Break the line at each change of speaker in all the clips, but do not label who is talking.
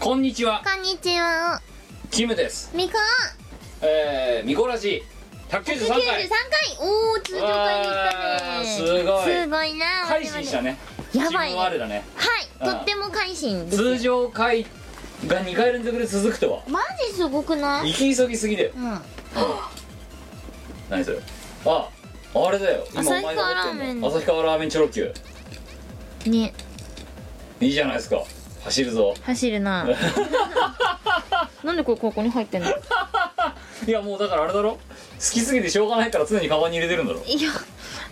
こんにちは
こんにちは。
キムです
みこ。
えー、ミコラジ
九十
193
三
回
回。おお、通常会に行ったね。
わーすごい
すごいな。
改心したね
やばい
自分
ね
はあれだね
はい、
うん
とっても改心です。
通常回が2回連続で続くとは
マジすごくない？
行き急ぎすぎだよ
うん。あ
何それああれだよ今お前が持っ
旭川
て
ラー
ん
メ
の
ン
旭川ラーメンチョロ Q
ね、
いいじゃないですか走るぞ
走るな。 なんでこれここに入ってんの？
いやもうだからあれだろ好きすぎてしょうがないから常にカバンに入れてるんだろ
いや、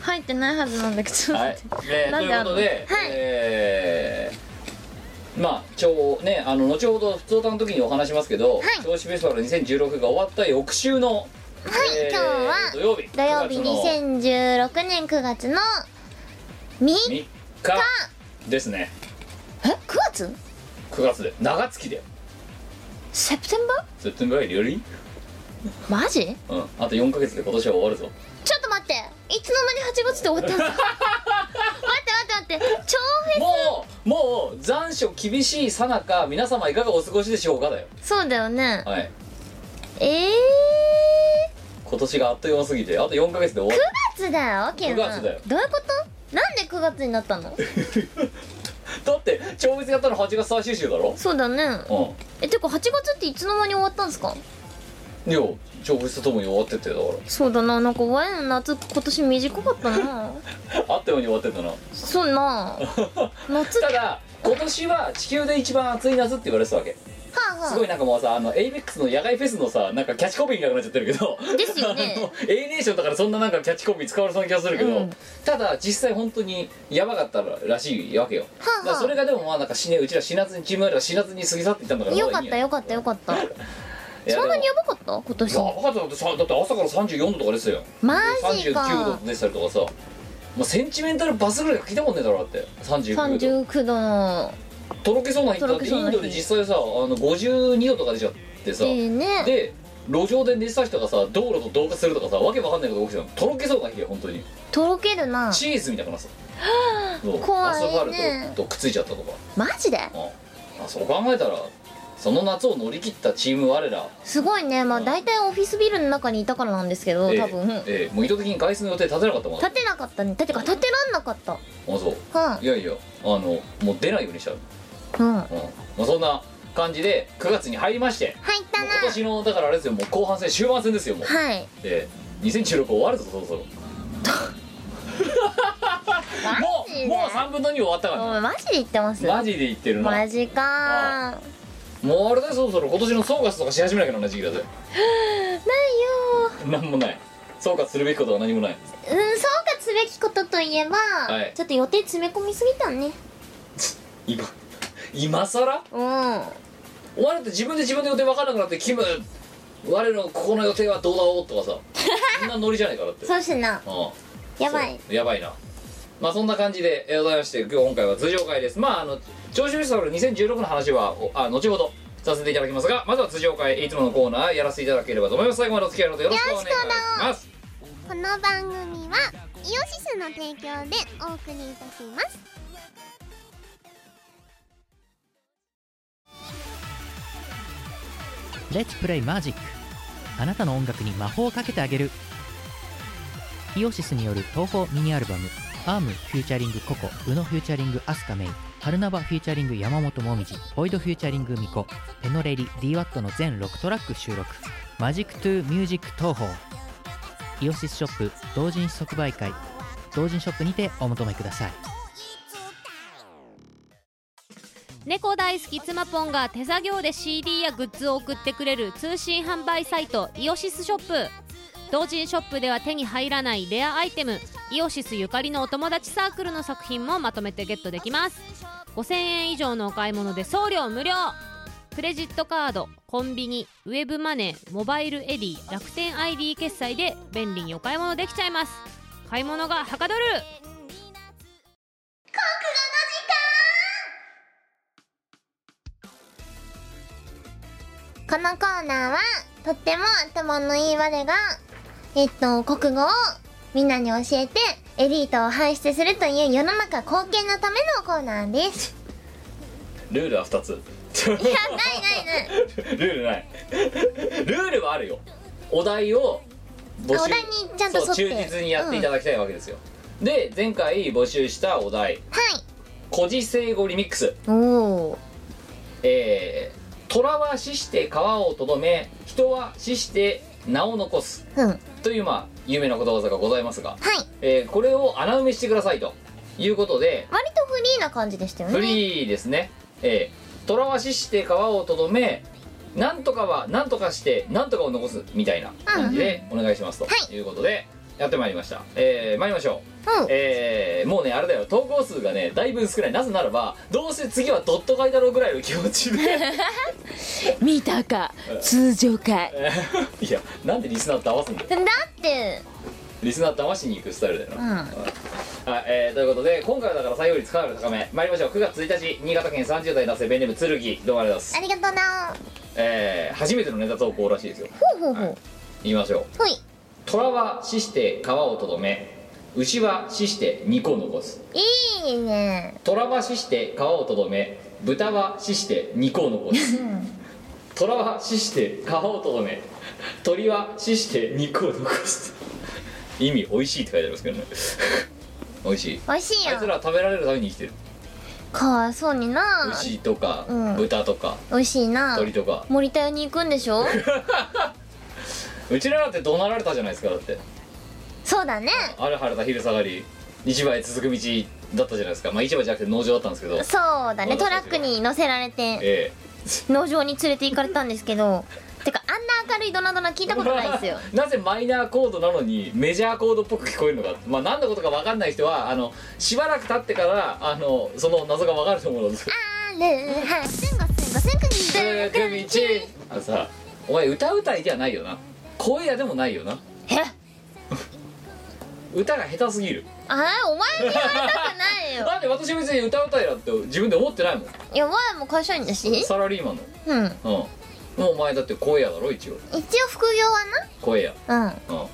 入ってないはずなんだけど。ちょっと
は
待
い
って、
えー
な
と
ん
いうこと
であんの
で、
はい
えーまあ超ねあの後ほど普通歌の時にお話しますけど、
い
調子フェスティバル2016が終わった翌週の、はい
今日は
土曜日
土曜日
9
2016年9月の
月の
3日
3日ですね
え9月
9月で長月で
セプテンバ
セプテンバーより
ーマジ
うんあと4か月で今年は終わるぞ
ちょっと待っていつの間に8月って終わった んですか待って待って待って超フェ
もうもう残暑厳しいさなか皆様いかがお過ごしでしょうかだよ
そうだよね
はい
ええ
今年があっという間すぎてあと4か月で終わる
ー、9月だよケ
9
ン
月だよ
どういうことなんで9月になったの
だって超別やったの8月最終週だろ
そうだね
うん
えてか8月っていつの間に終わったんですか
いや調布とともに終わってってだか
そうだななんか我の夏今年短かったな
らあったように終わってったな
そう な夏
ただ今年は地球で一番暑い夏って言われてたわけ
はあはあ
すごいなんかもうさあのエイベックスの野外フェスのさなんかキャッチコピーみたいになっちゃってるけど
ですよ ね
あの A ネーションだからそんななんかキャッチコピー使われそうな気がするけど、
うん
ただ実際本当にやばかったらしいわけよ
はあはあ
だからそれがでもまあなんか死ねうちら死なずにチームら死なずに過ぎ去っていったんだから
よかったよかったよかったそんなにやばかった今
い
年
やばかっただってさだって朝から34度とかですよ
マジ
39
か
度でしたりとかさ、まあ、センチメンタルバスぐらいが聞いたもんねえだろだって39度
39度の
とろけそうな日だっ
とろ
て
け
イ
そうな
ン
日
ドで実際さあの52度とか出ちゃってさ、
でね
で路上で寝てた人がさ道路と同化するとかさわけわかんないことが起きてたのとろけそうな日で本当に
とろけるな
チーズみたいな さそう
怖いね
アスファルトとくっついちゃったとか、
マジで
うんまあ、そう考えたらその夏を乗り切ったチーム我ら
すごいねまあ大体オフィスビルの中にいたからなんですけど
ええ
多分立
ええもう意図的に外出の予定立てなかったもんあ
てなかったねてか立てらんなかった
そう
はい
やいやあのもう出ないようにしちゃう
うん入っ
うんまあ、そんな感じで9月に入りまして
た
もう
な
今年のだからあれですよもう後半戦終盤戦ですよもう
はい
で2016終わるぞそろそろも
マジ
う
で
もう3分の2終わったから
お
ね
前マジで言ってます
マジで言ってるな
マジかないよ
もうあれだよそろそろ今年の総括とかし始めなきゃならない時期だぜなんもない総括するべきことは何もない
ーうん総括すべきことといえば
い
ちょっと予定詰め込みすぎたね
今今さら
うん
お前だって自分で自分で予定分からなくなって「キム我のここの予定はどうだろう?」とかさそんなノリじゃないからって
そうしな
うん
やばい
そうやばいなまあそんな感じでえーございまして今日今回は通常会ですまああの長州フェスティバル2016の話はおあ後ほどさせていただきますがまずは通常会いつものコーナーやらせていただければと思います最後までお付き合いのほどよろしくお願いします
この番組はイオシスの提供でお送りいたします
「Let's Play Magic」あなたの音楽に魔法をかけてあげるイオシスによる東宝ミニアルバム「アームフューチャリングココ宇野フューチャリング飛鳥メイ春菜場フューチャリング山本もみじボイドフューチャリングミコペノレリ DWAT の全6トラック収録「マジックトゥミュージック東宝」イオシスショップ同人誌即売会同人ショップにてお求めください
猫大好き妻ぽんが手作業で CD やグッズを送ってくれる通信販売サイトイオシスショップ同人ショップでは手に入らないレアアイテムイオシスゆかりのお友達サークルの作品もまとめてゲットできます5000円以上のお買い物で送料無料クレジットカードコンビニウェブマネーモバイル ed 楽天 ID 決済で便利にお買い物できちゃいます買い物がはかどる
このコーナーはとっても頭のいい我がえっと国語をみんなに教えてエリートを輩出 するという世の中貢献のためのコーナーです
ルールは2つ
いやないないな
ル
い
ールないルールはあるよお題を募
あお題にちゃんと沿って
そう忠実にやっていただきたいわけですよ、で前回募集したお題
はい
「孤児生語リミックス」
おお
えー虎は死して川をとどめ人は死して名を残す
うんはい
というまあ有名なことわざがございますが、えーこれを穴埋めしてくださいということで
割とフリーな感じでしたよね
フリーですね、えー、虎は死して川をとどめなんとかはなんとかしてなんとかを残すみたいな感じでお願いしますと
はい
いうことでやってまいりました、えー、参りましょう
うん
えーもうねあれだよ投稿数がねだいぶ少ないなぜならばどうせ次はドット書いたろうぐらいの気持ちで
見たか通常会
いやなんでリスナーと合わすんだよ
だって
リスナーと合わしに行くスタイルだよな、
うんは
はい、えーということで今回はだから採用率かなり高め参りましょう9月1日新潟県30代男性ベネーム剣どうもありがとうございます
ありがとうな
えー初めてのネタ投稿らしいですよ
ほうほうほう
言いましょう
ほい
虎は死して皮をとどめ牛は死して肉を残す
いいね
虎は死して皮をとどめ豚は死して肉を残す虎は死して皮をとどめ鳥は死して肉を残す意味美味しいって書いてありますけどね 美味しい
美味しい
あいつ
よ
らは食べられるために生きてる
かわいそうにな
牛とか、
うん
豚とか
美味しいな
鳥とか
森田屋に行くんでしょ
うちらだって怒鳴られたじゃないですかだって
そうだね
ある晴れた昼下がり市場へ続く道だったじゃないですかまあ市場じゃなくて農場だったんですけど
そうだねトラックに乗せられて
え
農場に連れて行かれたんですけどてかあんな明るいドナドナ聞い
え
たことないですよ
なぜマイナーコードなのにメジャーコードっぽく聞こえるのかまあ何のことか分かんない人はあのしばらく経ってからあのその謎が分かると思うので
あるは
すんごすんごすんくに
続く道あのさお前歌うたいじゃないよな声やでもないよな
え
歌が下手すぎる
あーお前に言われたくない よ
だって私別に歌うたいだって自分で思ってないもん
いやわいも会社員だし
サラリーマンの
うん
うんもうお前だって声やだろ一応
一応副業
声や
はなうん
うん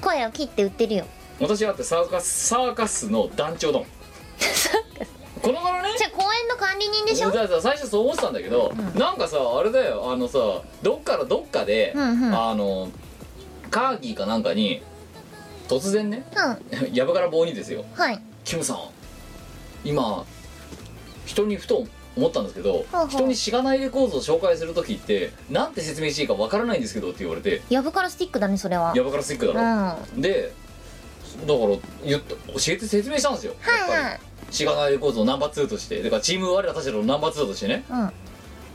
声を切って売ってるよ
私はだってサーカスサーカスの団長だ もんこの頃ね
じゃあ公園の管理人でしょ
だからさ最初そう思ってたんだけど、なんかさあれだよあのさどっからどっかで、
うんうん
あのカーギーかなんかに突然ね
うん
やぶから棒にですよ
はい
キムさん今人にふと思ったんですけど
ほうほう
人にしがないレコードを紹介する時ってなんて説明していいかわからないんですけどって言われて
やぶからスティックだねそれは
やばからスティックだろ、
う
でだから言った教えて説明したんですよやっぱり、
はいはい
しがないレコーズのナンバー2としてだからチーム我らたちのナンバー2としてね
んうん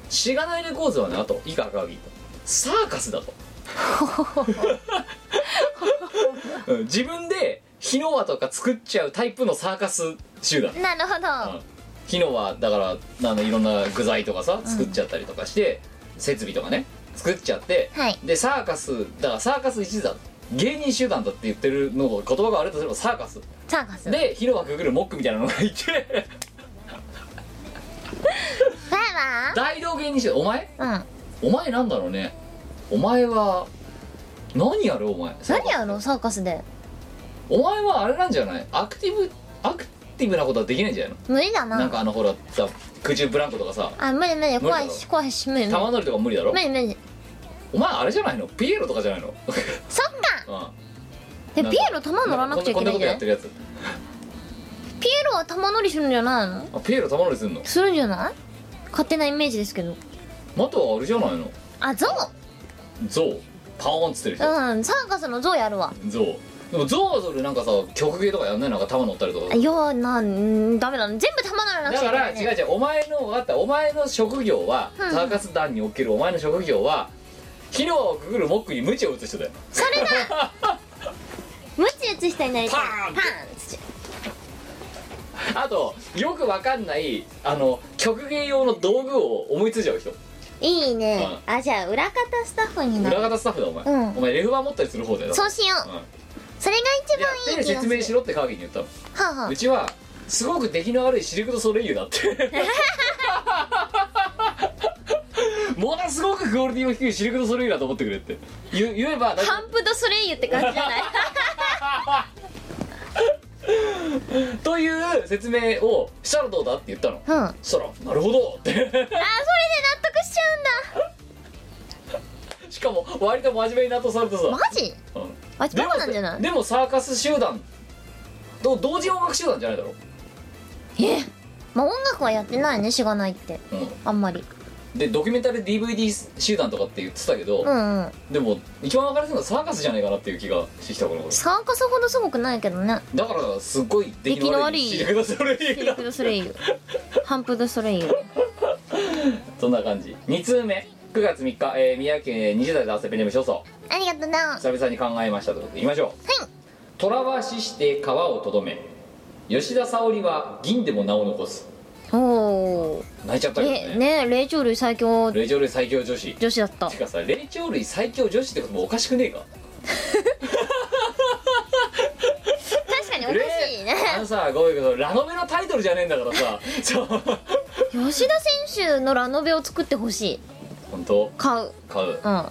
しがないレコーズはねあと以下赤木とサーカス だとうん自分で火の輪とか作っちゃうタイプのサーカス集団
なるほど、
うん火の輪だからあのいろんな具材とかさ作っちゃったりとかして、設備とかね作っちゃって、
はい
でサーカスだからサーカス一座芸人集団だって言ってるのを言葉があるとすればサーカス
サーカス
で広場くぐるモックみたいなのがい て
バイ
大道芸人集団お前
バーうん
お前なんだろうねお前は何やるお前
何やろうサーカスで
お前はあれなんじゃないアクティブアクティブなことはできないんじゃないの、
無理だな
なんかあのほらさ空中ブランコとかさ
あ無理無
無理
理
だろ
怖いし怖いし無理無
玉
理
乗りとか無理だろ
無理無理
お前あれじゃないのピエロとかじゃないの
そっか
う
え
なんか
ピエロ玉乗らなくちゃい
こ
け
ん
な
ないことや
んじゃな
っ
い
てるやつ
ピエロは玉乗りするんじゃないの
あピエロ玉乗りすんの
するんじゃない勝手なイメージですけど
またはあれじゃないの
あゾウ
ゾウパーンっつってる人
うんサーカスのゾウやるわ
ゾウでもゾウはそれなんかさ曲芸とかやんないのなんか玉乗ったりとか
いやーなんダメだな全部玉乗らなく
だ
ち
か
ゃいけ
ら
ない、ね、
違う違うお前の分かったお前の職業はサ
う
ー
ん
カス団におけるお前の職業は火の輪をくぐるモックに鞭を打つ人だよ
それだムチ打つ人になりたい
パーン
パーンつって
あとよくわかんないあの曲芸用の道具を思いついちゃう人
いいねあじゃあ裏方スタッフにな
裏
る
方スタッフだお前、
うん
お前レフ板持ったりする方だよ
そうしよう、
うん
それが
いや
一番いい
手
気
で
が
説明
す
し
る
ろってカーギーに言ったの
はあ、 はあ
う、ちはすごく出来の悪いシルク・ドゥソレイユだ ってものすごくクオリティの低いシルク・ドゥソレイユだと思ってくれって言う言えばだ
ハンプドソレイユって感じじゃない
だという説明をしたらどうだって言ったの
うんあ
そしたら「なるほど」って
それで納得しちゃうんだ
しかも割と真面目になっとされてさ、
マジ
うん
あいつ
で
バ
も
カなんじゃない
でもサーカス集団と同時音楽集団じゃないだろ、
まあ音楽はやってないねしがないって
う
あんまり
ん、でドキュメンタリー DVD 集団とかって言ってたけど、
うんうん
でも一番分かりやすいのはサーカスじゃないかなっていう気がしてきたこの頃
サーカスほどすごくないけどね
だからすっごい出来の悪いシ
出来
ルク・ドゥソレイ
シ
ユ
ル
だ
ク・ドゥ・ソレイユハンプ・ドゥ・ソレイユ
そんな感じ2通目9月3日、えー宮城県20代で汗ペンネーム少々
ありがとうな
久々に考えましたということで言いましょう
はい
トラバシして川をとどめ吉田沙保里は銀でも名を残す
お
泣いちゃった
お
けどね
えね霊長類最強
霊長類最強女子
女子だった
てかさ霊長類最強女子ってこともおかしくねえか
確かにおかしいね
霊あのさごめんけどラノベのタイトルじゃねえんだからさそう
吉田選手のラノベを作ってほしい
本当
買う
買う
うん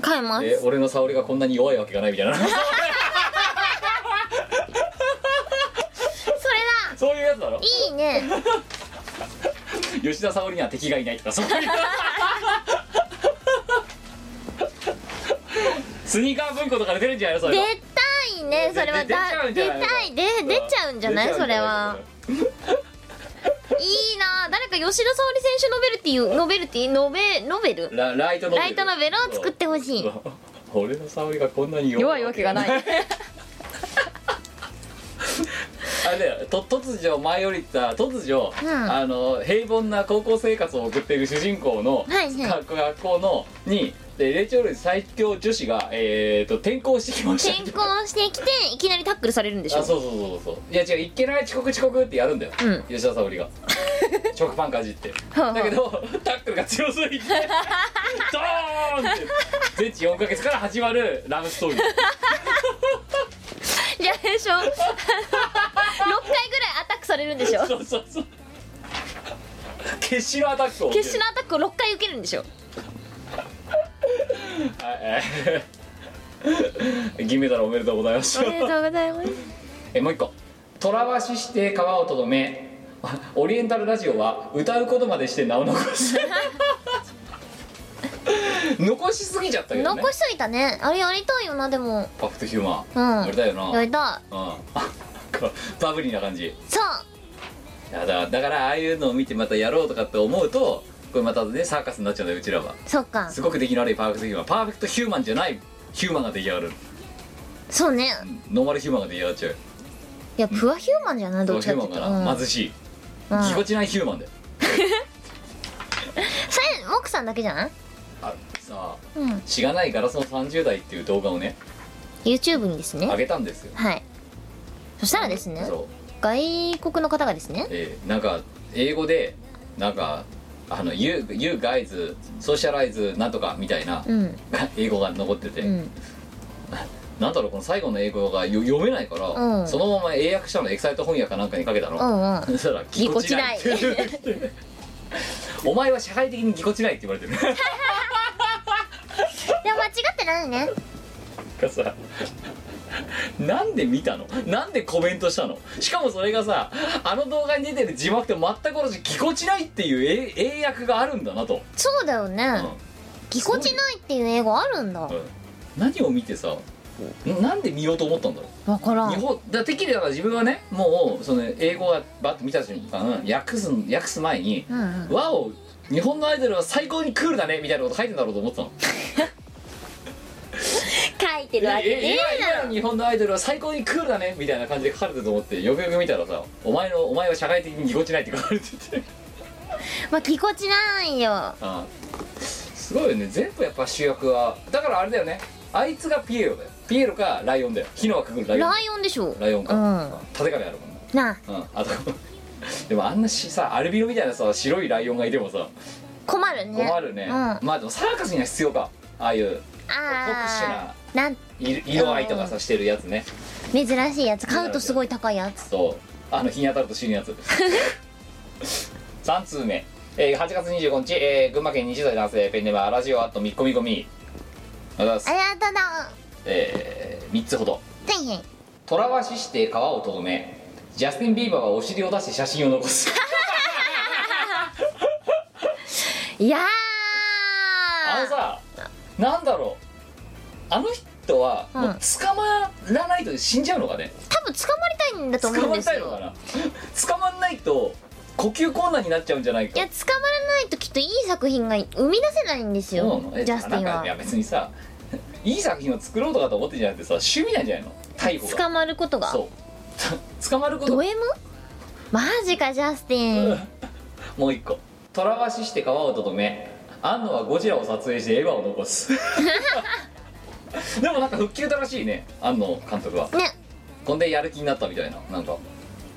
買えま
え
す
俺の沙織がこんなに弱いわけがないみたいな
それだ
そういうやつだろ
い いね
吉田沙保里には敵がいないとかそう いうスニーカー文庫とかで出るんじゃないのそ
出
れは
たいねそれは
で
だ
出
出
ちゃうんじゃな
た
い
いで出ちゃうんじゃない
出ち
それはいいな誰か吉田沙保里選手ノベルティをノベルティノベノベル
ラライトノベル
ライトノベルを作ってほしい
そう 俺の沙織がこんなに弱
弱
い
いわけがない
あれだよと突如舞い降りた突如、
うん
あの平凡な高校生活を送っている主人公の、
はいはい
学学校のにで霊長類最強女子が、えー、と転校してきました
転校してきていきなりタックルされるんでし
あ
ょ
そうそうそうそういや違ういけない遅刻遅刻ってやるんだよ、
うん
吉田沙保里 が食パンかじって
はあ
だけどタックルが強す ぎてドーンって全治4ヶ月から始まるラブストーリー
いやでしょ 6回ぐらいアタックされるんでしょ
そうそうそう決死のアタックを受ける
決死のアタックを6回受けるんでしょ
はいえー 銀メダルおめでとうございました
おめでとうございます
えもう一個「とらわしして川をとどめ」「オリエンタルラジオは歌うことまでして名を残す」 残しすぎちゃったけどね
残しといたねあれやりたいよなでも
パクトヒューマ
う
ン、
ん
やりたいよな
やりた
うんバブリーな感じ
いそう
やだだからああいうのを見てまたやろうとかって思うとこれまたねサーカスになっちゃうんだようちらは
そっか
すごく出来の悪いパーフェクトヒューマンパーフェクトヒューマンじゃないヒューマンが出来上がる
そうね
ノーマルヒューマンが出来上がっちゃう
いやプアヒューマンじゃないどっち
ヒュ
か
ー
って
マ
いう
ンか
とうん
な貧しい
うん
ぎこちないヒューマンだよ
それ奥さんだけじゃない
あさあ
うん
しがないガラスの30代っていう動画をね
YouTube にです
上
ね
げたんですよ
はいそしたらですね
そう
外国の方がですね
えーなんか英語でなんかあの you, you guys socialize なんとかみたいな、
うん
英語が残ってて、
うん
なんだろうこの最後の英語がよ読めないから、
うん
そのまま英訳したのエキサイト翻訳かなんかにかけたの、
うんうん
そしたらぎこちない
ぎこち
お前は社会的にぎこちないって言われてる
いや間違ってないね
がさなんで見たのなんでコメントしたのしかもそれがさあの動画に出てる字幕と全く同じ「ぎこちない」っていう英英訳があるんだなと、
そうだよ
う
ね
ん
ぎこちないっていう英語あるんだ
うん何を見てさんなんで見ようと思ったんだろ
わから
うん日本だてっきりだから自分はねもうその英語がバッと見た瞬間訳す訳す前に
うんう
「
ん
わお日本のアイドルは最高にクールだね」みたいなこと書いてんだろうと思ってたの
書いてるわけ
え
ねえ
今今の日本のアイドルは最高にクールだねみたいな感じで書かれてると思ってよくよく見たらさ「お前のお前は社会的にぎこちない」って書かれてて
まあぎこちないよ
ああすごいよね全部やっぱ主役はだからあれだよねあいつがピエロだよピエロかライオンだよ火の輪くぐるライオン
ライオンでしょ
ライオンか、
うん
縦紙あるもんね
なあ
うんあとでもあんなしさアルビノみたいなさ白いライオンがいてもさ
困るね
困るね
うんあ
まあでもサーカスには必要かああいう
あーなん
い色合いとかさしてるやつね
珍しいやつ買うとすごい高いやつ
そうあの日に当たると死ぬ やつ3通目、えー、8月25日、えー群馬県20代男性ペンネームアラジオアットみっこみこみありがとうござ
あ
います、
やだだは
え3つほど
いはい
「とらわしして川をとどめジャスティン・ビーバーはお尻を出して写真を残 す
いやー
あのさなんだろうあの人はもう捕まらないと死んじゃうのかね、
多分捕まりたいんだと思
捕
うん
ま
で
り
す
たいの
よ
かな捕まんないと呼吸困難になっちゃうんじゃない
い
か
や捕まらないときっといい作品が生み出せないんです
そう
よ
なのえ
ジャスティン
なんかいや
は
別にさ いい作品を作ろうとかと思ってんじゃなくてさ趣味なんじゃないの逮捕が
捕まることが
そう 捕まること
ド
が
M? マジかジャスティン
もう一個トラわしして川をとどめアンノはゴジラを撮影してエヴァを残 すでもなんか復旧だらしいねアンノ監督は
ね
こんでやる気になったみたいななんか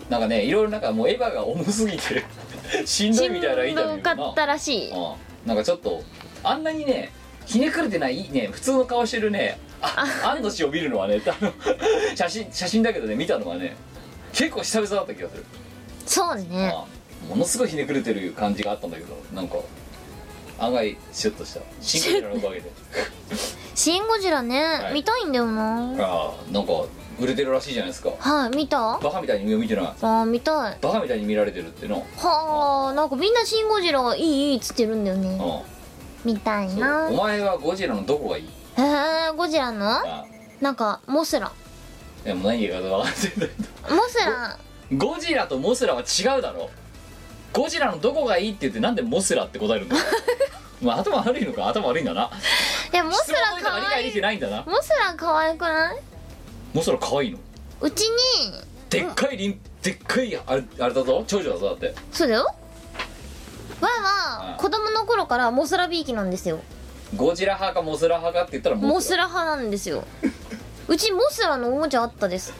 なんかねいろいろなんかもうエヴァが重すぎて しんどいみたいなインタビュー
どか
な
ったらしい
ああなんかちょっとあんなにねひねくれてないね普通の顔してるねあ安藤氏を見るのはねあの 写真写真だけどね見たのはね結構久々だった気がする、
そうね
ああものすごいひねくれてる感じがあったんだけどなんか案外シュッとしたシンクラのおかげ で
「シン・ゴジラね」
い
見たいんだよな
ああなんか売れてるらしいじゃないですか
はい見たあ
バカみたいに目を見てない
ー見たい
バカみたいに見られてるっての
はあなんかみんな「シン・ゴジラ」いいいいっつってるんだよね
あ
見たい
あ
な
お前はゴジラのどこがいい
えー、ゴジラの
ああ
なんかモスラ
でも何言うか分かってない
モスラ
ゴジラとモスラは違うだろゴジラのどこがいいって言ってなんでモスラって答えるん だまあ頭悪いのか頭悪いんだない
やモスラ
質問
か
の意図が理
わ
解
い
でき
い
てないんだな
モスラ可愛くない
モスラ可愛いの
うちに
でっかいりんでっかいあれあれだぞ長女だぞだって
そうだよわー
う
は
ん
子供の頃からモスラビーキなんですよ
ゴジラ派かモスラ派かって言ったら
モ
モス
スラ派なんですようちモスラのおもちゃあったです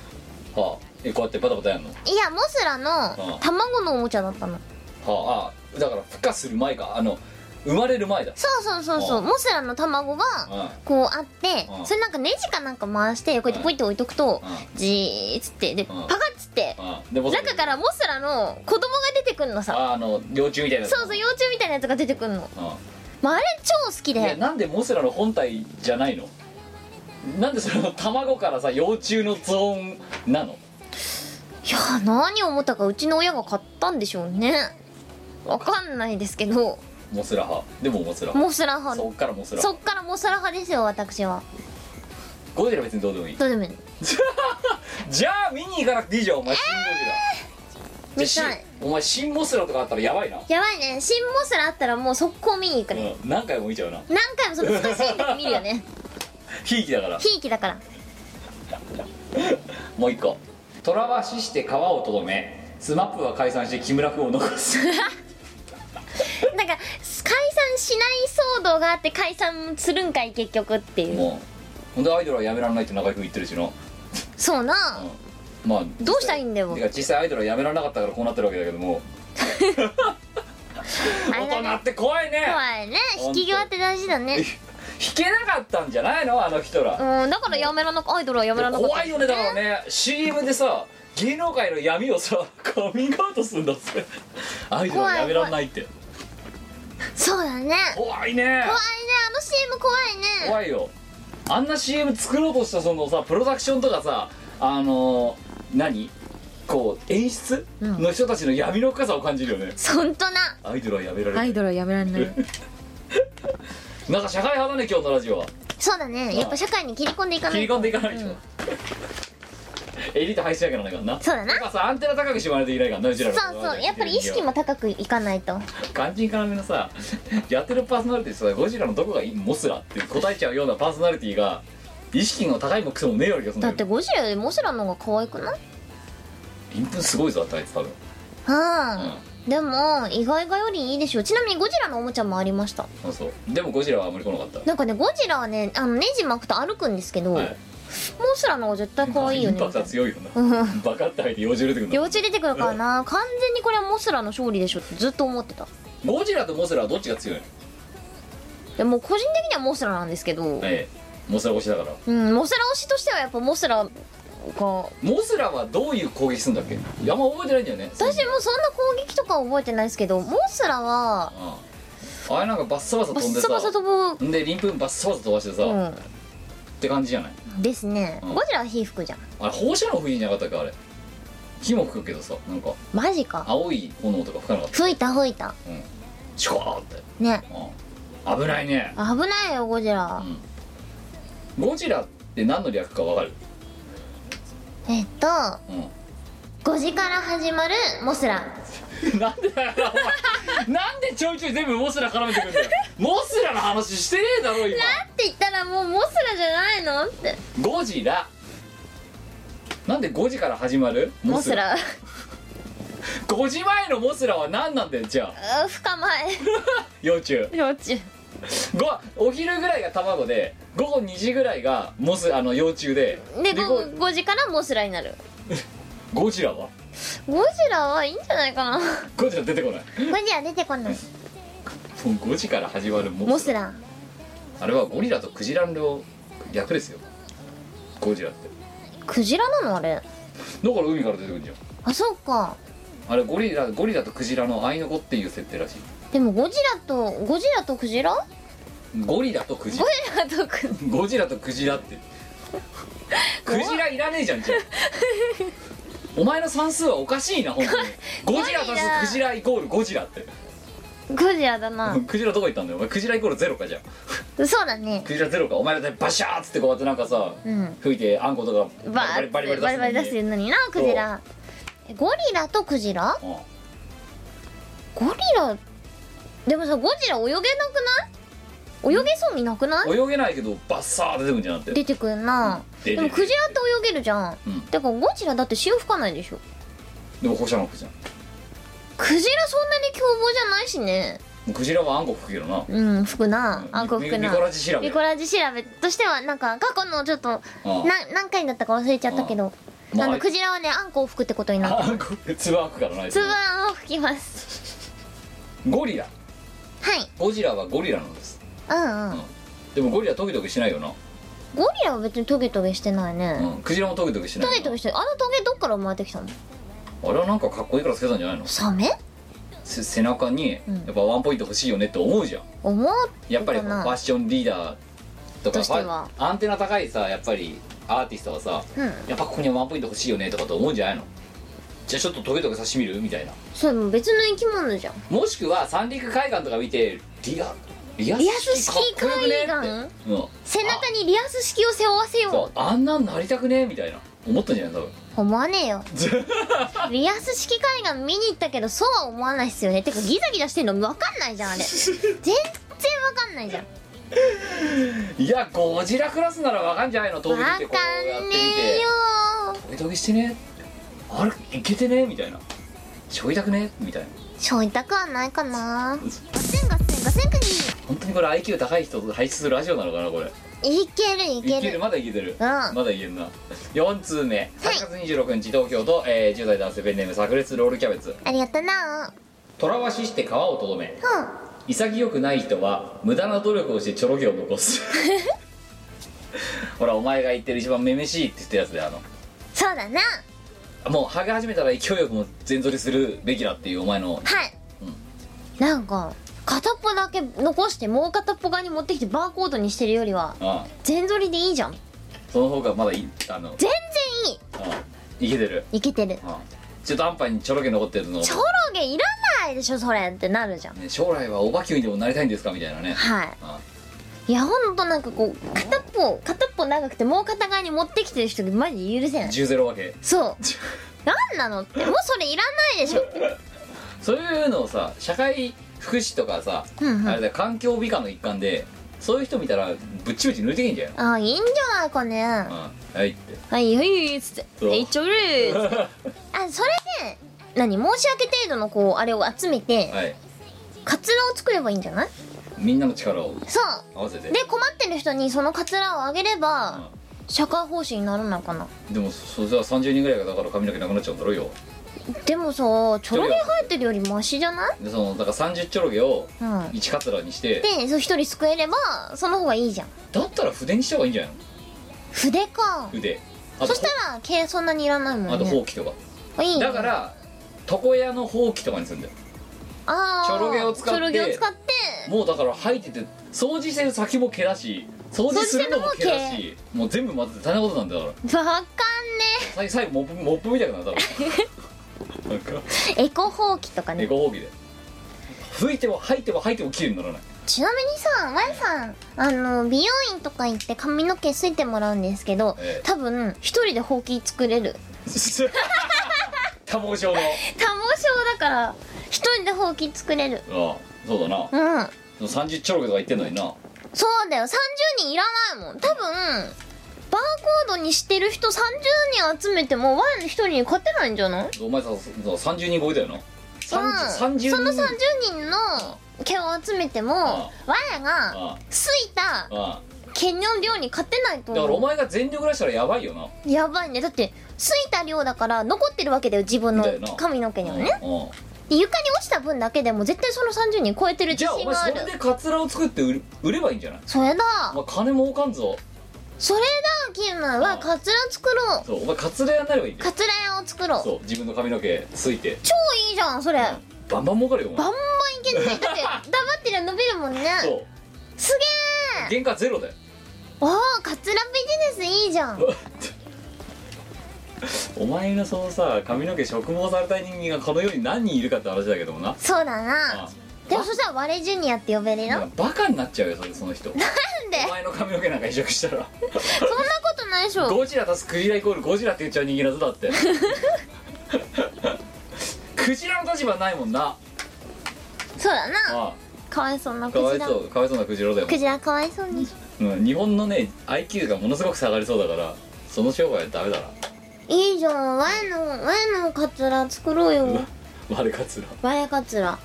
ラはあえこうやってバタバタやんの
いやモスラの
うん
卵のおもちゃだったの
はああだから孵化する前かあの生まれる前だ
そうそうそうそう
うん
モスラの卵が
うん
こうあって
うん
それなんかネジかなんか回してこうやってポイって置いとくと
う
じーっつってで
ん
パカッつって
あでモスラ
中からモスラの子供が出てくんのさ
ああの幼虫みたいなやつ
そうそう幼虫みたいなやつが出てくんの、
うん
まあ、あれ超好き
いや
で
なんでモスラの本体じゃないのなんでその卵からさ幼虫のゾーンなの
いや何を思ったかうちの親が買ったんでしょうねわかんないですけど
モスラ派でもモスラ派
モスラ派
そっからモスラ
そっからモスラ派ですよ私は
ゴジラ別にどうでもいい
どうでもいい
じゃあ見に行かなくていいじゃんお前新ゴジラ、
見たい
じゃあ新お前新モスラとかあったらやばいな、
やばいね新モスラあったらもう速攻見に行くね、
うん何回も見ちゃうな
何回もその難しいんだけ見るよね
ひいきだから
ひいきだから
もう一個トラバシして川をとどめスマップは解散して木村君を残 す
なんか解散しない騒動があって解散するんかい結局っていう
もうほんでアイドルはやめられないって中居君言ってるしな
そうな、
うんまあ
どうしたらいいんだよ
てか実際アイドルはやめられなかったからこうなってるわけだけども
あれ
大
だね
人って怖いね
怖いね引き際って大事だね
引けなかったんじゃないのあの人ら、
うんだからやめらなかアイドルはやめらなかった
怖いよねだからね CM でさ芸能界の闇をさカミングアウトするんだってアイドルはやめられないって
そうだね
怖いね
怖いねあの CM 怖いね
怖いよあんな CM 作ろうとしたそのさプロダクションとかさあのー何こう演出の人たちの闇の深さを感じるよね、
そんとな
アイドルはやめられな
ア
い
イドルはやめられない
なんか社会派だね今日のラジオは
そうだねやっぱ社会に切り込んでいかな
切り
い
込んでいかないと、エリート配信やからないからな
そうだな
やっぱさアンテナ高くしてもらえていないからなうちら
そう
の
そうやっぱり意識も高くいかないと
肝心からめのさ やってるパーソナリティさゴジラのどこがいいモスラって答えちゃうようなパーソナリティが意識の高いもクソもねえような気がするん
だ
だ
って
けど
ゴジラよりモスラの方が可愛くない
リンプすごいぞだってあいつ多分
はんでも意外がよりいいでしょちなみにゴジラのおもちゃもありました
そうそうでもゴジラはあんまり来なかった
なんかねゴジラはねあのネジ巻くと歩くんですけど、
はい
モスラの方が絶対可愛いよ
イン
ね
パクトは強いよなバカって入って幼虫出てくる
幼
の
虫出てくるからな完全にこれはモスラの勝利でしょってずっと思ってた
ゴジラとモスラはどっちが強いの
でも個人的にはモスラなんですけど、
ええモスラ越しだから
うん、モスラ推しとしてはやっぱモスラが
モスラはどういう攻撃するんだっけあんま覚えてないんだよね
私もそんな攻撃とか覚えてないですけどモスラは
うんあれなんかバッサバサ
バッ
飛んで
サ
さ
バサ飛ぶ
んでリンプンバッサバサ飛ばしてさ、
う
っ
ん
て感じじゃない
ですね、
うん
ゴジラは火吹くじゃん
あれ放射能不意じゃなかったっけあれ火も吹くけどさなんか
マジか
青い炎とか吹かなかった
吹いた吹いた
シュワーって、
ね
うん、危ないね、
危ないよゴジラ
うん、ゴジラって何の略かわかる、
えっと
う
5時から始まるモスラ
ん、 なんでだよお前なんでちょいちょい全部モスラ絡めてく んだよモスラの話してねえだろ今
って言ったらもうモスラじゃないのって
ゴジラなんで5時から始まる
モスラ
5時前のモスラは何なんだよじゃあ
うん深まえ
幼虫
幼虫
ごお昼ぐらいが卵で午後2時ぐらいがモスあの幼虫で
で
で
午後5時からモスラになる
ゴジラは
ゴジラはいいんじゃないかなゴ
ゴジラ出てこない
ジラ出てこない
もう5時から始まるモスラ
モスラ
あれはゴリラとクジラの略ですよゴジラって
クジラなのあれ
だから海から出てくるんじゃん
あそうか
あれゴリラゴリラとクジラの合いの子っていう設定らしい
でもゴジラとゴジラとクジラゴ
ゴリラとクジ
ジラとクジ
ゴジラとクジラ ってクジラいらねえじゃんじゃあお前の算数はおかしいな本当にゴジラ足すクジライコールゴジラって
ゴジラだな
クジラどこ行ったんだよお前クジライコールゼロかじゃあ
そうだね
クジラゼロかお前だってバシャーっつってこうやってなんかさ、
うん
吹いてあんことか
バー
バリバリバリ
バリ
出
出
すのに
してるのになクジラえゴリラとクジラ
うん
ゴリラでもさゴジラ泳げなくない泳げそうになくない
泳げないけどバッサー出てくんじゃなくて
出てくるな
出てくる
でもクジラって泳げるじゃん、
うん
だからゴジラだって潮吹かないでしょ
でも放射能吹くじゃん
クジラそんなに凶暴じゃないしね
もうクジラはあんこ吹くけどな
うん吹くなあこう
ミ
吹くな
ミコラジ調べ
ミコラジ調べとしてはなんか過去のちょっとな
あ
何回だったか忘れちゃったけど
あまあ
あのクジラはねあんこを吹くってことになった
あんこつば吹くからない
つぶあんを吹きます
ゴリラ
はい
ゴジラはゴリラなんです
うんうん
でもゴリラトゲトゲしないよな、
ゴリラは別にトゲトゲしてないね、
うん、クジラもトゲトゲしない
ト
よな
ゲトゲしてあのトゲどっから生まれてきたの
あれはなんかかっこいいからつけたんじゃないの
サメ
せ背中にや
うん
っぱワンポイント欲しいよねって思うじゃん
思う
やっぱり
か
ファ
な
ッションリーダーとか
としては
ファアンテナ高いさやっぱりアーティストはさ
うん
やっぱここにワンポイント欲しいよねとかと思うんじゃないのじゃあちょっとトゲトゲさしてみるみたいな
それも別の生き物じゃん
もしくは三陸海岸とか見てリアリア
リアス式
かっこよくね
海岸
ってうん
背中にリアス式を背負わせ
そ
よ
うあんなんなりたくねみたいな思ったんじゃない多分
う思わねえよリアス式海岸見に行ったけどそうは思わないっすよねてかギザギザしてんの分かんないじゃんあ れ全然分かんないじゃん
いやゴジラクラスならわかんじゃないの遠
分
目で
か
見
ん
て
ね
こうやってみ
え
て
よ
トゲトゲしてねあれいけてねみたいなしょいたくねみたいな
しょいたくはないかなガセンガセンガセンク
本当にこれ IQ 高い人と配置するラジオなのかなこれ
ギいけるい
い
け
ける
る
まだいけてる、まだいけるな4通目
はい
8月26日東京都、えー10代男性ペンネーム炸裂ロールキャベツ
ありがとな
とらわしして皮をとどめ
うん
潔くない人は無駄な努力をしてちょろげを残 すほらお前が言ってる一番めめしいって言ってるやつであの
そうだな
もう剥げ始めたら勢いよくも全取りするべきだっていうお前の
はい、なんか片っぽだけ残してもう片っぽ側に持ってきてバーコードにしてるよりは
ああ
全取りでいいじゃん
その方がまだいいあの
全然い
あいけてる
いいけてる
ああ中途半端にちょろげ残ってるのを
ちょろげいらないでしょそれってなるじゃん
ね将来はおばきゅうにでもなりたいんですかみたいなね
は
あ
いいやほんとなんかこう片っぽ片っぽ長くてもう片側に持ってきてる人マジ許せない
10ゼロわけ
そう何なのってもうそれいらないでしょ
そういうのをさ社会福祉とかさ、
うんうん
あれだよ環境美化の一環でそういう人見たらぶっちぶち抜いていいんじゃない
ああいいんじゃないかね
の、うん、はいって
はいはいっつって「
そう
えいっちょる」っつってあそれで何申し訳程度のこうあれを集めて、
はい
カツラを作ればいいんじゃない
みんなの力を
そう
合わせて
で困ってる人にそのカツラをあげれば
う
社会奉仕にならないかな
でもそそれは30人ぐらいがだから髪の毛なくなっちゃうんだろうよ
でもさちょろげ生えてるよりマシじゃない
でそのだから30ちょろげを
うん
1カツラにして、
でそう一人救えればその方がいいじゃん
だったら筆にした方がいいんじゃないの
筆か
筆あと
そしたら毛そんなにいらないも
あ
ん
とほう
ね
きとか、
あいいね
だから床屋のほうきとかにするんだよ
あー
ちょろげを使って
ちょろげを使って
もうだから吐いてて掃除してる先も毛だし掃除するのも毛だしもう全部混ぜて大変なことなんだよだか
わかんねえ
最最後モップモップみたいになったも んなんか
エコほうきとか
エ
ね
コほうきで吹いても吐いても吐いてもきれいにならない
ちなみにさ Y さんあの美容院とか行って髪の毛すいてもらうんですけど
ええ
多分一人でほうき作れる
多忙症の
多忙症だから一人でほうき作れる
ああそうだな
うん
30ちょろけとか言ってんのにな
そうだよ30人いらないもん多分バーコードにしてる人30人集めてもワン1人に勝てないんじゃない
お前さそう30人超えだよな
うん
30人
その30人の毛を集めてもわやが
あ
すいた
あああ
毛の量に勝てないと
だからお
思
前が全力出したらやばいよな
うやばいねだってすいた量だから残ってるわけだよ自分の
だよな
髪の毛にはね
うんうん
で床に落ちた分だけでも絶対その30人超えてる
じ
自
ゃあお
信
前
があ
そ
る
れでカツラを作って売る売ればいいんじゃない
それだ
お前金儲かんぞ
それだキム
う
は
ん
カツラ作ろう
そうお前カツラ屋になればいいんだよ
カツラ屋を作ろう
そう自分の髪の毛ついて
超いいじゃんそれバン
バンバン儲かるよお
バ
前
ンいけるねだ って黙ってりゃ伸びるもんね
そう
すげえ
原価ゼロだよ
おおカツラビジネスいいじゃん
お前のそのさ髪の毛植毛された人間がこの世に何人いるかって話だけどもな
そうだな
あ
でもそしたら我ジュニアって呼べるよ
あ
なんで
バカになっちゃうよそれその人お前の髪の毛なんか移植したら
そんなことないでしょ
ゴジラ足すクジライコールゴジラって言っちゃう人間だぞだって クジラの立場ないもんな
そうだな
あ
かわいそうな
あかわ
ク
い
ジラ
そうかわいそうなクジラだよ
クジラかわいそうに
うん、日本のね IQ がものすごく下がりそうだからその商売はダメだない
いじゃん我の我のカツラ作ろうよ
丸カツ
我カツラ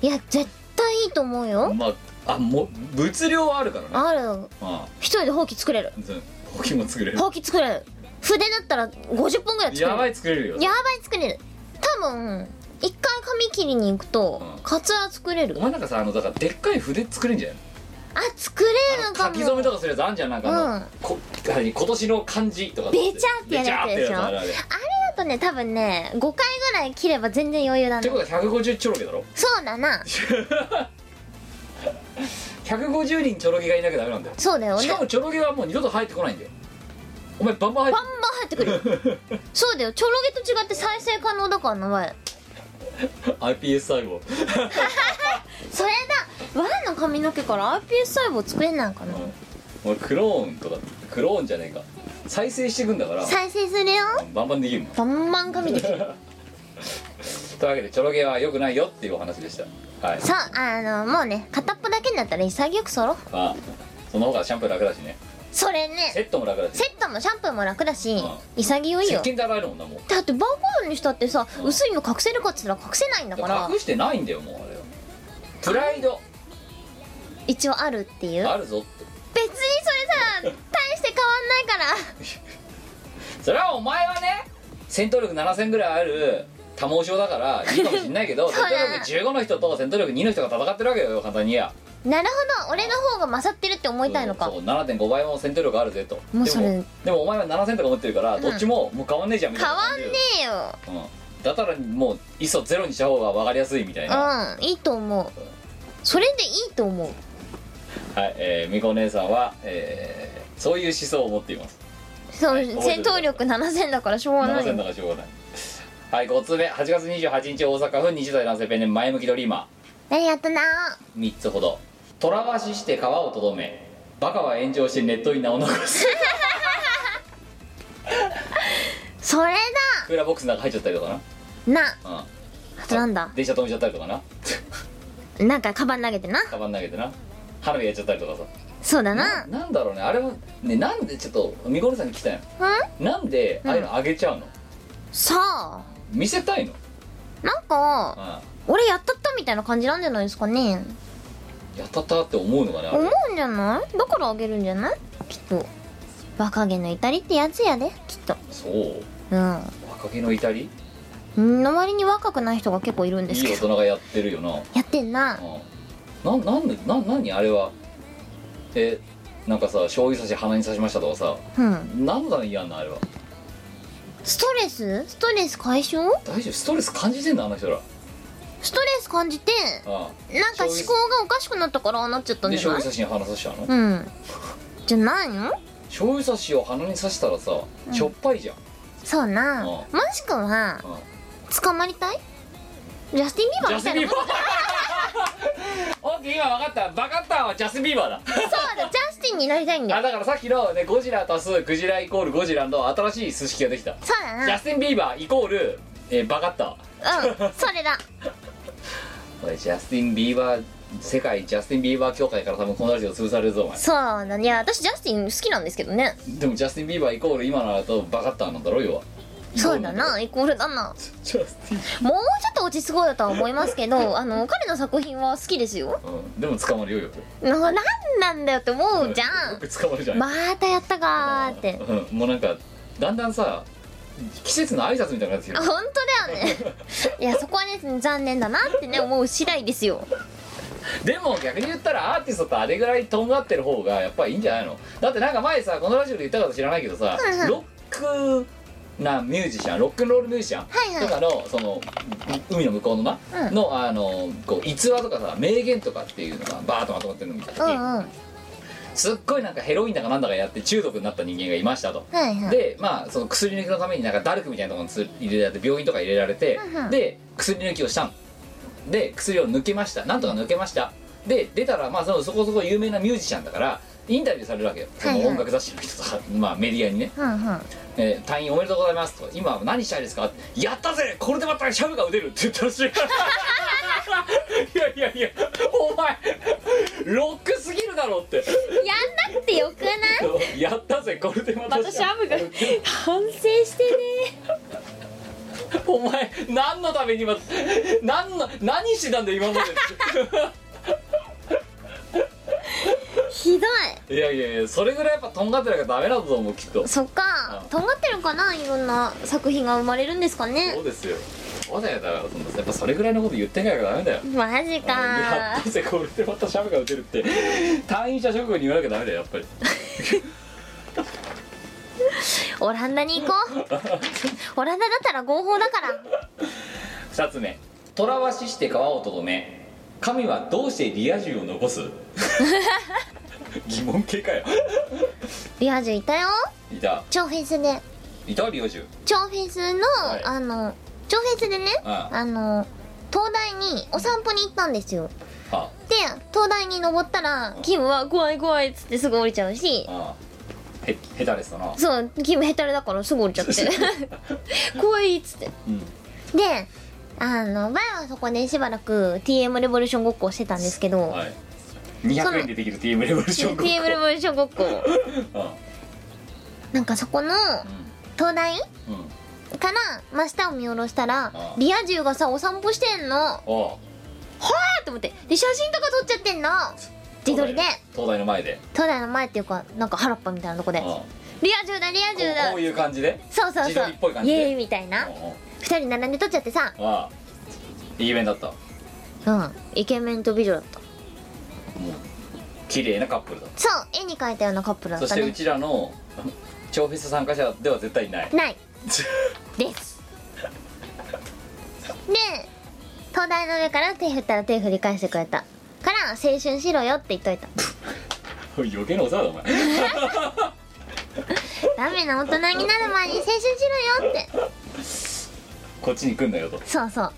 いや絶対いいと思う
ラ
よ
まああも物量はあるからねあ
ある
あ
一人でほうき作れる
うんほうきも作れる
ほうき作れる筆だったら50本ぐらい作れる
やばい作れるよ
やばい作れる多分一回髪切りに行くと
うん
カツラ作れる
お前なんかさあのだからでっかい筆作れんじゃない
あ作れるのか
書
も
き初めとかするやつあんじゃんなんかあの、
うん
こ何今年の漢字とか
べちゃってや
べ
るやつでしょ
ちゃってやつあれあれ
あれだとね多分ね5回ぐらい切れば全然余裕だ
って
ね
ことは150ちょろけだろ
そうだな
150人ちょろぎがいなきゃダメなんだよ
そうだよ
し
ね
か
バン
もちょろぎはもう二度と入ってこないんだよお前バンバン入
バン入ってくる そうだよちょろげと違って再生可能だからなわ い
って iPS 細胞
それだわいの髪の毛から iPS 細胞作れないかな
お前クローンとかクローンじゃねえか再生していくんだから
再生するよ
バンバンできるの
バンバン髪できる
というわけでちょろげはよくないよっていうお話でしたはい
そうあのもうね片っぽだけになったら潔く揃う
まあその方がシャンプー楽だしね
それね
セットも楽だし
セットもシャンプーも楽だし
う
潔い
石
よ
鹸で洗えるもんなもう
だってバーコードにしたってさ
うん
薄いの隠せるかっつったら隠せないんだから
隠してないんだよもうあれはプライド
一応あるっていう
あるぞって
別にそれさ大して変わんないから
それはお前はね戦闘力7000ぐらいある多毛症だからいいかもしんないけど
そ
戦
うだ
闘力15の人と戦闘力2の人が戦ってるわけよ簡単にや
なるほど俺の方が勝ってるって思いたいのか
そう7.5倍も戦闘力あるぜと
もうそれ
でもでもお前は7000とか持ってるからどっちももう変わんねえじゃんみたい
変
な
わ
感
ん
じ
ね
で
えよ
うん、だったらもういっそゼロにした方が分かりやすいみたいな、
うんいいと思うそれでいいと思う
はいえーみこお姉さんは、えーそういう思想を持っています
そう
はい覚えて
戦
る
闘力7000だからしょうがない
7000だからしょうがないはい5つ目8月28日大阪府20代男性ペンネーム前向きドリーマー
何やったな
3つほど「らわしして川をとどめバカは炎上してネットに名を残す
それ」
クーラーボックスの中入っちゃったりとか
だな
な、うん、
あとなんだ
電車止めちゃったりとかな
なんかカバン投げてな
カバン投げてな花火やっちゃったりとかさ
そうだ
な
な
なんだろうねあれはねなんでちょっとみこねさんに聞きたいのなんでああいうのあげちゃうの、
さあ
見せたいの、
なんか
う
俺やったったみたいな感じなんじゃないですかね
ん、やったったって思うのかねあれ
思うんじゃないだからあげるんじゃないきっと若気の至りってやつやできっと
そう
うん
若気の至り
うん周りに若くない人が結構いるん
い
ですけ
い大
ど
人がやってるよな
やってんな
うんななんでな何あれはえなんかさ醤油差し鼻に刺しましたとかさ
うん
何のためにやんのあれは
ストレスストレス解消
大丈夫ストレス感じてんのあの人ら
ストレス感じて
あ
なんか思考がおかしくなったからああなっちゃっ
あ
たん
で
じゃ
醤
な
油
い
差しに鼻刺しちゃうの、
うんじゃないの
醤油差しを鼻に刺したらさしょっぱいじゃん、
そう
う
な
ん
マシ君は
うん
捕まりたいジャスティン・ビーバ
ジャ
ーみ
ステ
た
ィ
い
ンビ
な
ー
も
バ
ん
ーオッケー今分かったバカッターはジャスティンビーバーだ
そうだジャスティンになりたいんだ
あ
よ
だからさっきのねゴジラ足すクジライコールゴジラの新しい数式ができた
そうだ
ジ
な
ャスティン・ビーバーイコール、えーバカッター
うんそれだ
これジャスティン・ビーバー世界ジャスティン・ビーバー協会から多分このラジオ潰されるぞお前
そうだねいや私ジャスティン好きなんですけどね
でもジャスティン・ビーバーイコール今のだとバカッターなんだろ要は
そうだなイコールだな
ジャスティン、
もうちょっと落ち着こうよとは思いますけ どあの彼の作品は好きですよ
うん、でも捕まるよよく
ななんなんだよって思うじゃ
よく捕まるじゃ
ん
ん、
またやったかーって
うん、もうなんかだんだんさ季節の挨拶みたいになってきてる
あ本当だ よねいやそこはね残念だなってね思う次第ですよ
でも逆に言ったらアーティストってあれぐらいとんがってる方がやっぱりいいんじゃないのだってなんか前さこのラジオで言ったか知らないけどさ
うんうん
ロックなミュージシャンロックンロールミュージシャン
はいはい
とかのそのう海の向こうのな、
うん
のあのこう逸話とかさ名言とかっていうのがバーッとまとまってるのみたいに、
うんうんはい
すっごいなんかヘロインだかなんだかやって中毒になった人間がいましたと。
はい
でまあその薬抜きのためになんかダルクみたいなところにつ入れられて病院とか入れられて、
うんうん
で薬抜きをしたんで薬を抜けましたなんとか抜けましたで出たらまあそのそこそこ有名なミュージシャンだからインタビューされるわけよその
はいはい
音楽雑誌の人とか、まあ、メディアにね
うんうん
「えー退院おめでとうございます」とか「今は何したいですか?」やったぜこれでまたシャブが打てる」って言ったらしい いやいやいやお前ロックすぎるだろうって
やんなくてよくない
やったぜこれでまた
またシャブが反省してね
お前何のために今何の何してたんだよ今ま
ひど
で いやいやいやそれぐらいやっぱとんがってなきゃダメなんだと思うきっと
いそっかとんがってるかないろんな作品が生まれるんですかね
そうですよそうだよだからそんなやっぱそれぐらいのこと言ってないからダメだよ
マジか
やっ
ー
たぜこれでまたシャブが打てるって退院者直後に言わなきゃダメだよやっぱり
オランダに行こうオランダだったら合法だから
2つ目「虎は死して川をとどめ神はどうしてリア充を 残す? 」疑問系かよ
リア充いたよ
いた
超フェスで
いたリア充
超フェス
い
の、あの超フェスでねあ
うん
の東大にお散歩に行ったんですよ
あ
で東大に登ったらキムは怖い怖いっつってすぐ降りちゃうし
あへ下手ですだな
そうキムヘタレだからすぐ降りちゃって 怖いっつって
うん
であの前はそこでしばらく TM レボリューションごっこをしてたんですけど、
はい、200円でできる TM レボリューション
TM レボリューションごっこをなんかそこの東大
うんうん
から真下を見下ろしたら
あ
リア充がさお散歩してんのは
おう
あと思ってで写真とか撮っちゃってんの自撮りで
東大の前で
東大の前っていうかなんか原っぱみたいなとこで
うんこ
リア充だリア
う
充だ
こういう感じで
そうそう
自撮
そう
りっぽい感
イ
じで
エーイみたいな
うんうん
二人並んで撮っちゃってさ
ああいいイベントだった
うんイケメンと美女だった
綺麗なカップルだった
そう絵に描いたようなカップルだ
そ
っ
したてう
ね
ちらの 超フェス参加者では絶対いない
ない ですで東大の上から手振ったら手振り返してくれたから青春しろよって言っといた
余計なお世話だ お前
ダメな大人になる前に青春しろよって
こっちに来んなよと
そうそう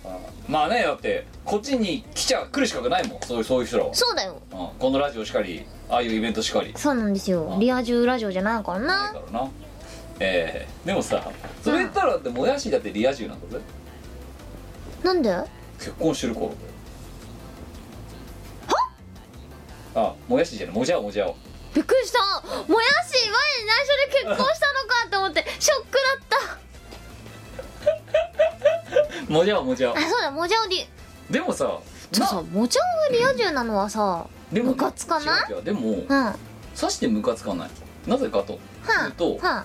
まあねだってこっちに来ちゃ来る資格ないもんそういうそういう人らは
そうだよ
うんこのラジオしかりああいうイベントしかり
そうなんですよ
あ
リア充ラジオじゃないから
ないか
な
らなええでもさそれ言ったらだってもやしだってリア充なんだぜ
なんで
結婚してる頃だよあもやしじゃないもじゃおもじゃお
びっくりしたもやし前に内緒で結婚したのかと思 ってショックだった
もじゃおもじゃ
あそうだもじゃおり
おでもさ
ちょっとさもじゃおがリア充なのはさ
でも
ムカつかない
違う違うでも
うんは
さしてムカつかないなぜかと
あ
言うと
は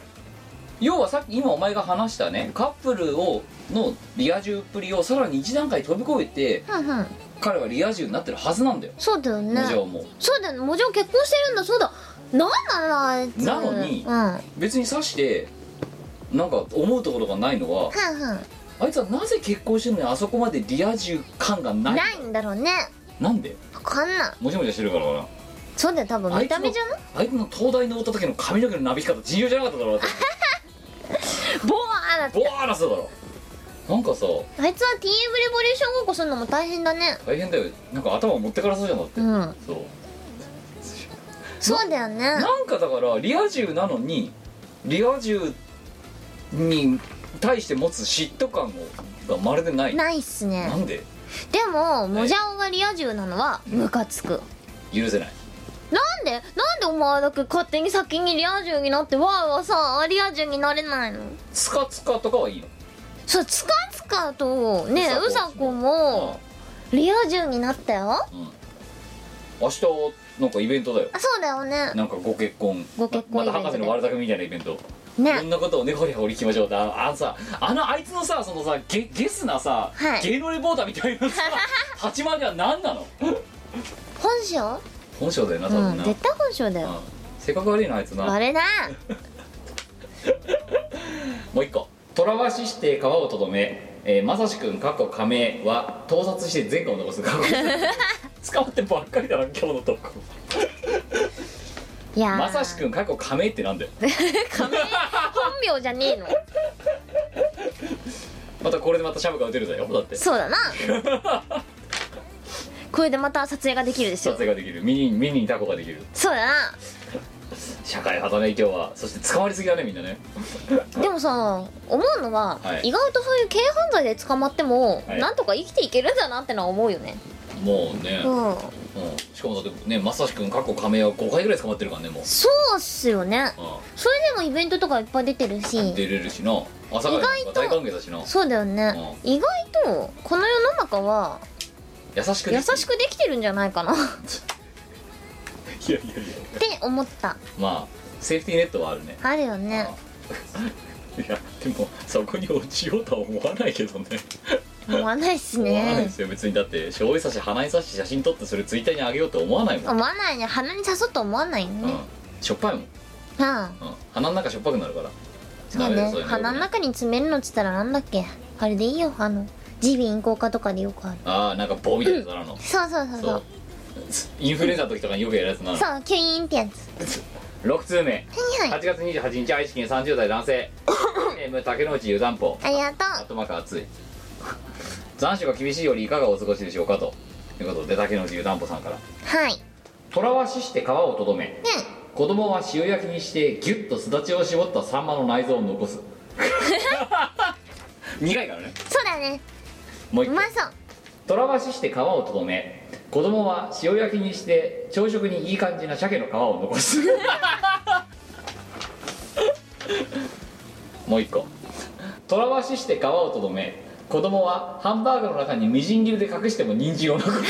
要はさっき今お前が話したねカップルをのリア充っぷりをさらに一段階飛び越えて
あうんうん
彼はリア充になってるはずなんだよ
そうだよ
もじゃお
ね
も
そうだよねもじゃお結婚してるんだそうだなんなのあいつ
なのに
うんは
別にさしてなんか思うところがないのは
あは
あいつはなぜ結婚してるのにあそこまでリア充感が
あ
ない
ないんだろうね
なんで
わかんない
もじゃもじゃしてるからかな
そうだよ多分見た目じゃない
あいつの東大登った時の髪の毛のなびき方尋常じゃなかっただろうなって
ボワだっ
ボアラスだろなんかさ
たあいつはティーンエブレボリューションごっこするのも大変だね
大変だよなんか頭持ってからそうじゃなくて、
うん
そう
そうだよね
なんかだからリア充なのにリア充に対して持つ嫉妬感をがまるでないな
ないっすね
んで
でもモジャオがリア充なのはムカつく
許せない
なんでなんでお前だけ勝手に先にリア充になってわーわーさリア充になれないの
つかつかとかはいいの
そうつかつかとねえう
う
さ
さ
こ
こ
もリア充になったよあ
明日なんかイベントだよ
そうだよね
なんかご結婚
ご結婚
ままた
イベン
博士
ト
の悪巧みみたいなイベントこん
ね
なことをねこりゃこり聞きましょうってあのあのさあのあいつのさそのさゲゲスなさ、
はい
芸能レポーターみたいな さ立ち回りは何なの
本性
本性だよな多
う
分
ん
な、
絶対本性だよ
うん性格悪いなあいつな
悪いな
もう一個「とらわしして川をとどめ」えー「まさしくん過去仮名」は盗撮して前科を残す 捕まってばっかりだな今日のとこ
いやー
まさ しくん過去仮名ってなんだよ
本名じゃねえの
またこれでまたシャブが打てるだ よだって
そうだなこれでまた撮影ができるです
撮
よ
影ができるミニミニにタコができる
そうだな
社会派だね今日はそして捕まりすぎだねみんなね
でもさ思うのは、
はい
意外とそういう軽犯罪で捕まっても、
はい
なんとか生きていけるんだなってのは思うよね
もうね、
うん
うんしかもだってねまさしくん過去仮名は5回ぐらい捕まってるからねもう、
そうっすよねそれでもイベントとかいっぱい出てる
うん、
し
出れるしな朝から
意外と
大歓迎だしな
そうだよね、意外とこの世の中は
優しく
優しくできてるんじゃない かなっ
くいやいやいや
て思った
まあセーフティーネットはあるね
あるよね
いやでもそこに落ちようとは思わないけどね
思わないっす
思わないで
ね
すよ別にだって醤油差し鼻に差し写真撮ってそれツイッターにあげようと思わないもん、
思わないね鼻に刺そうと思わないよ
うん
ね、
しょっぱいもん、
は
う
あ
ん、鼻の中しょっぱくなるから
そう
ダメ
ね
だよ
鼻の
よくない
中に詰めるのっつったらなんだっけあれでいいよあの耳鼻咽喉科とかでよくある
ああなんか棒みたいなやつだなあの、
そうそうそうそ
そううインフルエンザの時とかによくやるやつなの
そうキュイーンってやつ
6通目
はいは
8
い
月28日愛知県30代 男性ネーム竹之内湯たんぽ
ありがとう
後まか暑い残暑が厳しいよりいかがお過ごしでしょうかということで竹之内湯たんぽさんから
はい
とらわしして皮をとどめ、子供は塩焼きにしてギュッとすだちを絞ったサンマの内臓を残 す苦いからね
そうだね
もう一
う
個
まそう
とらわしして皮をとどめ子供は塩焼きにして朝食にいい感じな鮭の皮を残 すもう一個とらわしして皮をとどめ子供はハンバーグの中にみじん切りで隠しても人参を残す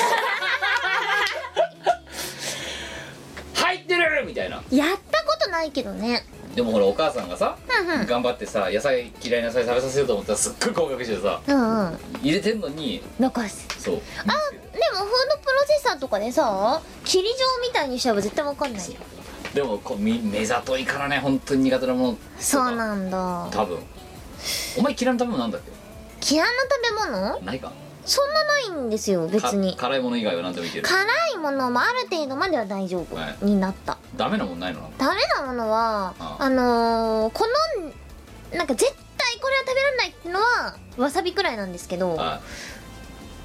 入ってるみたいな
やったことないけどね
でもほらお母さんがさ
うんうん
頑張ってさ野菜嫌いな野菜食べさせようと思ったらすっごい高額してさ
うんうん
入れてんのに
残す
そう
あでもフードプロセッサーとかでさ霧状みたいにしちゃえば絶対わかんないよ
でもこうみ目ざといからね本当に苦手なもの
そうなんだ
多分お前嫌いな食べ物なんだっ
嫌いな食べ物
けないか
そんなないんですよ別に
か辛いもの以外は何でもいける
辛いものもある程度までは大丈夫
はい
になった
ダメなもんないのなんか
ダメなものはあ
あ
のー、このなんか絶対これは食べられないってのはわさびくらいなんですけどあ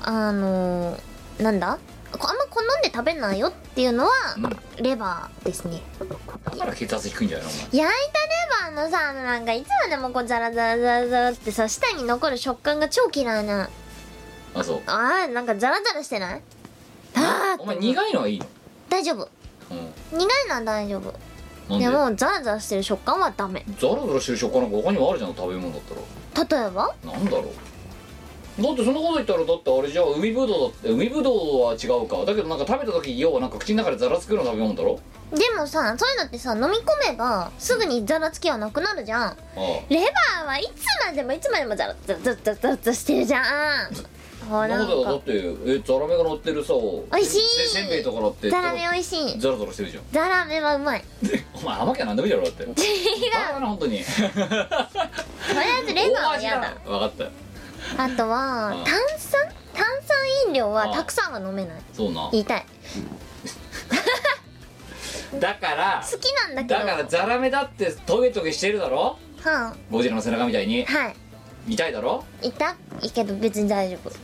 あ
のー、なんだこあんま好んで食べないよっていうのは
う
レバーですね
だから血圧低いんじゃないのお前
焼いたレバーのさあのなんかいつまでもこうザラザラザラザラってさ舌に残る食感が超嫌いな
あそう
あーなんかザラザラしてないあ
お
ー
前苦いのはいいの
大丈夫
う
苦いのは大丈夫
ん
で
なんで
もザラザラしてる食感はダメ
ザラザラしてる食感なんか他にもあるじゃん食べ物だったら
例えば
なんだろうだってそんなこと言ったらだってあれじゃあ海ぶどうだって海ぶどうは違うかだけどなんか食べた時要はなんか口の中でザラつくような食べ物だろ
でもさそういうのってさ飲み込めばすぐにザラつきはなくなるじゃん
あ
レバーはいつまでもいつまでもザラザラザラザラザラしてるじゃんほ
あ
ら
な
な
んんだよだっ
か
てえザラメが乗ってるさお
美味しい
せんべいとかだって
ザラメ美味しい
ザラザラしてるじゃん
ザラメはうまい
お前甘きゃ何でもいいだろだって
違う
バカだな本当 に
とりあえずレバーは嫌だ
分かったよ
あとは
うん
炭酸炭酸飲料は
うん
たくさんは飲めない
そうな
言いたい
だから
好きなんだけ
だ
ど
からザラメだってトゲトゲしてるだろ
は
ゴジラの背中みたいに
あは
痛いだろ
い痛いけど別に大丈夫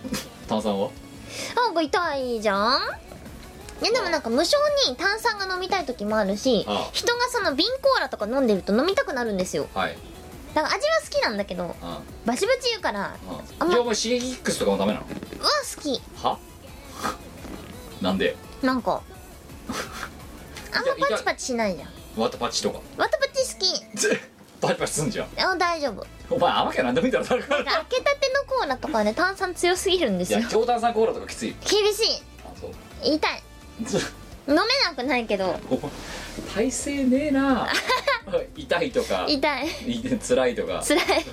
炭酸は
なんか痛いじゃんね、でもなんか無性に炭酸が飲みたい時もあるし
ああ
人がその瓶コーラとか飲んでると飲みたくなるんですよ
はい
だから味は好きなんだけど
うんうん
バチバチ言うからあんま
じゃあお前シーキックスとかもダメなの
うわ好き
は なんで
なんかあんまパチパチしないじゃん
ワタパチとか
ワタパチ好き
パチパチすんじゃん
あ大丈夫
お前甘きゃ何でもいいんだろだから
開けたてのコーラとかね炭酸強すぎるんで
い
すよ
や強炭酸コーラとかきつい
厳し
あそう
い痛い飲めなくないけど
お前体勢ねえな 痛いとか
痛い
い辛いとか
辛い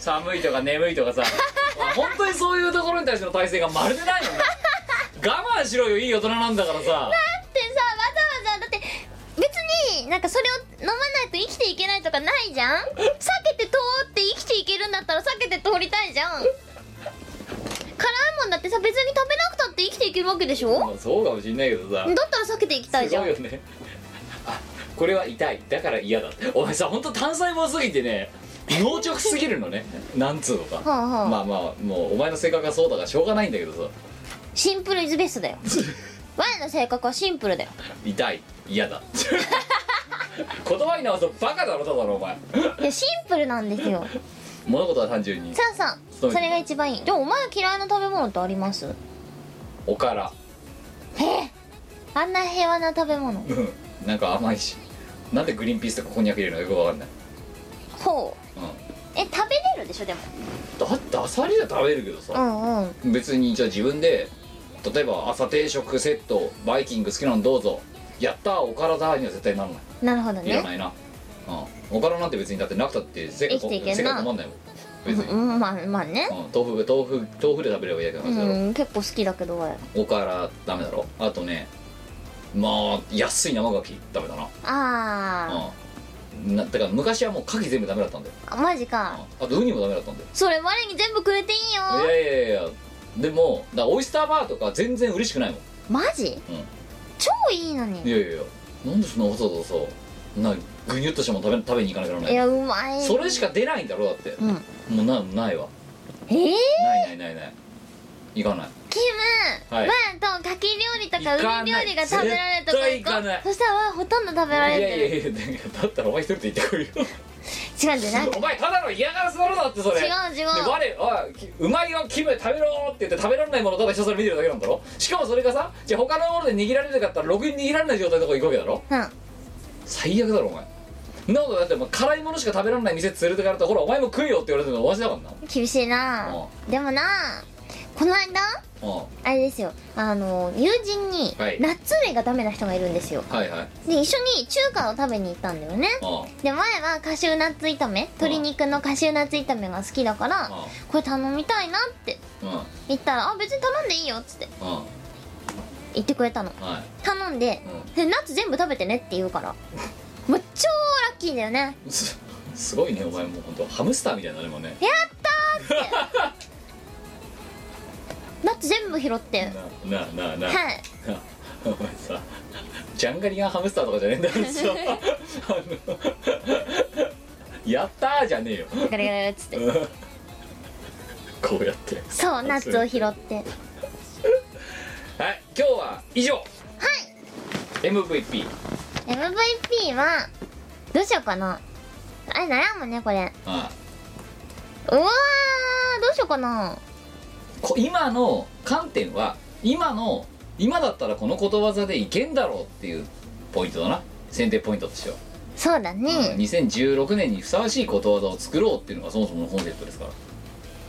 寒いとか眠いとかさお前本当にそういうところに対しての体勢がまるでないのね我慢しろよいい大人なんだからさ
ってさわざわざだって別になんかそれを飲まないと生きていけないとかないじゃん避けて通って生きていけるんだったら避けて通りたいじゃん辛いもんだってさ別に食べなくたって生きていけるわけでしょだ
まあそうかもしんないけどさ
ったら避けていきたいじ
す
ゃん
ごいよねあこれは痛いだから嫌だお前さ本当単細胞すぎてね脳直すぎるのねなんつうのか、
はあはあ
まあまあもうお前の性格がそうだからしょうがないんだけどさ
シンプルイズベストだ よ我の性格はシンプルだよ
痛い嫌だ言葉に直すとバカだろただろお前
いやシンプルなんですよ
物事は単純に
さあさあそれが一番いいでもお前嫌いな食べ物ってあります
おから
あんな平和な食べ物
うんなんか甘いしなんでグリーンピースとかこんにゃく入れるのよくわかんない、
ほう
う
え食べれるでしょでも
ん、だってアサリは食べるけど
う
さ、
んうん
別にじゃあ自分で例えば朝定食セットバイキング好きなのどうぞやったーおからだーには絶対ならない
なるほど
いらな
ね
いな、うん、おからなんて別にだってなくたって世界
生きていけんな
世界止まんないもん別に、
う
うん
んまあまあね
豆腐豆腐豆腐で食べればいいだけの話だろ、
うん結構好きだけど俺
おからダメだろあとねまあ安い生牡蠣ダメだな
あ
うんなだから昔はもう牡蠣全部ダメだったんだよ、
ーあマジ
うん
か
あとウニもダメだったんだよ
それ我に全部くれていい
い
よ
やいやいやでもだからオイスターバーとか全然嬉しくないもん
マジ
うん
超いいの
い
に
やいやいやなんでそんなわざわざさなぐにゅっとしたもん食べ食べに行かなきゃなら
い
ない
やうまい
それしか出ないんだろだって、
うん
もうなないわ
えー
ないないないない行かない
キム
はい
ワンと牡蠣料理と
行か
か
な
ウ
い
ニ料理が食べられるとこ
絶対
行
行かない
こうそしたらワンほとんど食べられ
い
て
やいや
る
いやだったらお前一人で行ってこいよ
違うんだよなんか
お前ただの嫌がらせだろだってそれ
違う違う
で我はきうまいよキム食べろーって言って食べられないものをただひたすら見てるだけなんだろしかもそれがさじゃあ他のもので握られなかったらろくに握られない状態のとこ行くわけだろ
うん
最悪だろお前そんなことだってお前辛いものしか食べられない店連れてかれたらほらお前も食えよって言われてるのお味だからな
厳しいなでもなこの間
うん
あれですよあの友人に
はい
ナッツ類がダメな人がいるんですよ
はいはい
で一緒に中華を食べに行ったんだよね
う
で前はカシューナッツ炒め鶏肉のカシューナッツ炒めが好きだから
あ
これ頼みたいなって
んうん
言ったら「あ別に頼んでいいよ」っつって
うん
言ってくれたの
はい
頼んで
うん
で「ナッツ全部食べてね」って言う からもう超ラッキーだよね
すすごいねお前もう本当ハムスターみたいになるもんね
ナッツ全部拾って
なあなあなあ
はい
お前さジャンガリアンハムスターとかじゃねえんだからさあのやったーじゃねえよ
ガラガラガラっつって
こうやって
そうナッツを拾って
はい今日は以上はい MVP
MVP はどうしようかなあれ悩むねこれ
ああ
うわーどうしようかな
こ今の観点は今の今だったらこのことわざでいけんだろうっていうポイントだな選定ポイントとしては、
そうだね
2016年にふさわしいことわざを作ろうっていうのがそもそものコンセプトですから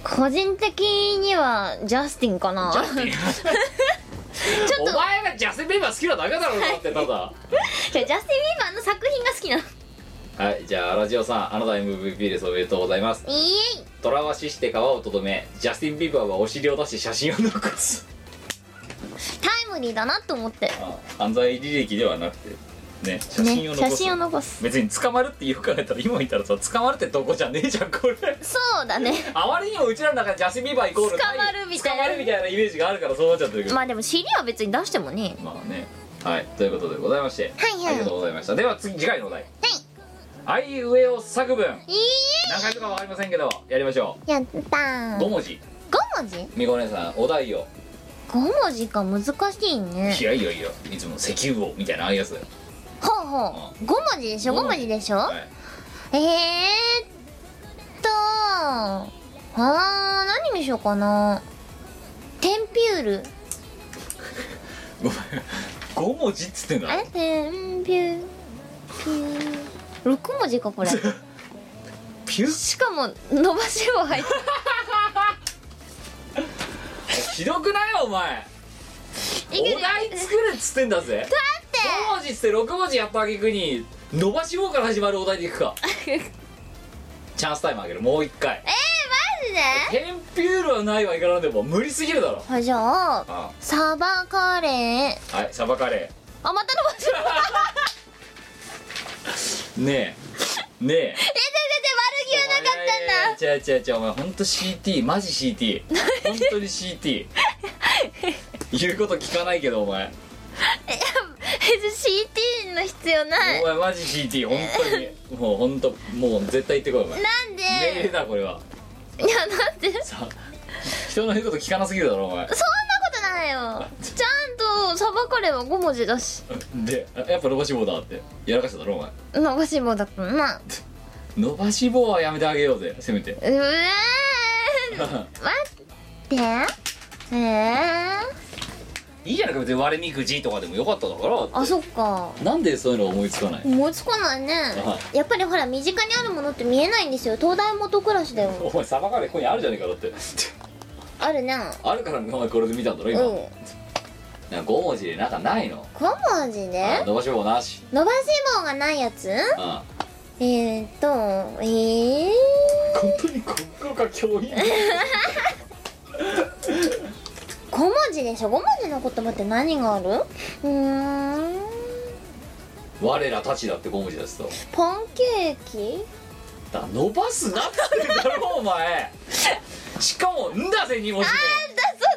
個人的にはジャスティンか な
お前がジャスティン・ビーバー好きなだけだろうなってただ
じゃあジャスティン・ビーバーの作品が好きなの
はいじゃあラジオさんあなた MVP ですおめでとうございます
いえい
トラわしして川をとどめジャスティン・ビーバーはお尻を出して写真を残 す
タイムリーだなと思って
あ犯罪履歴ではなくてね写真を
ね
残
写
す、
真を残す
別に捕まるって言うからやったら今言ったらさ捕まるってどこじゃねえじゃんこれ
そうだね
あまりにもうちらの中でジャスティン・ビーバーイコール
捕まるみたいな
捕まるみたいなイメージがあるからそうなっちゃってるけど
まあでも CD は別に出してもね
まあねはいということでございまして、
はいは
あ
い
りがとうございましたでは次次回のお題あいうえお作文
いいえ
何回とかわかりませんけどやりましょ
やったー
う5文字
5文字
みこねさんお題を
?5 文字か難しいね
いやいやいやいつも石油王みたいなああいうやつ
ほうほう5文字でしょ5文字でしょ
はい
えーっとあー何にしようかなテンピュール
ごめん5文字っつってんだ
あれテンピューピュー6文字かこれ
ピュッ
しかも伸ばし棒入って
ひどくないお前
いける
お題作るっつってんだぜだって5文字っつって6文字やったあげくに伸ばし棒から始まるお題でい くかチャンスタイムあげるもう一回
マジで
テンピュールはないはいからんでも無理すぎるだろ
あじゃあ
あ
サバカレー
はいサバカレ
あまた伸ばし棒え
ーねえね え
全然悪気はなかったんだ
ちゃうちゃうちゃうお前ほんと CT マジ CT ほんとに CT 言うこと聞かないけどお前
別に CT の必要ない
お前マジ CT ほんとにもうほんともう絶対言ってこいお前
なんで
命令だこれはい
やなんで
さ人の言うこと聞かなすぎるだろお前
そんなことないよちゃんとサバカレーは5文字だし
であやっぱ伸ばし棒だってやらかしただろお前
伸ばし棒だったな
伸ばし棒はやめてあげようぜせめて
うえ待ってえー、
いいじゃないか別に割れにくじとかでもよかっただから
あそっか
なんでそういうの思いつかない
思いつかないね
は
やっぱりほら身近にあるものって見えないんですよ東大元暮らしだよ
お前サバカレーここにあるじゃねえかだって
あるね
あるからお前これで見たんだろ
う
今、
ん
なんか5文字でなんかないの
5文字
あ
で
伸ばし棒なし
伸ばし棒がないやつ
うん
えー、っとえー、
本当に国語が教員
5文字でしょ5文字の言葉って何があるうーん
我らたちだって5文字ですと
パンケーキ
だから伸ばすなって言ってんだろお前しかも「ん」だぜ2文字
だそ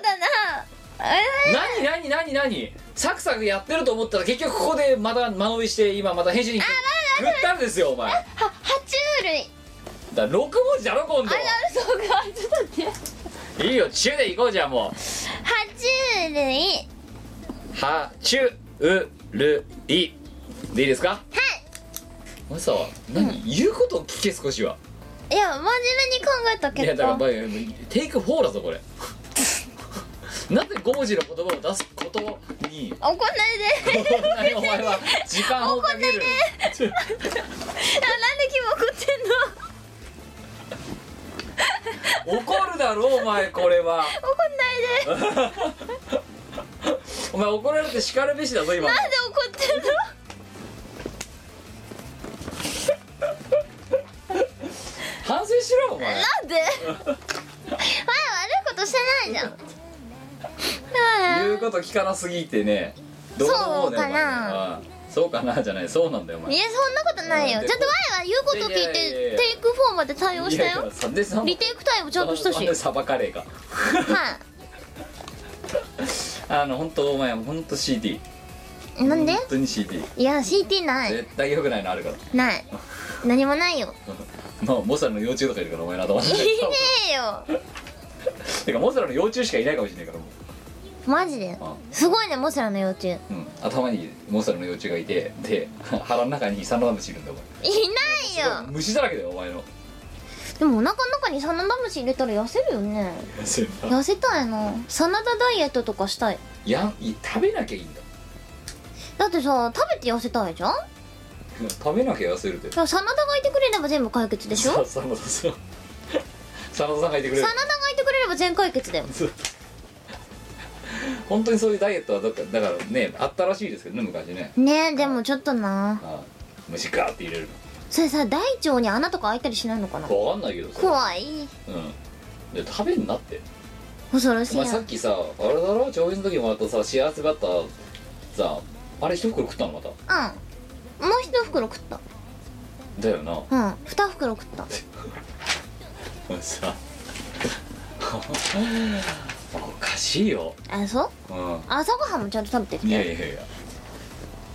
うだなえ
で何何何何サクサクやってると思ったら結局ここでまた間延びして今また編集に行って食ったんですよお前だか
ー、は爬虫類
ら6文字だろ今
あれそう かちょっと待って
度いいよ「中」で行こうじゃんも
爬虫類
う「はちゅうるい」でいいですかはいお前さ何、言うことを聞け少しはい
や真面目に考えた
い
結
やだから
果
まあテイク4だぞ これなんで5文字の言葉を出すことに
おこないで
こんなにお前は時間をかける
あなんで君怒ってんの
怒るだろお前これは
怒んないで
お前怒られて叱るべしだぞ今
なんで怒ってんの
反省しろお前
なんで前悪いことしてないじゃんはい
言うこと聞かなすぎてねどう思うね
そうか
お前
な
はそうかなじゃないそうなんだよお前
いやそんなことないよ
うん
ちゃんと前は言うこと聞い
いやいやいやい
て
や
テイク4まで対応したよ
サでさ
リテイクタイムちゃんとしたし
なんでサバカレーか
は
あの本当お前本当 CT
いなんで
本当に CT
いや CT ない
絶対良くないのあるから
ない何もないよ
まあモサラの幼虫とかいるからお前の 頭に
いねえよ
てかモサラの幼虫しかいないかもしれないからも
マジで
あ
すごいねモスラの幼虫いな
う、うん、頭にモサラの幼虫がいてで 腹の中にサンダムシいるんだよ
い
お前
よ
虫だらけだよお前の
でもお腹の中にサナダムシ入れたら痩せるよね痩せたいなサナダダイエットとかしたい
やい食べなきゃいいんだ
だってさ食べて痩せたいじゃん
食べなきゃ痩せるって
だからサナダがいてくれれば全部解決でし
さ真
ょ
田さん 真田さんがいてくれ
真
る
田がいてくれれば全解決だよ
本当にそういうダイエットはどっかだからねあったらしいですけどね昔ね
ねえでもちょっとな
ああ虫ガーって入れる
それさ大腸に穴とか開いたりしないのかな
のわかんないけどさ
怖い
うんで食べんなって
恐ろし
お
いや
前さっきさあれだろ調子の時もらったさ幸せだったさあれ一袋食ったのまた
うんもう一袋食った
だよな
うん二袋食った
お前さ おかしいよ
あそう
うん
朝ごはんもちゃんと食べてき
いや
て
いやいや、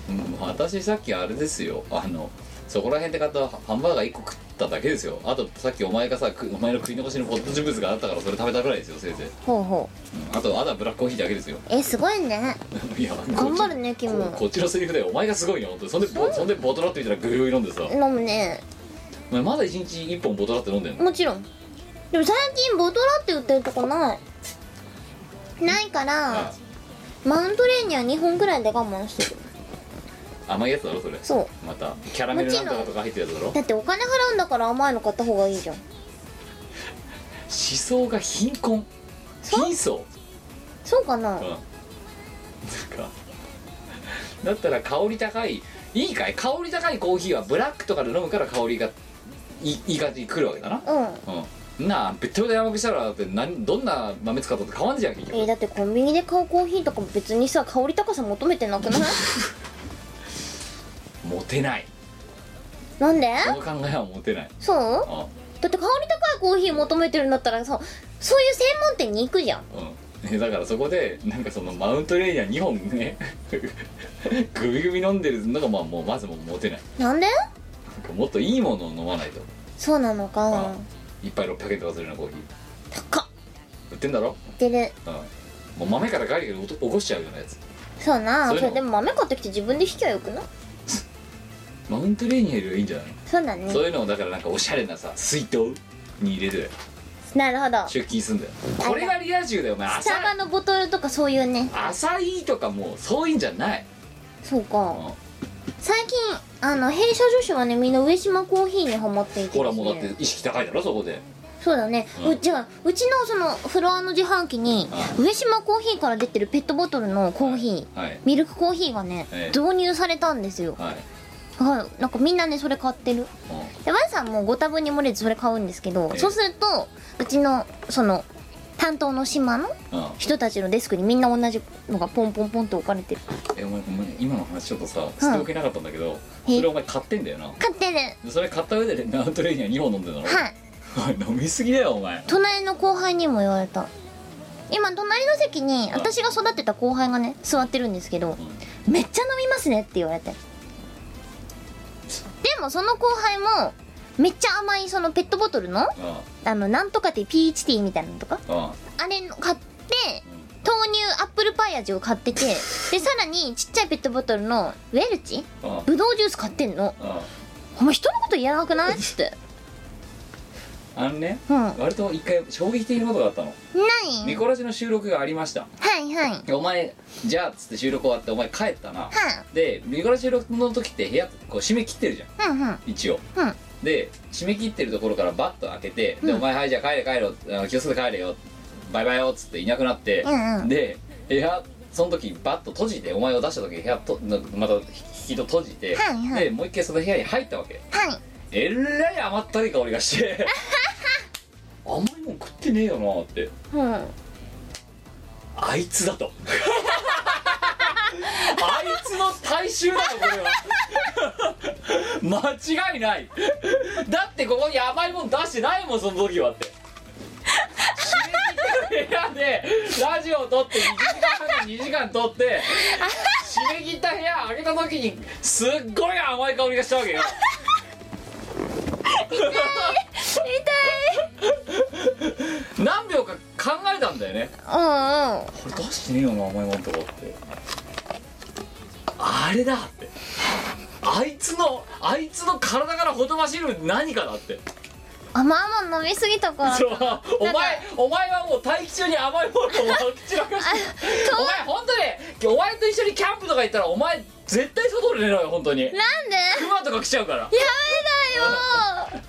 うん、私さっきあれですよあのそこら辺で買ったハンバーガー1個食っただけですよあとさっきお前がさくお前の食い残しのポットチップスがあったからそれ食べたぐらいですよせいぜい、
ほうほ
うんあとあとはブラックコーヒーだけですよ
うえすごいね
いや
頑張るねキ
こ
ム
こっちのセリフでお前がすごいよ本当にそんでぼそんでボトラってみたらグー飲んでさ
飲むね
お前まだ1日1本ボトラって飲んでんの
もちろんでも最近ボトラって売ってるとこないないか
あ
らマウントレーニア2本ぐらいで我慢してる
甘いやつだろそれ
そう
またキャラメルなんとかとか入ってるやつだろ
だってお金払うんだから甘いの買った方がいいじゃん
思想が貧困
そう
貧相
そうかな
うんなんかだったら香り高いいいかい香り高いコーヒーはブラックとかで飲むから香りがいいいい感じに来るわけだな
うん
うんなあべったべた山口したらだって何どんな豆使ったって変わんじゃん結
えー
局
だってコンビニで買うコーヒーとかも別にさ香り高さ求めてなく ない
モテない
なんで
その考えはモテない
そう
あ
だって香り高いコーヒー求めてるんだったらさそういう専門店に行くじゃん
うんえだからそこでなんかそのマウントレーニア2本ね グビグビ飲んでるのがまあもうまずもうモテない
なんで
なんかもっといいものを飲まないと
そうなのか
あ一杯600円とかするようなコーヒ
高っ
ー売ってんだろ
言ってる
うんもう豆からガリガリ起こしちゃうようなやつ
そうな
そ
そう
いう
れ
の
でも豆買ってきて自分で引きゃよくない
マウントレーニアよりはいいんじゃないの、
そうだね
そういうのをだからなんかおしゃれなさ水筒に入れて
なるほど
出勤すんだよこれがリア充だよお前
スタバ
浅い
のボトルとかそういうね
浅いとかもうそういうんじゃない
そうか
あ
最近あの弊社女子はねみんな上島コーヒーにハマっていてですね
ほらもうだって意識高いだろそこで
そうだね、
うん
うじゃあうちのそのフロアの自販機に上島コーヒーから出てるペットボトルのコーヒー、
はい
ミルクコーヒーがね、
ええ
導入されたんですよ
はい、
はいなんかみんなねそれ買ってる
うん
でワンさんもご多分に漏れずそれ買うんですけど、
ええ
そうするとうちのその担当の島の
うん
人たちのデスクにみんな同じのがポンポンポンと置かれてる
えお前ごめん今の話ちょっとさ捨ておけなかったんだけど、
え
それお前買ってんだよな
買ってる
でそれ買った上でナウトレーニア2本飲んでんだろ
はい
おい飲みすぎだよお前
隣の後輩にも言われた今隣の席に私が育てた後輩がね座ってるんですけど「めっちゃ飲みますね」って言われてでもその後輩もめっちゃ甘いそのペットボトルの
あ
あのなんとかティーピーチティーみたいなのとか
ああ
あれの買って豆乳アップルパイ味を買っててでさらにちっちゃいペットボトルのウェルチ
ああ
ブドウジュース買ってんの
あ
お前人のこと言えなくないっつって
ああのね
うん
割と一回衝撃的なことがあったの
何
ニコラジの収録がありました
はいはいはい
でお前じゃあっつって収録終わってお前帰ったなでニコラジ収録の時って部屋こう締め切ってるじゃん
うんうん
一応、
うん
で締め切ってるところからバッと開けて「でお前はいじゃあ帰れ帰ろあの気をつけて帰れよバイバイよ」っつっていなくなって、
うんうん
で部屋その時バッと閉じてお前を出した時部屋となまた引き戸閉じて、
はいはい
でもう一回その部屋に入ったわけ
はい
えらい甘ったるい香りがして 甘いもん食ってねえよなって
うん
あいつだとあいつの大衆だとこれは間違いないだってここに甘いもん出してないもんその時はって締め切った部屋でラジオを撮って2時間半2時間撮って締め切った部屋開けた時にすっごい甘い香りがしたわけよ痛い何秒か考えたんだよね
うんうん
これ出してねえよな甘いもんとかってあれだってあいつのあいつの体からほとばしる何かだって
甘いもん飲みすぎたから
そうお前お前はもう待機中に甘いものを口の中にお前本当にお前と一緒にキャンプとか行ったらお前絶対外で寝ろよ本当に
なんで
クマとか来ちゃうから
やめだよ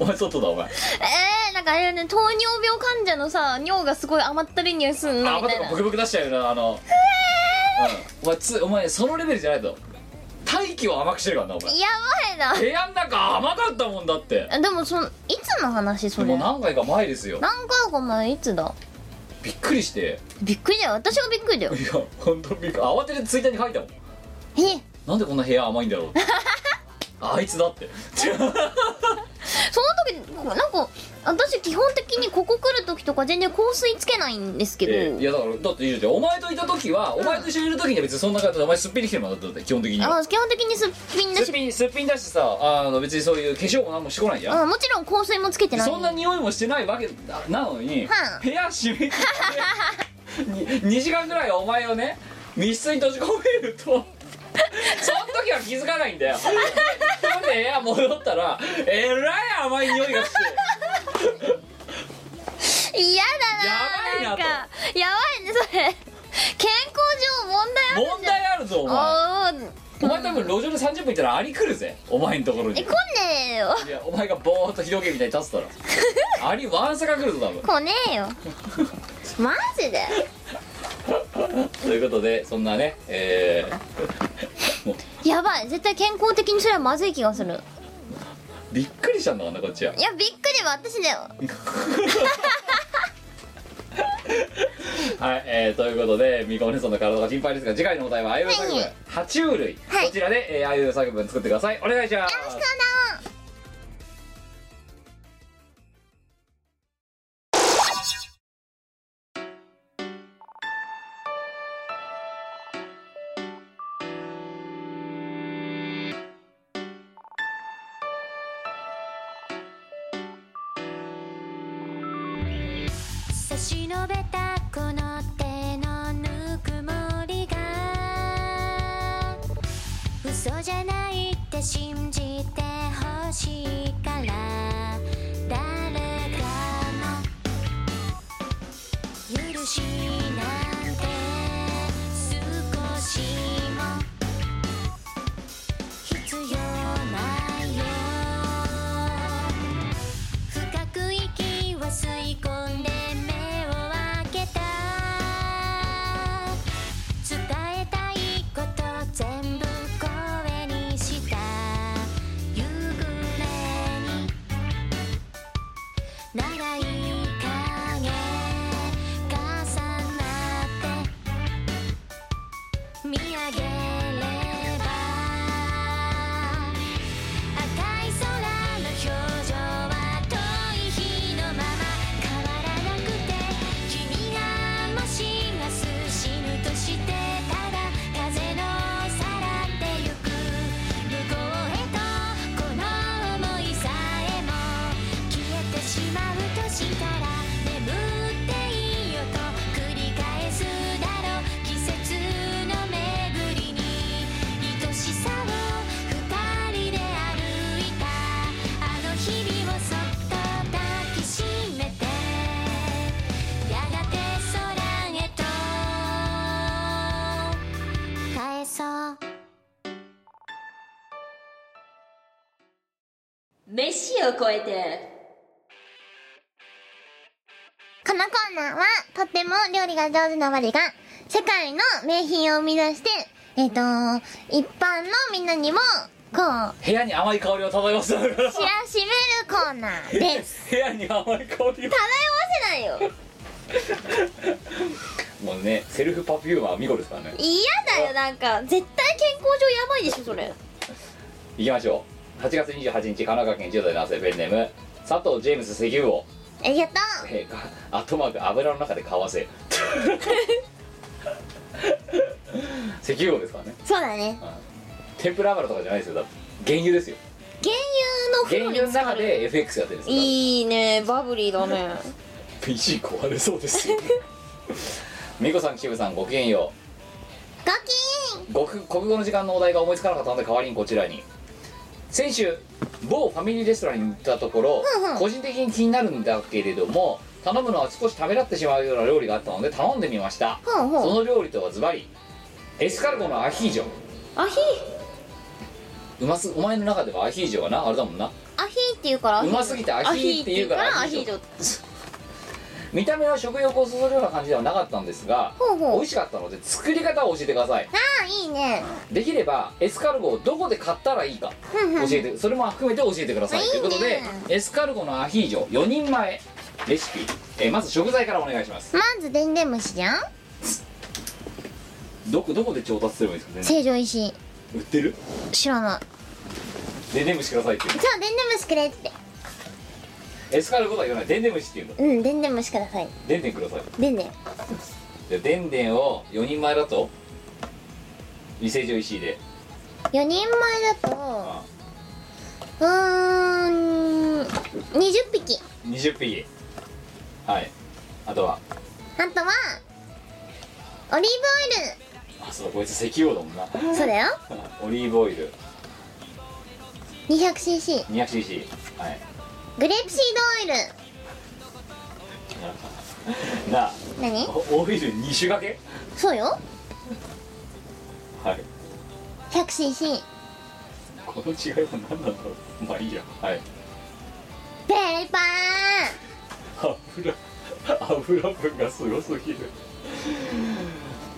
お前外だお前
えー、なんかあれよね糖尿病患者のさ尿がすごい甘ったるい匂いすんの
泡
みた
と
い
か
な
ブクブク出しちゃうよなあの、うんお前つお前そのレベルじゃないと大気を甘くしてるからなお前
やばい
部屋の中甘かったもんだって
なでもそのいつの話それ
もう
何
何回か前ですよ
回か前いつだ
びっくりして
びっくりだよ私がびっくりだよ
いや本当びっくり慌ててツイッターに書いたもん
え
なんでこんな部屋甘いんだろうってあいつだって
その時なんか私基本的にここ来る時とか全然香水つけないんですけど、
ええいやだからだっていいじゃんお前といた時はお前と一緒にいる時には別にそんな感じでお前すっぴんできてるもんだってだって基本的には
あ基本的にすっぴんだ
すっ
し、
ぴんすっぴんだしさあの別にそういう化粧も何もしてこないじゃん
うん、もちろん香水もつけてない
そんな匂いもしてないわけだなのに、
はあ
部屋閉めて に2時間ぐらいお前をね密室に閉じ込め るとその時は気づかないんだよほんで部屋戻ったらえらい甘い匂いがして
嫌だな
やばいなと
んかやばいねそれ健康上問題ある
問
んじゃ
題あるぞお前
あー
お前多分路上で30分いたらあり来るぜお前のところに
え来ねえよ
いやお前がボーっと広げみたいに立ってたらアリワンサが来るぞ多分
来ねえ よマジで
ということでそんなねえー、もう
やばい絶対健康的にそれはまずい気がする
びっくりしたんだからなこっちはい
やびっくりは私だよ
はい、えー、ということでみこお姉さんの体が心配ですが次回のお題はあいうえお作文爬虫類、
はい
こちらで、えー、あいうえお作文作ってくださいお願いします
差し伸べたこの手のぬくもりが嘘じゃないって信じてほしいから誰かの許しなんて少しも必要ないよ深く息を吸い込んで目を開けた伝えたいこと全部声にした夕暮れに長い影重なって見上げれば赤い空の表情は遠い日のまま変わらなくて君がもし明日死ぬとしてただ風のさらってゆく向こうへとこの想いさえも消えてしまうとしたら眠っていいよと繰り返すだろう季節の巡りに愛しさを二人で歩いたあの日々をそっと抱きしめてやがて空へと返そう
飯を超えて
このコーナーは、とっても料理が上手な我が、世界の名品を生み出して、えっ、と、一般のみんなにも、こう、
部屋に甘い香りを漂わせながら
知らしめるコーナ ーです。
部屋に甘い香りを
ないよ
もうねセルフパフューマー見事ですからね
嫌だよなんか絶対健康上やばいでしょそれ
いきましょう8月28日神奈川県10代男性ペンネーム佐藤ジェームス石油王
ありがと
えーか後マーク油の中で買わせ石油王ですからね
うそうだね
天ぷら油とかじゃないですよだって原油ですよ
原
原
油の風
油
呂
の
に浸か
中
る
で FX やってるんですから
いいねバブリーだね
PC 壊れそうですよ美子さん渋さんごきげんよ
ガキーン
うごく国語の時間のお題が思いつかなかったので代わりにこちらに先週某ファミリーレストランに行ったところ、
うんうん
個人的に気になるんだけれども頼むのは少し食べらってしまうような料理があったので頼んでみました、
ほうほう
その料理とはズバリエスカルゴのアヒージョ
アヒ
うますお前の中ではアヒージョはなあれだもんな
アヒーって言うからアヒ
うますぎてアヒーって言うから
アヒーって言うからアヒージ
見た目は食欲をそそるような感じではなかったんですが
ほうほう
美味しかったので作り方を教えてください
ョあいいね
できればエスカルゴをどこで買ったらいいか教えてそれも含めて教えてください
あいい
とい
ね
うことでエスカルゴのアヒージョ4人前レシピ、えーまず食材からお願いします
まずでんでん虫じゃん
どこどこで調達すればいいですかね
成城石井
売ってる
知らない
でねむしくださいっていう
じゃあでんでん虫くれって
エスカルゴとは言わないでんでん虫っていうの
うんでんでん虫ください
でんでんください
でんでん
ででんでんを4人前だと伊勢城石井で
4人前だとうーん20匹
20匹はいあとは
あとはオリー
あそうだこいつ石油王だもんな
ブオイルそうだよ
オリーブオイル
200cc
200cc はい
グレープシードオイル
なあ
何
おオイル2種掛け
そうよ
はい
100cc
この違いは何なんだろうまあいいやはい
ペーパ
油油分がすごすぎる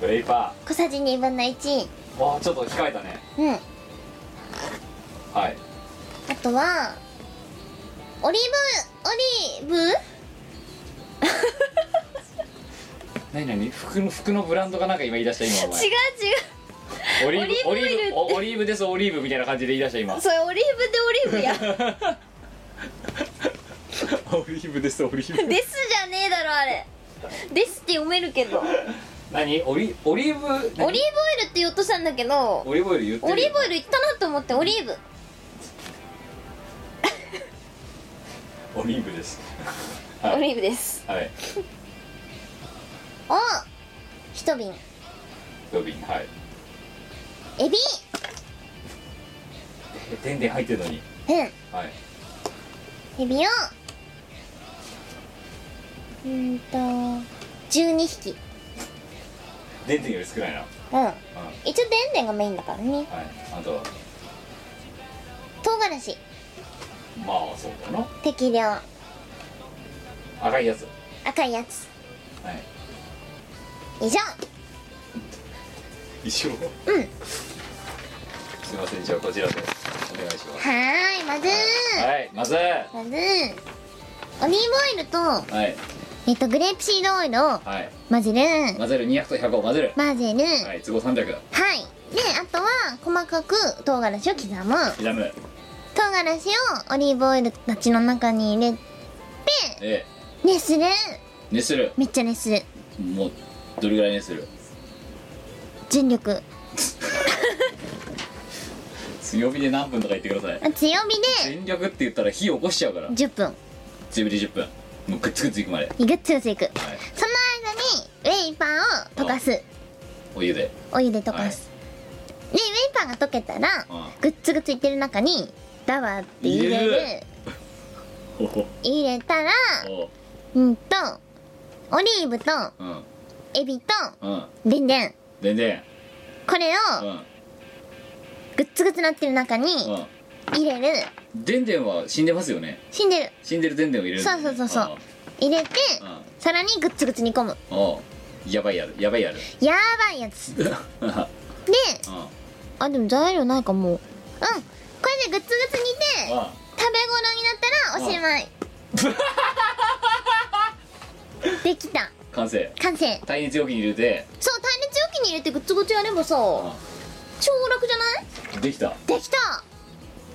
ブレイパ
ー小さじ2分の1
ーわあちょっと控えたね
うん
はい
あとはオリーブオリーブ
何何服の服のブランドかなんか今言い出した今お前
違
オリーブオ
オ
リ
リ
ー
ーブオイルって
ブおオリーブですオリーブみたいな感じで言い出した今
う違うそれオリーブでオリーブや
オリーブですオリーブ
ですじゃねえだろあれですって読めるけどオリー
何オリオリーブ
ブ
何
オイルって言おうとしたんだけど
オリーブオイル言ってる
オリーブオイル言ったなと思ってオリーブ
オリーブですはい
オリーブです
はい
を一瓶
ドビンはい
エビ
えでんでん入ってるのに
う
はい
んエビをうーんと12匹うん
でんでんより少ないなうん
一応でんでんがメインだからね
はいあとは
唐辛子
まあそうだな
適量
赤いやつ
赤いやつ
はい
以上
一緒
うん
すいませんじゃあこちらでお願いします
はーいまずー
はいまずは
まずーオリーブオイルと、
い
えっと、グレープシードオイルを
はい
混ぜる
混ぜる200と100を混ぜる
混ぜるはい、
はい都合300
であとは細かく唐辛子を刻む
刻む
唐辛子をオリーブオイルたちの中に入れ
で
熱する
熱する
めっちゃ熱する
もうどれぐらい熱する
全力
強火で何分とか言ってください
あ強火で
全力って言ったら火起こしちゃうから
10分
強火で10分もうグッツグツいくまで
グッと強くいく
はい
その間にウェイパーを溶かす
お湯で
お湯で溶かす、でウェイパーが溶けたら
うん
グッツグツいってる中にダワーって入れ
入
る
れほほ
入れたら
ほ
うんとオリーブと
うん
エビと
うん
でんでん
全然
これ
う
を
ん
グッツグツなってる中に
うん
入れる
でんでんは死んでますよね
死んでる
死んでるでんでんを入れるんだよね
そうそうそうそう入れて
うんうん
さらにグッツグツ煮込む
おうやばいやるやばいやる
やばいやつで
うん
あでも材料ないかもううんこれでグッツグツ煮て食べ頃になったらおしまい できた
完成
完成
耐熱容器に入れて
そう耐熱容器に入れてグッツグツやればさ超楽じゃない
できた
できた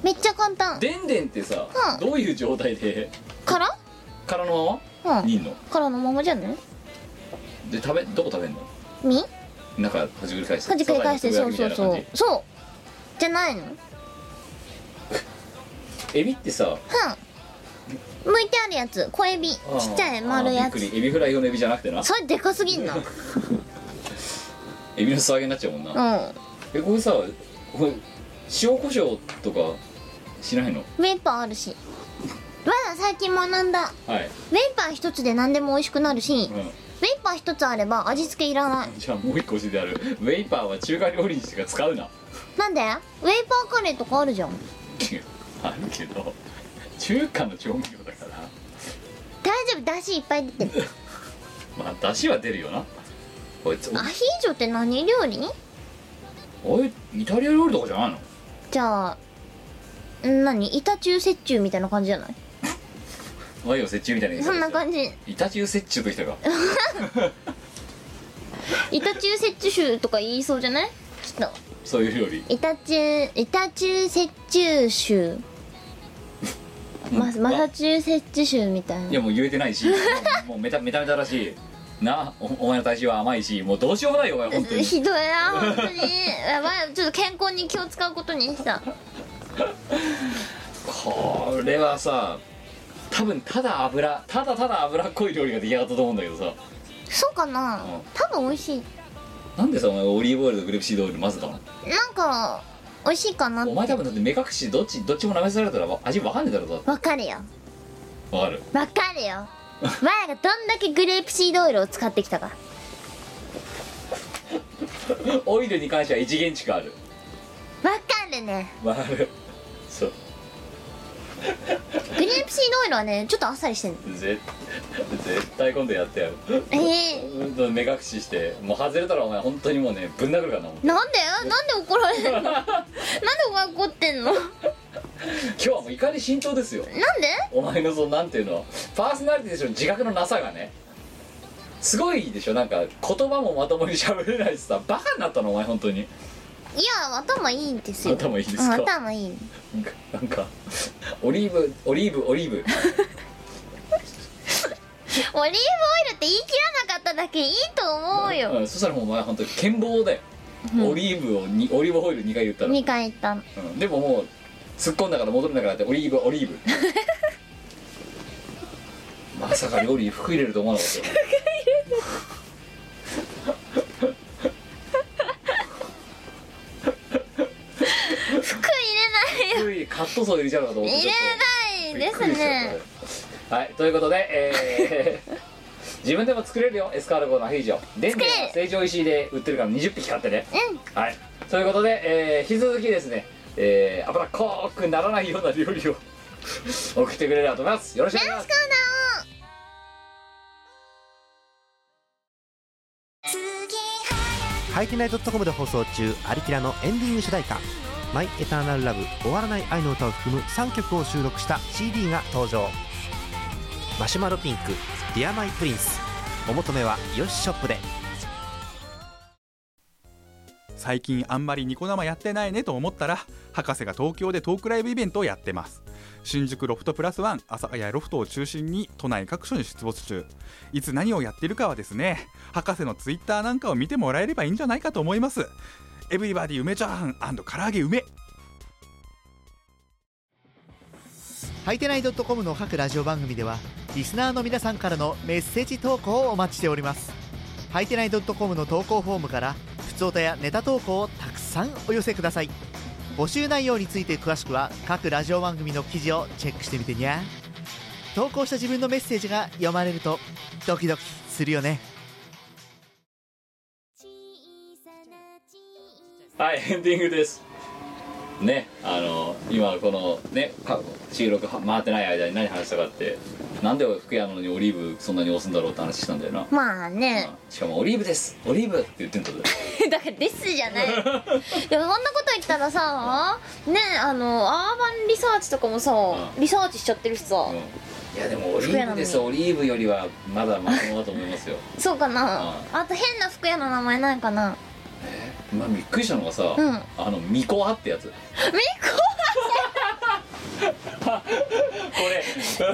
めっちゃ簡単
でんでんってさ、
うん
どういう状態で
から
殻のまま
うん
煮んの
からのままじゃない
で食べどこ食べんの
み
なんかほじくり返して
ほじくり返して
サ
そ
ザエの
うそう
つぶ
そ
やきみたいな
うそうじゃないのうん
感じエビってさ
向いてあるやつ小エビち
あー
っちゃい丸い
あ
や
ーびっ
つ
くりエビフライ用のエビじゃなくてな
それでかす ぎんなうん
エビの素揚げになっちゃうもんな、えこれさこれ塩コショウとかしないの
ウェイパーあるしまだ最近学んだ
はい、
ウェイパー一つで何でも美味しくなるしウェイ
う
パー一つあれば味付けいらない
ん、じゃあもう一個教えてあるウェイパーは中華料理にしか使うな
なんでウェイパーカレーとかあるじゃん
あるけど中華の調味料だから
大丈夫だしいっぱい出 てる
まあ出汁は出るよなこいつ
アヒージョって何料理
おいイタリア料理とかじゃないの
じゃあん何イタチュウ折衷みたいな感じじゃない
和洋折衷みたいなやつ
そんな感じ
イタチュウ折衷とき たか
イタチュウ雪中酒とか言いそうじゃないきっと
そういう料理
イタチュウイタチュウ雪中酒ママサチューセッツ州みたい
い
な
やもう言えてない しもうもうメタメタメタらしいなおお前の体臭は甘いしもうどうしようもないよお前本当 に
ひどいな本当にやばいちょっと健康に気を使うことにした
これはさ多分ただ油ただただ油っこい料理が出来上がったと思うんだけどさ
そうかな
うん
多分美味しい
なんでさお前オリーブオイルとグレープシードオイル混ぜたの
なんか美味しいかな
お前多分だって目隠しどっちどっちも舐めされたらわ味わかんねえだろだって
わかるよ
わかる
わかる よ前がどんだけグレープシードオイルを使ってきたか
オイルに関しては一元値がある
わかるね
わかるそう
グレープシードオイルはねちょっとあっさりしてんの
絶絶対今度やってやる
ええ
うんと目隠ししてもう外れたらお前本当にもうねぶん殴るからなお前
なんでなんで怒られ るのなんでお前怒ってんのなん
今日はもう怒り浸透ですよ
で
お前のそのなんていうのパーソナリティでしょ自覚のなさがねすごいでしょなんか言葉もまともに喋れないしさバカになったのお前本当に
いや頭いいんですよ
頭いいですか
うん頭いい
なんかなんかオリーブオリーブオリーブ
オリーブオイルって言い切らなかっただけいいと思うよ
ん、そしたらもうお前本当に健忘だよ、オリーブをにオリーブオイル2回言ったら、
2回言ったの
うんでももう突っ込んだから戻れなくなってオリーブオリーブ まさか料理に服入れると思わなかったよ
服入れないよ
服入れカットソー入れちゃうのかと思って
入
ちょっと
れないですね
はいということで、えー 自分でも作れるよエスカルゴのアヒージョ電
れる
は成城石井で売ってるから20匹買ってね
うん
はいということで、えー引き続きですね、えー、脂っこくならないような料理を 送ってくれればと思いますよろしくお願いします
ハイティナイドットコムで放送中「アリキラ」のエンディング主題歌「マイ・エターナル・ラブ終わらない愛の歌」を含む3曲を収録した CD が登場マシュマロピンク「ディアマイ・プリンス」お求めはよしショップで
最近あんまりニコ生やってないねと思ったら博士が東京でトークライブイベントをやってます新宿ロフトプラスワン朝早ロフトを中心に都内各所に出没中いつ何をやってるかはですね博士のツイッターなんかを見てもらえればいいんじゃないかと思いますエブリバディ梅チャーハン唐揚げ梅
ハイテナイドットコムの各ラジオ番組ではリスナーの皆さんからのメッセージ投稿をお待ちしておりますハイテナイドットコムの投稿フォームから普通歌やネタ投稿をたくさんお寄せください募集内容について詳しくは各ラジオ番組の記事をチェックしてみてにゃ投稿した自分のメッセージが読まれるとドキドキするよね
はいエンディングですねあの今このねか収録は回ってない間に何話したかってなんで福屋なのにオリーブそんなに押すんだろうって話したんだよな、
まあね
しかも「オリーブですオリーブ」って言ってんだぞ
だからですじゃ ないいやこんなこと言ったらさねあのアーバンリサーチとかもさ
うん
リサーチしちゃってるしさ
うんいやでも「オリーブです
福屋な
オリーブ」よりはまだまともだと思います よ
そうかな
う
あと変な服屋の名前ないかな
まあびっくりしたのがさ、
うん
あの「ミコア」ってやつ
みこ
これ
会社の近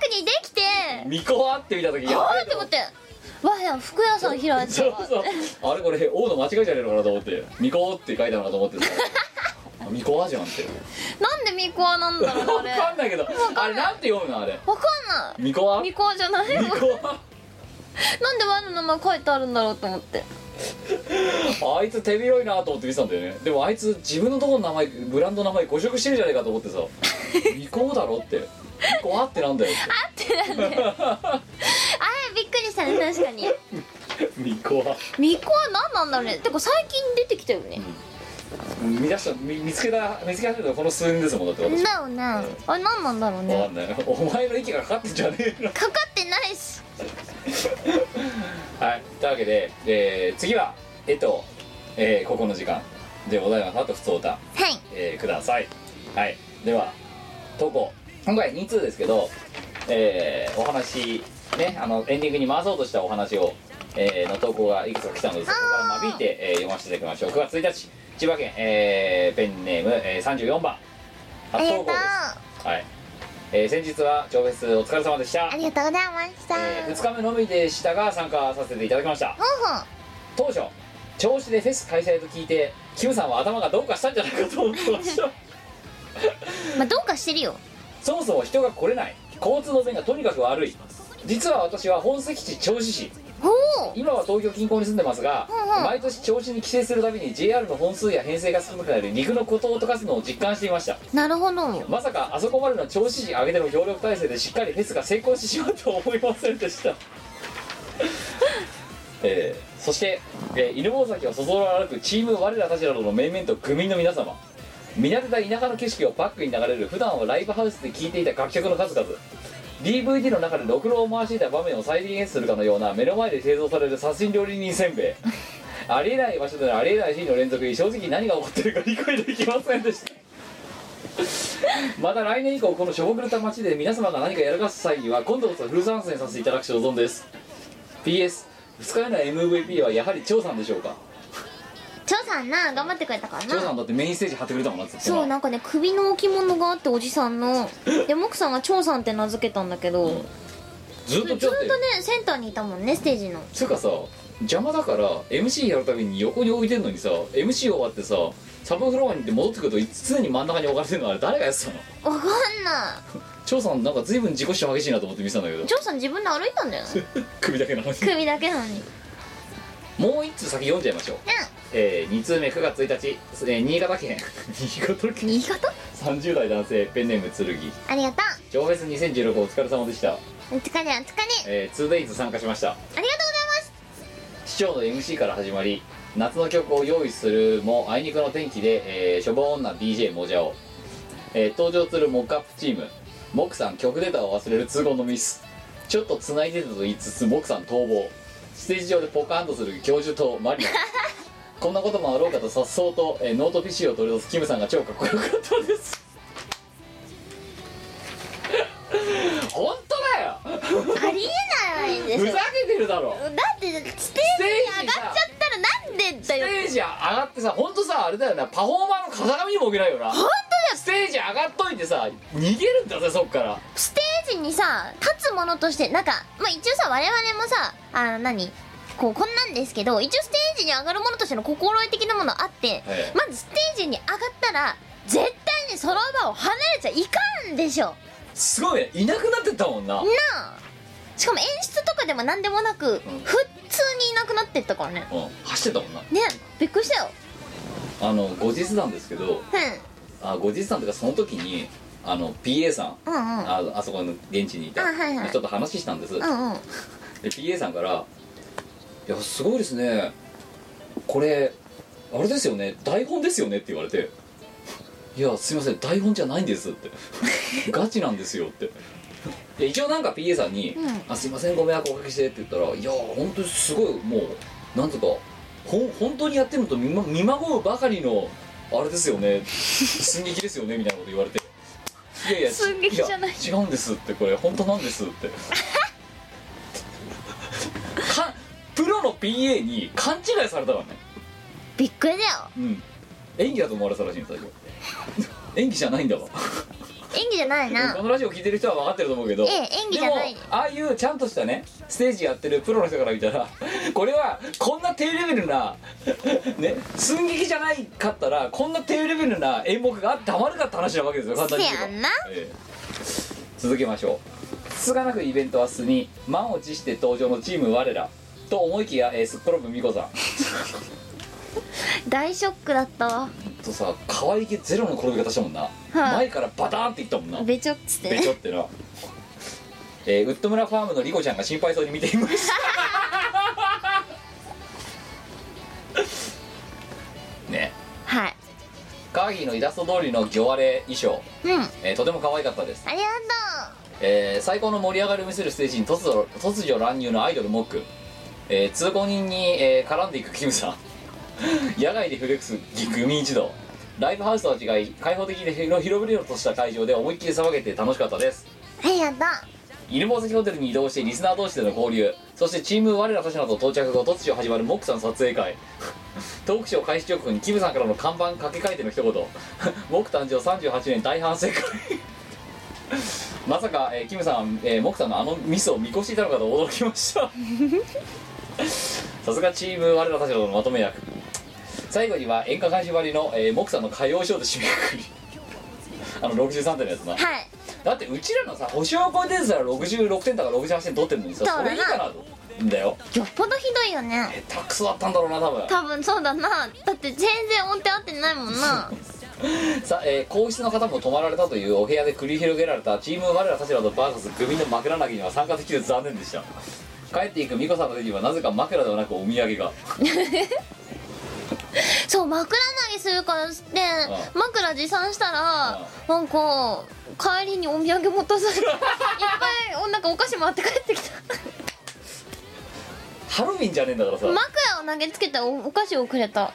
くにできて
「 ミコア」って見た時や
あ
ば
ー
い
って思ってわや服屋さん開いてたわ
そうそうあれこれ王の間違いじゃねえのかなと思って「ミコ」って書いたのかと思ってさあミコアじゃんって
なんでみこはなんだろう
わ
あれ
かんないけどあれなんて読むのあれ
わかんない
ミコア
み
ミ
こじゃないなんで
コア
わの名前書いてあるんだろうと思って
あいつ手広いなと思って見てたんだよねでもあいつ自分のとこの名前ブランドの名前誤植してるじゃねえかと思ってさミコアだろってミコアってなんだよっ
あれびっくりしたね確かに
てミコア
みこは何なんだろうねてか最近出てきたよね
見出した見見つけた見つけ始めたのこの数年ですもんだって私
だよねあれ何なんだろう
わか
ね
んないお前の息がかかってんじゃねえ
かかってないし
のはいというわけで、えー次はえっと、えーここの時間でございますあと普通歌
はい
えーくださいはいでは投稿今回2通ですけど、えーお話ねあのエンディングに回そうとしたお話を、えーの投稿がいくつか来たのでそこから間引いて、えー読ませていただきましょう9月1日千葉県、えーペンネーム、えー34番
あ
初
りが
投
とう
稿ですはい、えー先日は超フェスお疲れ様でした
ありがとうございました
え2日目のみでしたが参加させていただきました
ほうほう
当初調子でフェス開催と聞いてキムさんは頭がどうかしたんじゃないかと思ってま した
まあどうかしてるよ
そもそも人が来れない交通の便がとにかく悪い実は私は本籍地銚子市
ほう
今は東京近郊に住んでますが、
うんうん
毎年銚子に帰省するたびに JR の本数や編成が少なくなり肉の孤島と化すのを実感していました
なるほど
まさかあそこまでの銚子市上げての協力体制でしっかりフェスが成功してしまうとは思いませんでした えーそして、えー犬吠埼をそぞろ歩くチーム我らたちなどの面々と区民の皆様見慣れた田舎の景色をバックに流れる普段はライブハウスで聴いていた楽曲の数々 DVD の中でろくろを回していた場面を再現するかのような目の前で製造される殺人料理人せんべいありえない場所でのありえないシーンの連続に正直何が起こってるか理解できませんでしたまた来年以降このしょぼくれた街で皆様が何かやらかす際には今度こそフル参戦させていただく所存です PS 二日目の MVP はやはり張さんでしょうか
チョさんな頑張ってくれたから
張さん
な
だってメインステージ張ってくれたもんなずっと
そうなんかね首の置物があっておじさんのでモクさんがチョさんって名付けたんだけど、
ずっ
ず
と
っと
ちょ
ね
っと
センターにいたもんねステージの
つうかさ邪魔だから MC やるたびに横に置いてんのにさ MC 終わってさサブフロアに行って戻ってくると常に真ん中に置かれてるのあれ誰がやってたの
わかんない
張さんなんか随分自己主張激しいなと思って見てたんだけど
チョさん自分で歩いたんだよ
首だけの話
首だけなのにうん
もう一通先読んじゃいましょうえー、2通目9月1日、えー新潟県 新潟県
新潟
30代男性ペンネーム剣
ありがと
上フェス2016お疲れ様でした、
うお疲れお疲れありがとう
えー、2days 参加しました
ございます
市長の MC から始まり夏の曲を用意するもあいにくの天気で、えー、処方女 DJ もじゃお、えー登場するモックアップチームモクさん曲データを忘れる通行のミスちょっと繋いでたと言いつつモクさん逃亡ステージ上でポカンとする教授と マリオこんなこともあろうかと颯爽と、えーノート PC を取り出すキムさんが超かっこよかったです 本当だよ
ありえないで
ふ
す
ざ
よ
けてるだろ
だってステージに上がっちゃったらなんでだ
ス
よ
テージ上がってさ本当さあれだよなパフォーマーの風上にも置けないよな本当だステージ上がっといてさ逃げるんだぜそっから
ステージにさ立つものとしてなんか、まあ、一応さ我々もさあの何こうこんなんですけど一応ステージに上がるものとしての心得的なものあって、
ええ
まずステージに上がったら絶対にその場を離れちゃいかんでしょ
すごいねいなくなってったもんな、
なあしかも演出とかでも何でもなく、普通にいなくなってったからね
うん、走ってたもんな
ねびっくりしたよ
あの後日談ですけど
う
あ後日談というかその時にあの PA さん
んうんうん
ああそこの現地にいた
あはいはい
人と話したんです、
うんうん
で PA さんから「いやすごいですねこれあれですよね台本ですよね」って言われて「いやすいません台本じゃないんです」って ガチなんですよってで一応なんか PA さんに「
うん
あすいませんご迷惑おかけして」って言ったら「いや本当にすごいもうなんとかほん本当にやってるのと見,、ま、見まごうばかりのあれですよね寸劇ですよね」みたいなこと言われて「いやいやち
寸劇じゃない
や違うんです」ってこれ本当なんですってかプロの PA に勘違いされたからね、
びっくりだよ
うん、演技だと思われたらしいんですよ 演技じゃないんだわ
演技じゃないな
このラジオ聞いてる人は分かってると思うけど
ええ演技じゃない
でもああいうちゃんとしたねステージやってるプロの人から見たらこれはこんな低レベルなね寸劇じゃないかったらこんな低レベルな演目があってたまるかって話なわけですよ簡単に言うと
せやんな
ええ続けましょうつつがなくイベントは明日に満を持して登場のチーム我らと思いきや、えー、すっ転ぶ美子さん
大ショックだったわ
とさ可愛げゼロの転び方したもんな、前からバターンっていったもんな
べちょっつって
べ
ね
ちょってな、えーウッド村ファームのリコちゃんが心配そうに見ていましたね
はい
カーギーのイラスト通りの魚割れ衣装、
うんあ
えーとても可愛かったです、
りが
えー最高の盛り上がりを見せるステージに突如突如乱入のアイドルモック、えー通行人に、えー絡んでいくキムさん 野外でフレックスグミ一同ライブハウスとは違い開放的で広々とした会場で思いっきり騒げて楽しかったです
とうありがとう
犬吠埼ホテルに移動してリスナー同士での交流そしてチーム我らたちなど到着後突如始まるモックさん撮影会 トークショー開始直後にキムさんからの看板掛け替えての一言 「僕誕生38年大反省会」 まさか、えーキムさん、えー、モクさんのあのミスを見越していたのかと驚きました さすがチーム我らたちのまとめ役最後には演歌監修割りの、えー、モクさんの歌謡ショーで締めくくりあの63点のやつな
はい
だってうちらのさ星を超えてるやつら66点とか68点取ってるのにさ
そうだ
そ
な
れいいかなとんだよ
よっぽどひどいよね
下手くそだったんだろうな多分
多分そうだなだって全然音程合ってないもんな
さあ、えー皇室の方も泊まられたというお部屋で繰り広げられたチーム我らたちらとバーサス組の枕投げには参加できず残念でした帰っていく美子さんの手にはなぜか枕ではなくお土産が
そう枕投げするからして
あ
枕持参したら
あ
なんか帰りにお土産持たさ れていっぱいおなんかお菓子もらって帰ってきた
ハロウィンじゃねえんだからさ、
枕を投げつけたおお菓子をくれた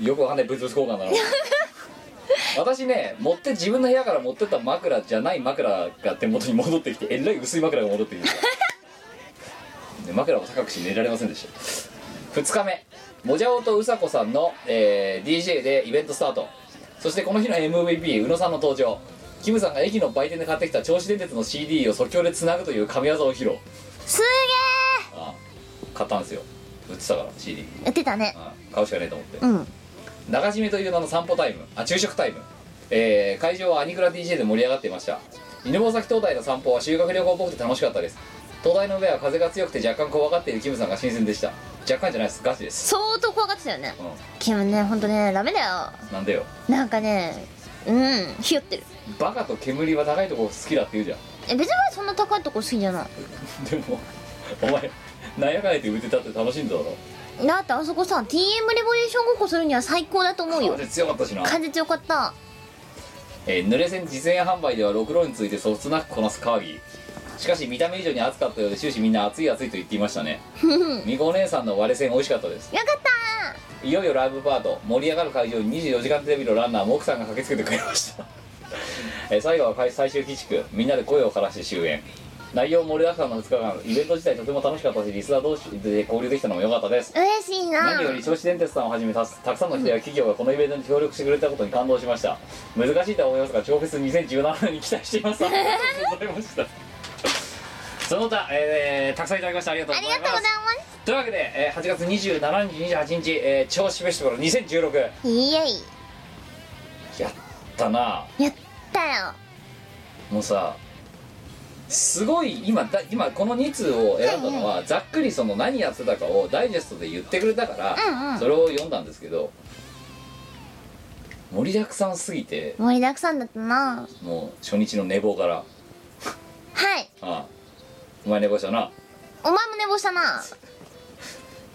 よくわかんないブツブツ交換だな私ね持って自分の部屋から持ってった枕じゃない枕が手元に戻ってきてえらい薄い枕が戻ってきてで枕も高くし寝られませんでした2日目もじゃおとうさこさんの、えー DJ でイベントスタートそしてこの日の MVP 宇野さんの登場キムさんが駅の売店で買ってきた銚子電鉄の CD を即興でつなぐという神業を披露
す
あ買ったんですよ売ってたから CD
げーやってたね
あ買うしかねえと思って
うん
流し目という名の散歩タイムあ昼食タイム、えー会場はアニクラ DJ で盛り上がっていました犬吠埼灯台の散歩は修学旅行っぽくて楽しかったです灯台の上は風が強くて若干怖がっているキムさんが新鮮でした若干じゃないですガチです
相当怖がってたよね
う
キムねほんとねダメだよ
んなんでよ
なんかねうんひよってる
バカと煙は高いとこ好きだって言うじゃん
え別に俺そんな高いとこ好きじゃない
でもお前なんやかんやって売ってたって楽しんだろ
だってあそこさ TM レボリューションごっこするには最高だと思うよ
風強かったしな、
風強かった
えー濡れ線実演販売ではろくろについてそつなくこなす川木しかし見た目以上に暑かったようで終始みんな暑い暑いと言っていましたねみこお姉さんの割れ線美味しかったです
よかった
いよいよライブパート盛り上がる会場に24時間テレビのランナーも奥さんが駆けつけてくれました えー最後は会最終寄宿みんなで声を枯らして終演内容盛りだくさんの2日間イベント自体とても楽しかったしリスナー同士で交流できたのも良かったです
嬉しいな
何より銚子電鉄さんをはじめたすたくさんの人や企業がこのイベントに協力してくれたことに感動しました難しいとは思いますが超フェス2017に期待していますありがとうございましたその他、えーたくさんいただきましてありがとう
あ
ご
り
ざい
がと
ま
うござい
すというわけで、えー8月27日28日、えー、調子フェスティバル2016
ますイエイ
やったな
やったよ
もうさすごい今だ今この2通を選んだのは、ざっくりその何やってたかをダイジェストで言ってくれたから、
うんうん
それを読んだんですけど盛りだくさんすぎて
盛りだくさんだったな
もう初日の寝坊から
はい
ああお前寝坊したな
お前も寝坊したなはい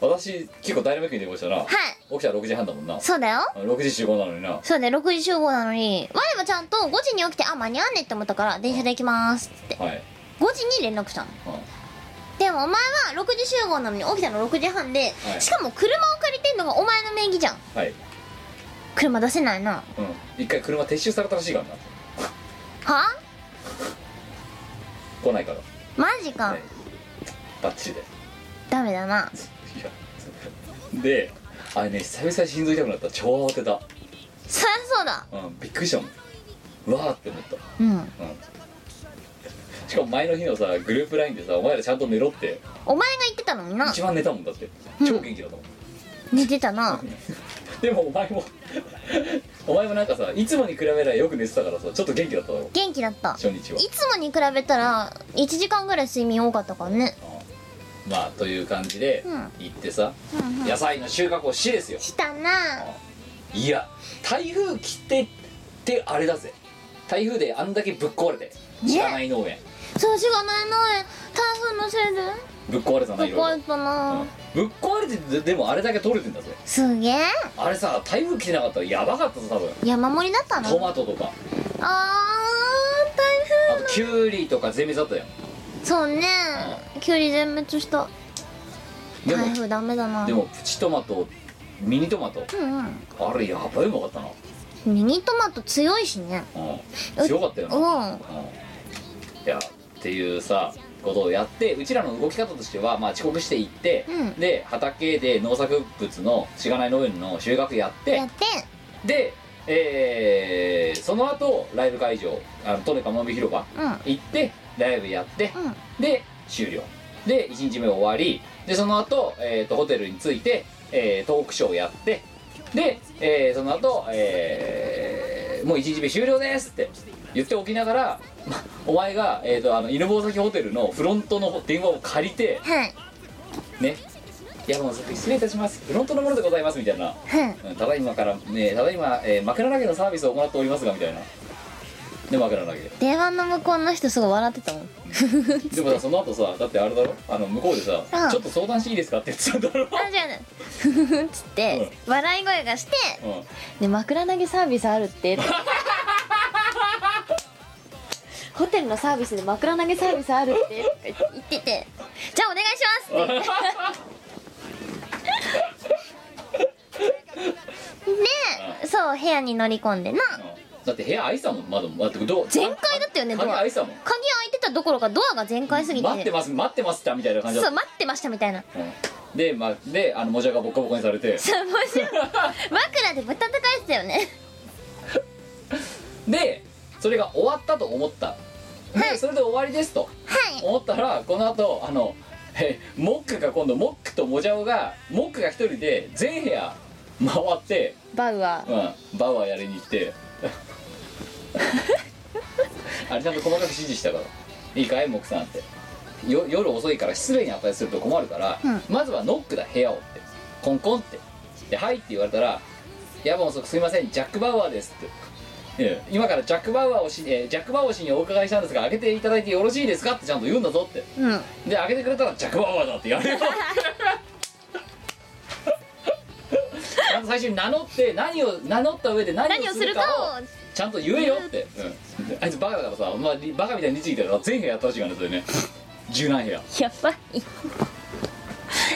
私結構ダイナミックに寝坊したな起きたら6時半だもんな
そうだよ
6時集合なのにな
そうだよ6時集合なのに我はちゃんと5時に起きてあ間に合わねえって思ったから電車で行きますって
はい、
5時に連絡したの
うん
でもお前は6時集合なのに起きたの6時半で、
はい
しかも車を借りてんのがお前の名義じゃん
はい
車出せないな
うん一回車撤収されたらしいからな
は
来ないから
マジか、
ねバッチリで
ダメだない
やであれね久々に心臓痛くなった超慌てた、
そりゃそうだ
うん、びっくりしたもんうわーって思った、
うん
うん、しかも前の日のさグループラインでさお前らちゃんと寝ろって
お前が言ってたのにな
一番寝たもんだって超元気だったもん、
寝てたな
でもお前も お前もなんかさいつもに比べればよく寝てたからさちょっと元気だっただろ
元気だった
初日はい
つもに比べたら1時間ぐらい睡眠多かったからね
うんまあという感じで
うん
行ってさ、
うんうん
野菜の収穫をしですよ
したない
や台風来てってあれだぜ台風であんだけぶっ壊れて知らない農園
そうしがないのえ台風のせいで
ぶっ壊れたな
ど
い
こ
ろ
行
い
った
ろ
な
うんぶっ壊れててでもあれだけ取れてんだぜ
すげえ
あれさ台風来てなかったらやばかったぞ多分
山盛りだった
ト
の
マトとか
あー台
あとキュウリとか全滅だったよ
風そうねきゅうり全滅した
でも
台風ダメだな
でもプチトマトミニトマト
うんうん
あれやばいうまかったな
ミニトマト強いしね
うん強かったよな
うん
うんいやっていうさことをやってうちらの動き方としては、まあ、遅刻していって、
うん
で畑で農作物のしがない農園の収穫やって
やって
で、えーその後ライブ会場あのトネカモミ広場
うん
行ってライブやって、
うん
で終了で1日目終わりでその後、えーとホテルに着いて、えートークショーやってで、えーその後、えーもう1日目終了ですって言っておきながらまお前が、えー、とあの犬坊崎ホテルのフロントの電話を借りて
はい
ねいやもう失礼いたしますフロントのものでございますみたいな
はい
うんただいまから、ね、ただいま、えー、枕投げのサービスを行っておりますがみたいなで枕投げ
電話の向こうの人すごい笑ってたもん
でもさその後さだってあれだろあの向こうでさ、
うん
ちょっと相談していいですかって言ってたんだろ、
あじゃあねふふふっ つって笑い声がして
うん、
「ね枕投げサービスある って」ホテルのサービスで枕投げサービスあるって」とか言ってて「じゃあお願いします」 って言ってでそう部屋に乗り込んでな
だって部屋開いてたもん窓もだってどう
全開だったよねド
鍵
ア
開い
鍵
てたもん
開いてたどころかドアが全開すぎて
待ってます待ってますってみたいな感じだ
そう
っ
待ってましたみたいな
た、うんで,、まあ、であのもじゃがボッコボコにされて
そう面白い 枕でぶったたかれてたよね
でそれが終わったと思ったでそれで終わりですと
はい
思ったらこの後あのえモックが今度モックとモジャオがモックが一人で全部屋回って、
バウアー
うん、バウアーやりに行って あれちゃんと細かく指示したから「いいかいモックさん」ってよ夜遅いから失礼に値すると困るから、
うん
まずはノックだ部屋をってコンコンってで「はい」って言われたら「夜分遅くすいませんジャック・バウアーです」ってええ今からジャック・バウアーをし、えージャック・バウアー氏にお伺いしたんですが開けていただいてよろしいですかってちゃんと言うんだぞって
うん
で開けてくれたらジャック・バウアーだってや れよちゃんと最初に名乗って何を名乗った上で何
何
を
を
す
す
る
る
か
か
を
を
ちゃんと言えよって、うんあいつバカだからさ、まあ、りバカみたいに律儀だから全部やったらしいからねそれね 十何部屋
やばい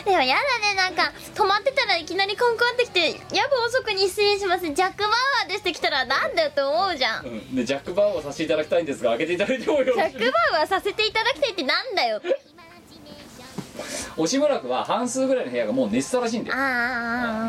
でもやだねなんか泊まってたらいきなりコンコンってきて「夜分遅くに失礼しますジャック・バウアーです」って来たらなんだよって思うじゃん
うんでジャック・バウアーをさせていただきたいんですが開けていただいてもよろしい
ジャ
です
ッ
か
ク・バウアーさせていただきたいってなんだよって
押村区は半数ぐらいの部屋がもう熱したらしいんだ
あ
よ
あ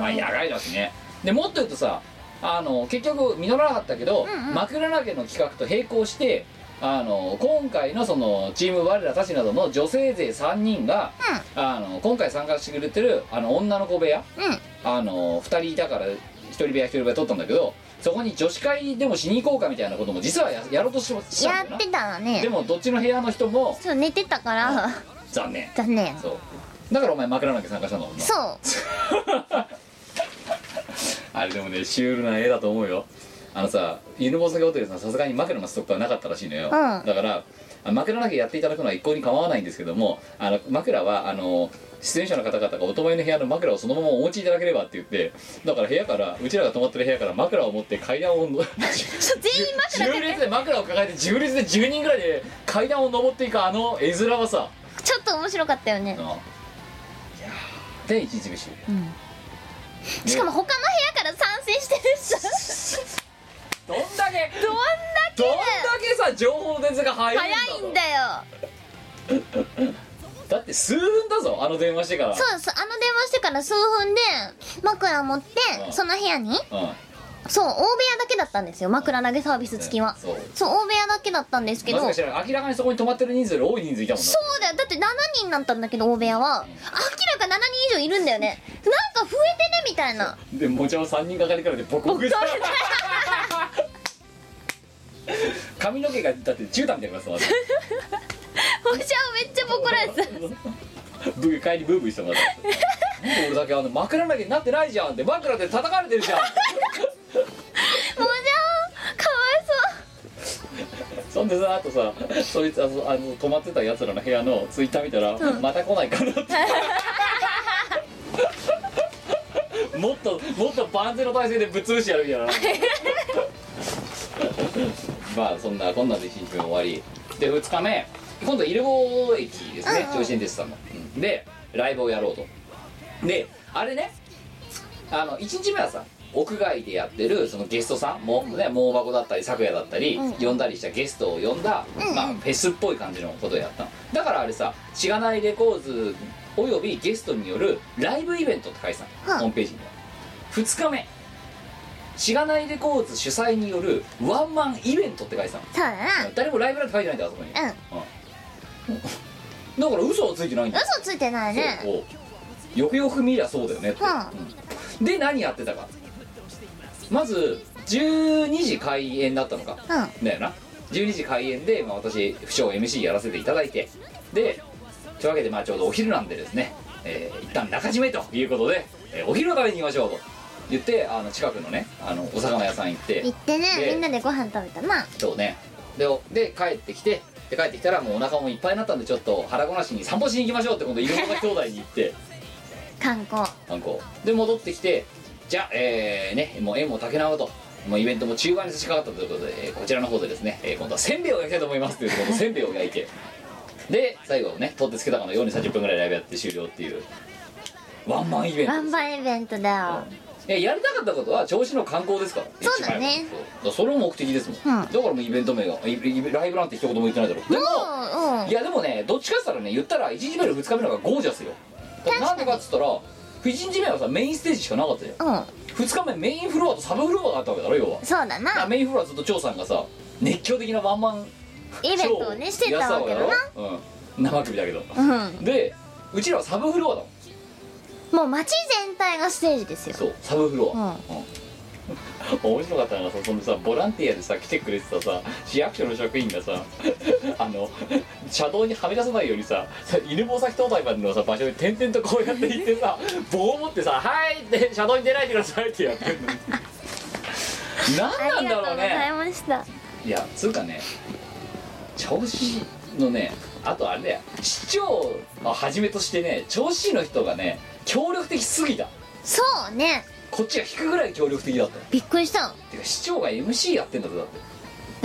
まあ
あ
野外だしねでもっと言うとさあの結局実らなかったけど、
うんうん
枕投げの企画と並行してあの今回のそのチーム我らたちなどの女性勢3人が、あの今回参加してくれてるあの女の子部屋、
うん
あの2人いたから1人部屋1人部屋取ったんだけどそこに女子会でもしに行こうかみたいなことも実はややろうとしし
や
たんだよ
ってたわ
なで
ね
もどっちの部屋の人も
そう寝てたから
残念
残念
そうだからお前枕投げ参加したんだもんな
そう
あれでもねシュールな絵だと思うよあのさ犬吠埼ホテルさんさすがに枕のストックはなかったらしいのよ、
ん
だからあ枕だけやっていただくのは一向に構わないんですけどもあの枕はあの出演者の方々がお泊まりの部屋の枕をそのままお持ちいただければって言ってだから部屋からうちらが泊まってる部屋から枕を持って階段を の
そう全員枕
重列で枕を抱えて重列で10人ぐらいで階段を上っていくあの絵面はさ
ちょっと面白かったよね
なあいやーで一日目終了、
しかも他の部屋から参戦してるし
どんだけ
どんな
どんだけさ情報の伝達が早いんだ
早い
ぞ
んだよ
だって数分だぞあの電話してから
そうそうあの電話してから数分で枕持って
うん
その部屋に
うん、
そう大部屋だけだったんですよ枕投げサービス付きは
そう
そう大部屋だけだったんですけど
ま
そ
さか知ら
う
ない明らかにそこに泊まってる人数より多い人数いたもんな
だよだって7人になったんだけど大部屋は明らか7人以上いるんだよねなんか増えてねみたいな
でもちろん3人がかりからでボコボコした髪の毛がだって絨毯みたいになってます
おじゃあめっちゃボコられてた
ブー帰りブーブーしてもらったなんで俺だけあの枕投げになってないじゃんって枕で叩かれてるじゃん
おじゃあかわ
そんでさあとさそいつあのあの泊まってたやつらの部屋のツイッター見たら、また来ないかなってもっともっと万全の体制でぶっ潰してやるみたいなまあそんなこんなんで1日目終わりで2日目今度イルゴ駅ですね
うんうん
上新電鉄さんの、うんでライブをやろうとであれねあの1日目はさ屋外でやってるそのゲストさんも、ね、盲箱だったり昨夜だったり、呼んだりしたゲストを呼んだ、まあ、フェスっぽい感じのことをやったのだからあれさ「しがないレコーズ」およびゲストによるライブイベントって書いてたの、ホームページには2日目しがないレコーズ主催によるワンマンイベントって書いてたの
そうだな
誰もライブなんて書いてないんだよあそこに、
うん
だから嘘はついてないんだよ
嘘ついてないね
そうこうよくよく見りゃそうだよねって、うんで何やってたかまず12時開演だったのか、だよな12時開演で、まあ、私不詳 MC やらせていただいてでというわけでまあちょうどお昼なんでですね、えー一旦中締めということで、えーお昼を食べに行きましょうと言ってあの近くのねあのお魚屋さん行って
行ってね
で
みんなでご飯食べたな
そうねでおで帰ってきてで帰ってきたらもうお腹もいっぱいになったんでちょっと腹ごなしに散歩しに行きましょうってことで犬山兄弟に行って
観光
観光で戻ってきてじゃあえー、ねもう縁も竹縄ともうイベントも中盤に差し掛かったということで、えーこちらの方でですね、えー今度はせんべいを焼きたいと思いますということでせんべいを焼いてで最後ね取ってつけたかのように30分ぐらいライブやって終了っていうワンマンイベント
ワンバンイベントだよ
いややりたかったことは調子の観光ですから
そうだね
そうだからそれを目的ですもん、だからもうイベント名がイイライブなんて一言も言ってないだろうでも
うんうん
いやでもねどっちかっつったらね言ったら1日目と2日目の方がゴージャスよだからなんでかっつったら1日目はさメインステージしかなかったじゃん
うん
2日目メインフロアとサブフロアがあったわけだろ要は
そうだ
だから
な
メインフロアずっと張さんがさ熱狂的なワンマン
イベントをねしてたわけだな
な、うん、生首だけど、
うん
でうちらはサブフロアだもん
もう街全体がステージですよ
そうサブフロ
うん
ア、うん 面白かったのがさそのさボランティアでさ来てくれてたさ市役所の職員がさ あの車道にはみ出さないようにささ犬吠埼灯台までのさ場所に点々とこうやって行ってさ棒を持ってさ「はい!」って車道に出ないでくださいってやってんのに
あ
何
り
なん
がと
だろう
うござい
ね
ました
いやつうかね調子のねあとあれだよ市長をはじめとしてね調子の人がね協力的すぎた
そうね
こっちが引くぐらい協力的だった
びっくりした
てか市長が MC やってんだぞだっ
だ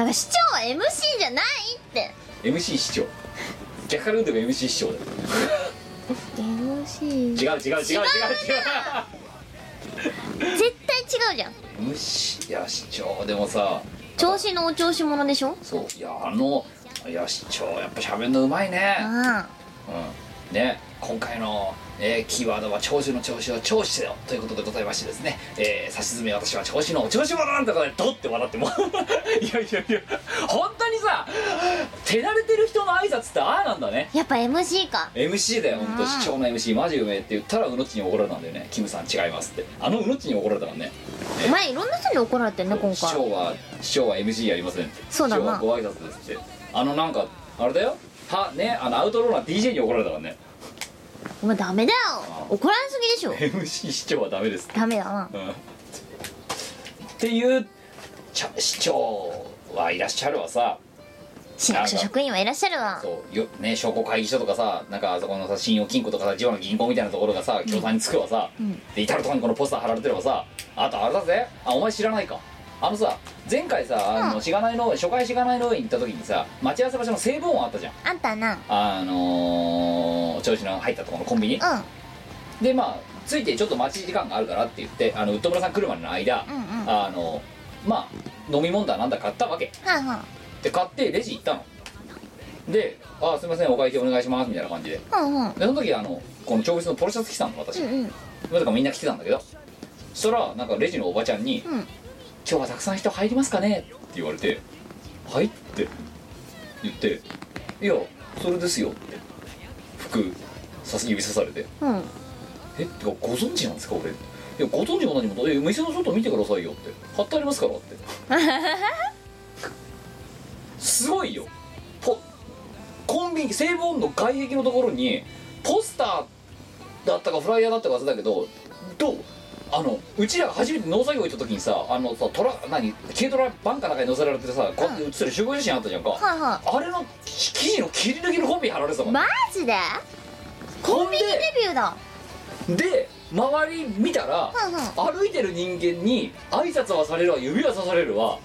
から市長は MC じゃないって
て MC 市長逆から読んでも MC 市長だよ違
MC
う違う違う違う違う
絶対違うじゃん
MC いや市長でもさ
調子のお調子者でしょ
そういやあのいや市長やっぱ喋るのうまいね
あ
うんね今回の、えーキーワードは長州の調子は長子だよということでございましてですね、えー、差し詰め私は長子のお調子者なんだからドって笑っても いやいやいや本当にさ手慣れてる人の挨拶ってああなんだね
あやっぱ MC か
MC だよ本当市長の MC マジうめえって言ったらうのっちに怒られたんだよねキムさん違いますってあのうのっちに怒られたもんね
お前いろんな人に怒られてんね今
市
回
長は市長は MC やりませんって
そうだな
市長はご挨拶ですってあのなんかあれだよはねあのアウトローな DJ に怒られたからね
お前ダメだよ
あ
怒られすぎでしょ
MC 市長はダメです
ダメだな
うんっていうちゃ市長はいらっしゃるわさ
市役所職員はいらっしゃるわ
そうよ、ね、商工会議所とかさなんかあそこのさ信用金庫とかさ地方の銀行みたいなところがさ協賛につくわさ、で至る所にこのポスター貼られてればさあとあれだぜあお前知らないかあのさ前回さあのしがないの初回しがないの園行った時にさ待ち合わせ場所の西武音あったじゃん
あんたな
あのー、調子の入ったところのコンビニ、
うん
でまあついてちょっと待ち時間があるからって言ってあのウッド村さん来るまでの間、
うんうん
あのまあ飲み物だなんだ買ったわけ
はいは
で買ってレジ行ったので「あすいませんお会計お願いします」みたいな感じで
いうんうん
でその時あのこの長靴のポロシャツ着てたの私、
うんうん
なぜかみんな着てたんだけどそしたらなんかレジのおばちゃんに「
ん
今日はたくさん人入りますかね?」って言われて「はい?」って言って「いやそれですよ」って服さ指さされて
うん
「えってかご存知なんですか俺」いやご存知も何もえ店の外見てくださいよ」って「貼ってありますから」って すごいよポコンビニ西武音の外壁のところにポスターだったかフライヤーだったか忘れたけどどうあのうちらが初めて農作業行った時にさあのさトラ何軽トラバンカーの中に載せられてさこうやって写ってる集合写真あったじゃんか、
はいは
あれのき生地の切り抜きのコピー貼られてたも
い
ん
マジで
コン
コンビニレビューだ
で周り見たら、
うんうん
歩いてる人間に挨拶はされるわ指はさされるわ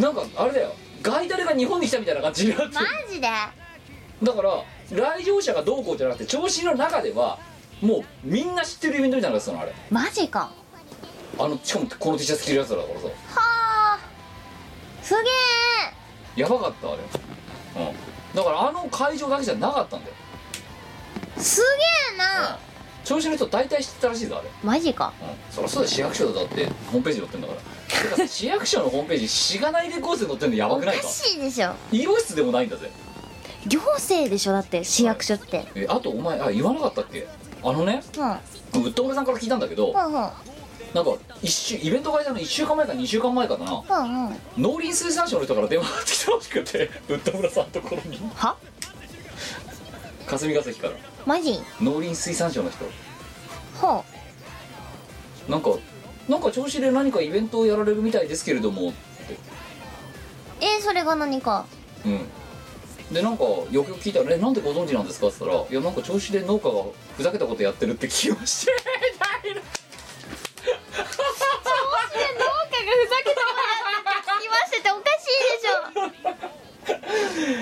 なんかあれだよガイドレが日本に来たみたいな感じになって
マジで
だから来場者がどうこうじゃなくて調子の中ではもうみんな知ってるイベントみたいなやつなのあれ
マジか
あのしかもこの T シャツ着てるやつらだからさ
はあすげえ
やばかったあれうんだからあの会場だけじゃなかったんだよ
すげえな
調子の人大体知ってたらしいぞあれ
マジか
うんそりゃそうだよ市役所だってホームページ載ってん だからてかさ市役所のホームページしがないレコードで載ってんのやば
お
くな
か
いか
しいでしょ
医療室でもないんだぜ
行政でしょだって市役所って
えあとお前あ言わなかったっけあのね
うんうん
ウッドモレさんから聞いたんだけど
うん
なんか一週イベント会社の1週間前か2週間前かな
うんうん
農林水産省の人から電話が来てたらしくて ウッド村さんのところに
は
霞が関から
マジ
農林水産省の人
ほ
なんかなんか調子で何かイベントをやられるみたいですけれども
うえー、それが何か
うんでなんかよくよく聞いたら「えなんでご存知なんですか?」っつったら「いやなんか調子で農家がふざけたことやってるって聞きまして
農家がふざけたことやってきましてておかしいで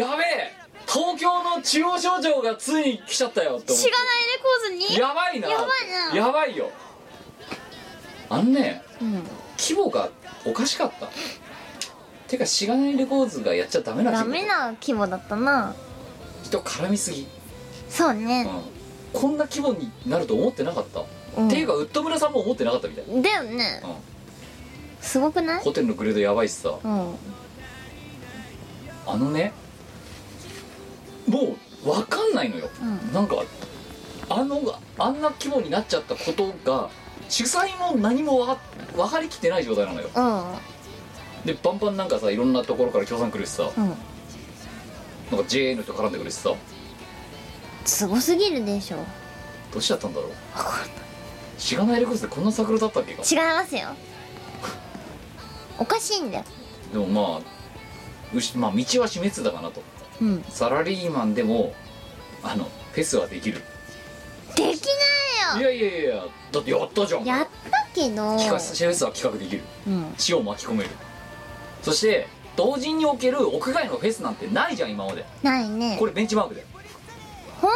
しょ
やべえ東京の中央省庁がついに来ちゃったよ」って思っ
知
て
らないレコーズに
やばいな
やばいな
やばいよあのね
うん
規模がおかしかったてかしがないレコーズがやっちゃダメな
ダ
規模
メな規模だったな
人絡みすぎ、
そう
うん
ね、
こんな規模になると思ってなかった、
うん
っていうかウッド村さんも思ってなかったみたい、
だよね
うん、
すごくない
ホテルのグレードやばいしさ
うん
あのねもう分かんないのよ、
うん
なんかあのあんな規模になっちゃったことが主催も何もわ分かりきってない状態なのよ
うん
でバンバンなんかさいろんなところから協賛来るしさ
うん
なんか JA の人絡んでくるしさ
すごすぎるでしょ
どっちだったんだろうしがないレコーズでこんな桜だったっけか
違いますよおかしいんだよ
でもまあうしまあ道は死滅だかなと
うんで
サラリーマンでもあのフェスはできる
きない
いやいやいやだってやったじゃん
やったけど
企画シェフェスは企画できる
うん
死を巻き込めるそして同時における屋外のフェスなんてないじゃん今まで
ないね
これベンチマークで
本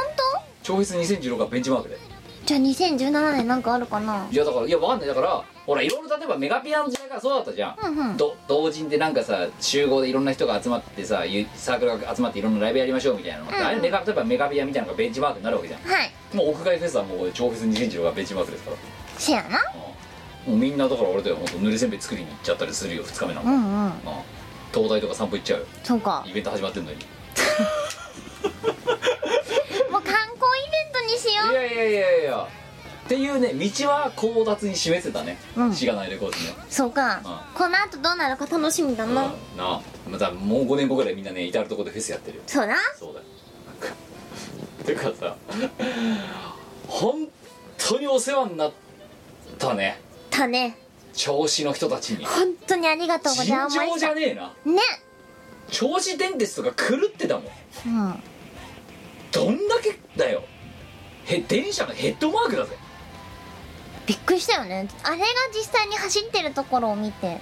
超フェス2016がベンチマークで
当じゃあ2017年なんかあるかない
やだからいやわかんないだからほらいろいろ例えばメガピアの時代からそうだったじゃん
うんうん
ど同人でなんかさ集合でいろんな人が集まってさゆサークルが集まっていろんなライブやりましょうみたいなのって、
うんうん
あれメガ例えばメガビアみたいなのがベンチマークになるわけじゃ
はい
んもう屋外フェスはもうこれ超フェス2016がベンチマークですから、
せやな
うんもうみんなだから俺とよほんと濡れせんべい作りに行っちゃったりするよ2日目なん
う
か、うん
んうん
東大とか散歩行っちゃうよ
そうか
イベント始まってんのに
もう観光イベントにしよ
いやいやいやいやっていうね道は高達に示せたね、
うん
しがないレコードね、
うそうか
う
この後どうなるか楽しみだ
うん、
な
なあまたもう5年後ぐらいみんなね至る所でフェスやってるよ
そうだ
そうだよてかさ本当にお世話になったね
だね
調子の人たちに
本当にありがとうござい
尋
ま
常
し
じゃ
たね
ねえな調子電鉄とか狂ってたもん
うん
どんだけだよへ電車のヘッドマークだぜ
びっくりしたよねあれが実際に走ってるところを見て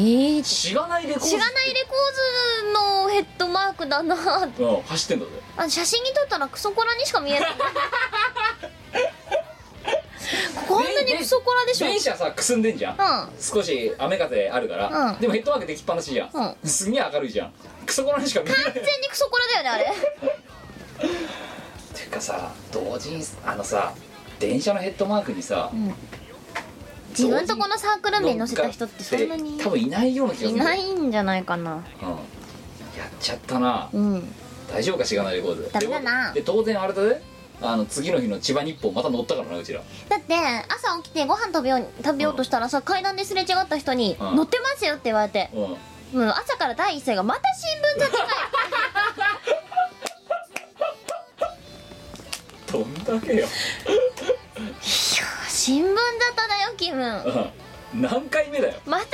ええー、
知らないレコード
知らないレコーズのヘッドマークだな
うん走ってんだぜ
あ写真に撮ったらクソコラにしか見 えないこんなにクソコラでしょ
電車さくすんでんじゃん
う
少し雨風あるから、
うん
でもヘッドマークできっぱなしじゃん、すげえ明るいじゃんクソコラにしか見えない
ん完全にクソコラだよね
ていうかさ同時にあのさ電車のヘッドマークにさ、
あれうん自分とこのサークル名に載せた人ってそんなに
多分いないような気が
い
する
な、いんじゃないかな
うん、やっちゃったな
うん
大丈夫かしがないレコード
ダメだな
で当然あれだねあの次の日の千葉日報また乗ったからなうちら
だって朝起きてご飯食べよう食べようとしたらさ階段ですれ違った人に「
うん
乗ってますよ」って言われて
うん
もう朝から第一声が「また新聞立ちかい」
どんだけよ、
いやー新聞沙汰だよキムまた
うん、何回目だよ
新聞沙汰だよ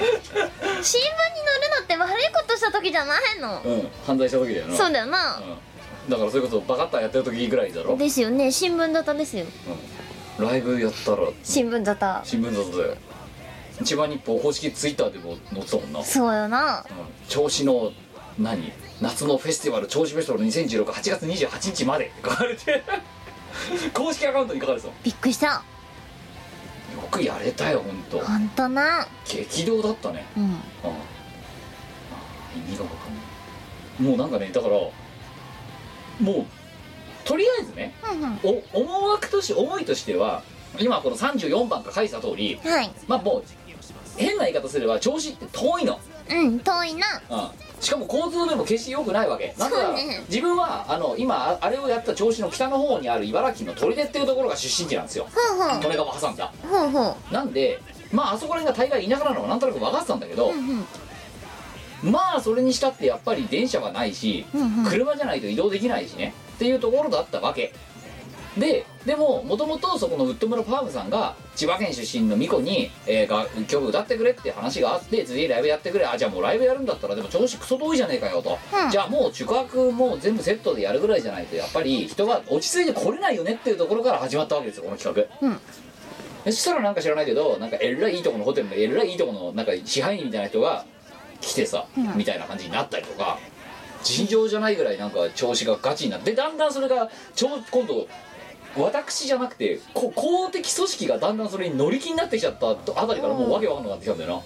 新聞に載るのって悪いことした時じゃないの
うん犯罪した時だよな
そうだよな
うん、だからそういうことバカッターやってる時ぐらいだろ、うん、
ですよね新聞沙汰ですよ
ライブやったら
新聞沙汰
新聞沙汰だよ千葉日報公式ツイッターでも載ってたもんな、うん
そうよな
調子の何夏のフェスティバル長寿フェスティバル20168月28日までって書かれて公式アカウントに書かれてた
びっくりした
のよくやれたよ本当
ほんとな
激動だったね
うん
ああ意味がわかんないもうなんかねだからもうとりあえずね
うんうん
お思惑として思いとしては今この34番が書いてた通り
はい
まあもう変な言い方すれば調子って遠いの、
うん遠いな
うん、しかも交通でも決して良くないわけなんだ
そ
ら
うね
自分はあの今ああれをやった調子の北の方にある茨城の取手っていうところが出身地なんですよ
ほ
利根川挟んだ
うほうほうほ
なんでまああそこら辺が大概田舎なのはなんとなく分かってたんだけど
ううんうん
まあそれにしたってやっぱり電車がないし
うんうん
車じゃないと移動できないしねっていうところだったわけででももともとそこのウッド村パームさんが千葉県出身の巫女に、えーが曲歌ってくれって話があって次ライブやってくれあじゃあもうライブやるんだったらでも調子クソ遠いじゃねえかよと、
うん
じゃあもう宿泊も全部セットでやるぐらいじゃないとやっぱり人が落ち着いて来れないよねっていうところから始まったわけですよこの企画、
うん
そしたらなんか知らないけどなんかえらいいいとこのホテルのえらいいいとこのなんか支配人みたいな人が来てさ、
うん
みたいな感じになったりとか尋常じゃないぐらいなんか調子がガチになってでだんだんそれがちょ今度私じゃなくてこ公的組織がだんだんそれに乗り気になってきちゃったとあたりからもうわけわかんなくなってきたんだよ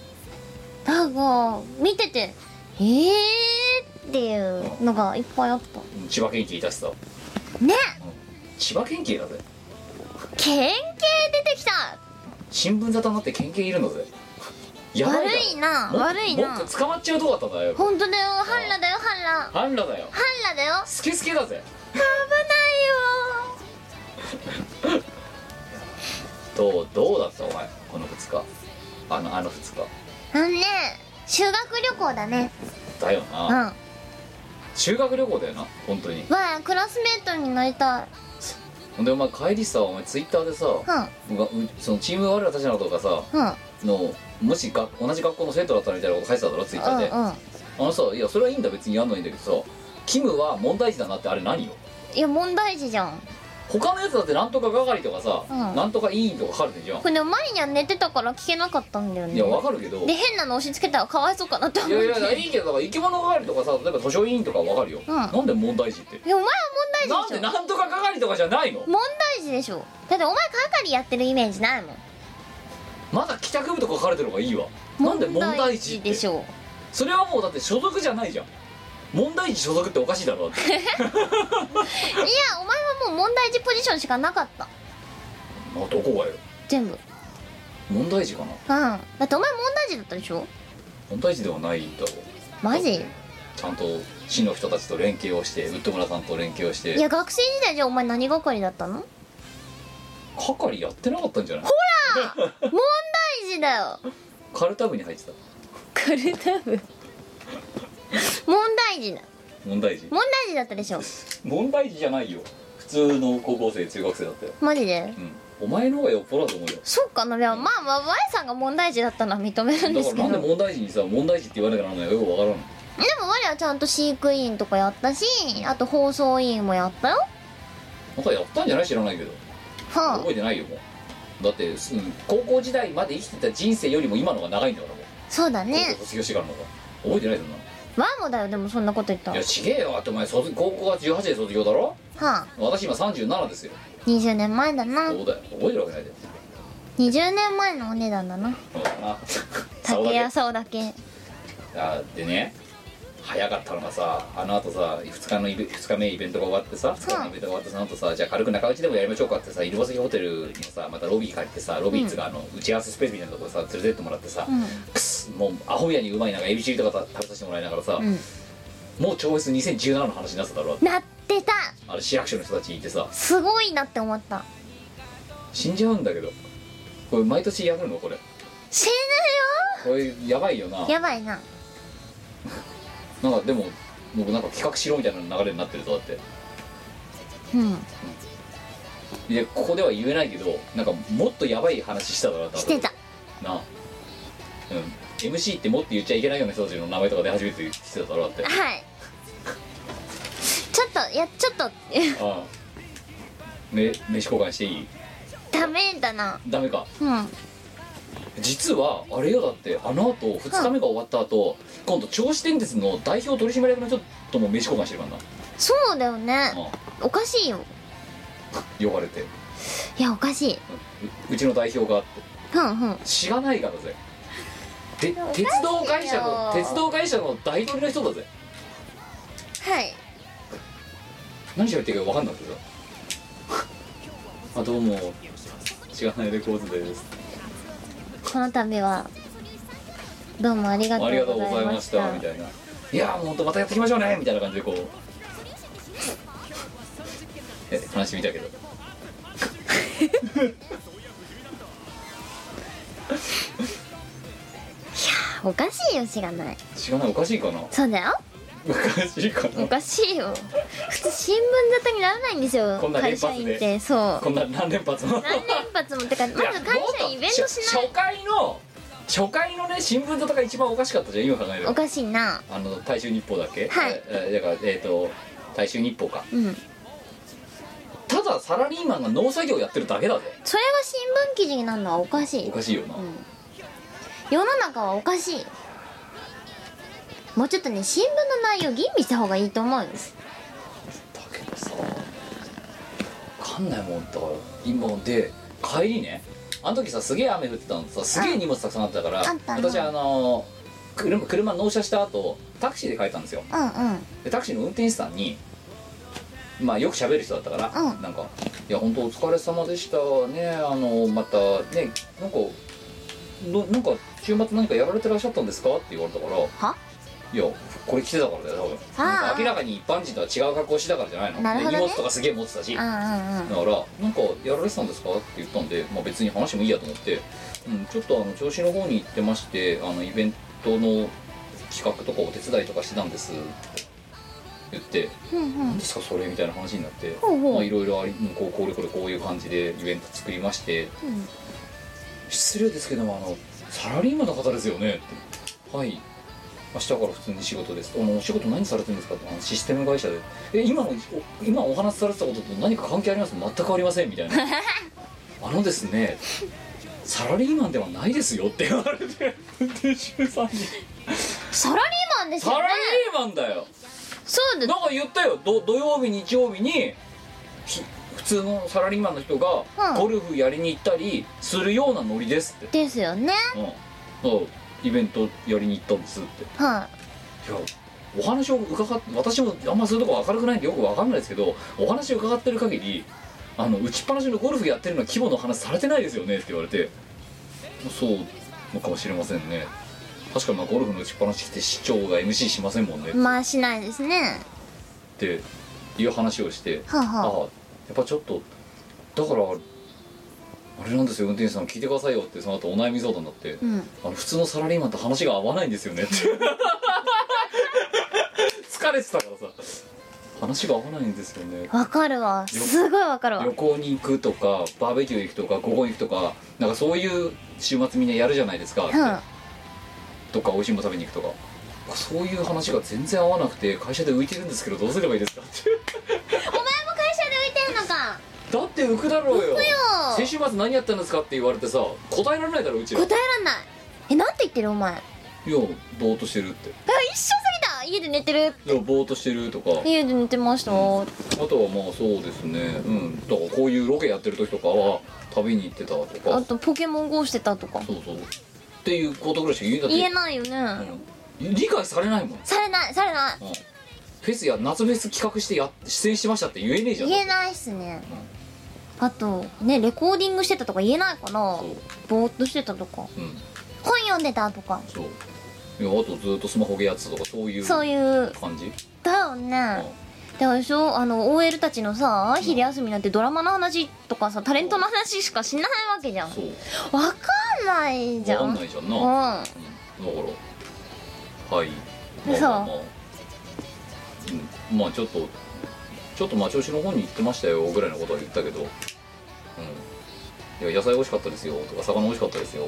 な
なんか見ててえーっていうのがいっぱいあった
千葉県警いたしさ
ね
千葉県警だぜ
県警出てきた
新聞沙汰になって県警いるのぜやばい
悪
だろ
いな
もっ
悪いな
もっと捕まっちゃうとこだったんだよ
本当だよハンラだよハンラ
あんらだよ
ハンラだよ
スケスケだぜ
危ないよ
どうどうだったお前この2日あのあの2日
あのね修学旅行だね
だよ
う
な、
んわ
修学旅行だよな本当に
あクラスメートになりたい
ほんでお前帰りさお前ツイッターでさ、
う
うわうそのチーム我らたちなどとかさ
うんうん
のもしが同じ学校の生徒だったらみたいなこと書いてただろツイッターで、あ
うんうん
のさいやそれはいいんだ別にやんないいんだけどさキムは問題児だなってあれ何よ
いや問題児じゃん
他のやつだってなんとか係とかさ、
うん
なんとか委員とか書かれてんじゃん
これね前には寝てたから聞けなかったんだよね
いやわかるけど
で変なの押し付けたらかわいそうかなって思
い
っ
や
てい
い
や
やいやいいけどだから生き物係とかさ例えば図書委員とかわかるよ、
うん
なんで問題児って
お前は
なん
問
で
題児でしょ
なんとか係とかじゃないの
問題児でしょだってお前係やってるイメージないもん
まだ帰宅部とか書かれてる方がいいわなんで問題児って
でしょ
それはもうだって所属じゃないじゃん問題児所属っておかしいだろだって
いやお前はもう問題児ポジションしかなかった
まあどこがよ
全部うん
問題児かな
だってお前問題児だったでしょ
問題児ではないだろ
マジ
ちゃんと市の人たちと連携をしてウッド村さんと連携をし
い
て
や学生時代じゃあお前何係だったの問
係やってなかったんじゃない
題児だよ
カルタ部に入ってた
カルタブ
問題児だ
問題児
問題児だったでしょ
問題児じゃないよ普通の高校生中学生だったよ
マジで
うんお前の方がよっぽどだと思うよ
そっかなでもまあまあ Y さんが問題児だったのは認めるんで
だか
す
ら
け
な
ど
んで
でも
問題児にさ問題児って言わなきゃならないのかよくわからん
我はちゃんと飼育委員とかやったしあと放送委員もやったよ
なんかやったんじゃない知らないけど
はあ
覚えてないよもうだって、すうん高校時代まで生きてた人生よりも今のが長いんだからもう
そうだ
高
ね
校卒業してからの方が覚えてないそんなの
Y もだよでもそんなこと言った
い
ら
や
は
ちげえよだってお前卒高校は18で卒業だろ
あ
私今37ですよ
20年前だな
どうだよ覚えてるわけないで
20年前のお値段だな
そうだなそうだ
竹
け
やそうだけ
あでね早かったのがさあのあとさ2日のイベ2日目イベントが終わってさ2日目のイベントが終わってその後さじゃあ軽く中打ちでもやりましょうかってさイルボセキホテルにさまたロビー借りてさロビーっつうかあの打ち合わせスペースみたいなとこさ連れてってもらってさ、
うん
くすもうアホみたいにうまいなんかエビチリとか食べさせてもらいながらさ、
うん
もう超越2017の話になってただろ
なってた
あれ市役所の人たちいてさ
すごいなって思った
死んじゃうんだけどこれ毎年やるのこれ
死ぬ
これやばいよな
よやばいな
なんかでももうなんか企画しろみたいな流れになってるぞだって
うん
いやここでは言えないけどなんかもっとやばい話しただろ多分
してた
なあうん MC ってもっと言っちゃいけないような人たちの名前とかで初めて来てただろだ って
はいちょっといやちょっと
ああめ名刺交換していい
ダメだな
ダメか
うん
え実はあれよだってあの後2日目が終わった後今度銚子電鉄の代表取締役の人とも名刺交換してるから
そうだよね
な、
おかしいよ
うん、呼ばれて
いやおかしいう
うちの代表がって
ふんふん
知らないからぜで
おかしいよ
鉄道会社の鉄道会社の代取の人だぜ
はい
何喋ってるか分かんなくてさあどうも知らないレコーズです
この度はどうもありがと
ありがとう
う
ござ
ござ
い
い
ま
ま
し
した
たみたいないやーもうほんとまたやっていきましょうねみたいな感じでこうえ話してみたけど
おかしいよ知らない
知らないおかしいかな
そうだよ
おかしいか
お
な
かしいよ普通新聞沙汰にならないんですよ
こんな連
会
発で
社員ってそう
こんな何連発も
何連発もってかまず
いや
会社員イベントし
初初回の初回のね新聞とかが一番おかしかったじゃん今考えれ
ないお
ば
かしいな
あの大衆日報だっけ
はい
ええだからえっ、と大衆日報か
うん
ただサラリーマンが農作業やってるだけだぜ
それが新聞記事になるのはおかしい
おかしいよな、
うん世の中はおかしいもうちょっとね新聞の内容吟味した方がいいと思うよ
だけどさわかんないもんだから今で帰りねあの時さすげえ雨降ってたのさすげえ荷物たくさんあったから
ああったな
私あの車車納車した後タクシーで帰ったんですよ
うんうん
でタクシーの運転手さんにまあよく喋る人だったから、
うん
なんか「いや本当お疲れ様でしたねあのまたねなんかのなんか週末何かやられてらっしゃったんですか?」って言われたから
はい
やこれ着てたからだよ多分
あー
なんか明らかに一般人とは違う格好してたからじゃないの
なるほどね
で荷物とかすげえ持ってたし、
うん
だ
うんうん
から「なんかやられてたんですか?」って言ったんで、まあ、別に話してもいいやと思って、うん、ちょっとあの調子の方に行ってましてあのイベントの企画とかお手伝いとかしてたんですって言って
うんう
何
ん
ですかそれみたいな話になって
ほうほう
まあいろいろありうんこうこれこれこういう感じでイベント作りまして、
ん
失礼ですけどもあのサラリーマンの方ですよねってはい明日から普通に仕事ですあのお仕事何されてるんですかってあのシステム会社でえ今のお今お話しされてたことと何か関係あります全くありませんみたい なあのですねサラリーマンではないですよって言われて運転手さんに
サラリーマンです
サ
よ
ラ
ね
リーマンだよ
そうだ
なんか言ったよど土曜日日曜日にひ普通のサラリーマンの人が
うん
ゴルフやりに行ったりするようなノリですって、
ですよね
うん、そうイベントやりに行ったんですってい
は
やお話を伺って私もあんまそういうとこ明るくないんでよくわかんないですけどお話を伺ってる限りあの打ちっぱなしのゴルフやってるの規模の話されてないですよねって言われてそうのかもしれませんね確かにまあゴルフの打ちっぱなし来て市長が MC しませんもんね
いまあしないですね
っていう話をして
はあは
あ
あ
あやっぱちょっとだからあれなんですよ運転手さん聞いてくださいよってその後お悩み相談になって、
うん
あの普通のサラリーマンと話が合わないんですよねって 疲れてたからさ話が合わないんですよね
わかるわすごいわかるわ
旅行に行くとかバーベキュー行くとか午後行くとかなんかそういう週末みんなやるじゃないですか、
うん
とか美味しいもの食べに行くとかそういう話が全然合わなくて会社で浮いてるんですけどどうすればいいですかって
お前も会社で浮いてんのか
だって浮くだろうよ
よ
先週末何やったんですかって言われてさ答えられないだろうちらい
答えらんないえなんて言ってるお前あ
やぼーっとしてるって
一緒すぎた家で寝てる
いやぼーっとしてるとかあ
家で寝てました
とはまあそうですねうんだからこういうロケやってる時とかは旅に行ってたと
あ
か
とポケモン GO してたとか
そうそうっていうことぐらいしか言えな
言え
い
ないよね、
うん理解されないもん、
されないされない
うんフェスや夏フェス企画してや出演してましたって言えねえじゃん
言えないっすねあとねレコーディングしてたとか言えないかな
そう
ぼーっとしてたとか
うん
本読んでたとか
そういやあとずっとスマホゲーやってたとかそういう
そういう
感じ
だよねだからでしょあの OL たちのさ昼休みなんてドラマの話とかさタレントの話しかしないわけじゃん
そう
わかんないじゃ
わか
ん
んないじゃんな、
うん
だからはいまあ
そう
まあまあ、うん、まあちょっとちょっと町吉の方に行ってましたよぐらいのことは言ったけど、うん、いや野菜美味しかったですよとか魚美味しかったですよ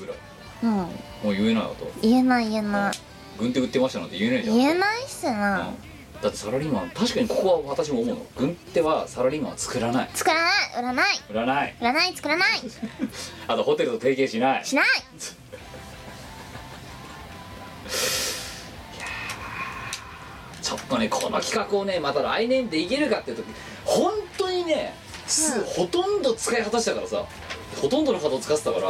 ぐらい
うん
もう言えないわと
言えない言えない
軍手売ってましたなんて言えないじゃん
言えないっす
うん
な
だってサラリーマン確かにここは私も思うの軍手はサラリーマンは作らない
作らない売らない
売らない
売らない作らない
あとホテルと提携しない
しない
ちょっとねこの企画をねまた来年でいけるかっていう時本当にねす、ほとんど使い果たしたからさほとんどの方を使ってたから、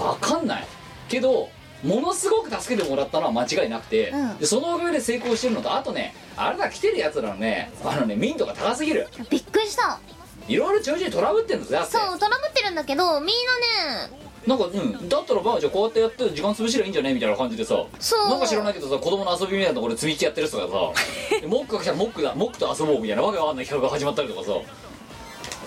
わかんないけどものすごく助けてもらったのは間違いなくて、
うん
でそのおかげで成功してるのとあとねあれだ来てるやつらのねあのね民度が高すぎる
びっくりした
いろいろちょいちょいトラブってんのだって
そうトラブってるんだけどみんなね
なんかうんだったらばあじゃあこうやってやって時間潰しりゃいいんじゃねみたいな感じでさ
そう
なんか知らないけどさ子供の遊びみたいなところで積み木やってる人が さでモックが来たらモックだモックと遊ぼうみたいなわけわかんない企画が始まったりとかさ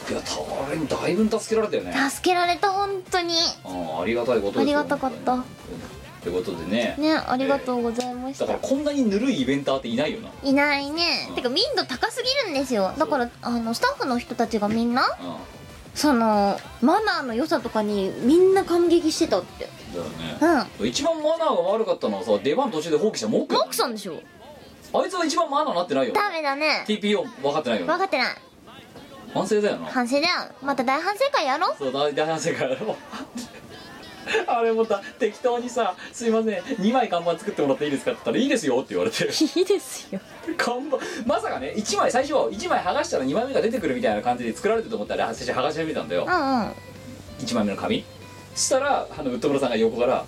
いや大変だいぶ助けられたよね
助けられた本当に
あありがたいことですよ
ありがたかっ
本
た
当にってことでね
ねありがとうございまし
だか
た
らこんなにぬるいイベンターっていないよな、
いないねてか民度高すぎるんですよだからあのスタッフの人たちがみんな
うん、
そのマナーの良さとかにみんな感激してたって
だよね
うん
一番マナーが悪かったのはさ出番途中で放棄したモック
モックさんでしょ
あいつは一番マナーなってないよ
ダメだね
TPO 分かってないよ
分か
ね
ってない
反省だよな
反省だよまた大反省会やろう
そう大大反省会やろあれもだ適当にさ「すいません2枚看板作ってもらっていいですか?」って言ったら「いいですよ」って言われて
いいですよ
看板まさかね1枚最初1枚剥がしたら2枚目が出てくるみたいな感じで作られてると思ったら最初剥がし始めたんだよ
うんうん
1枚目の紙そしたらあのウッド村さんが横から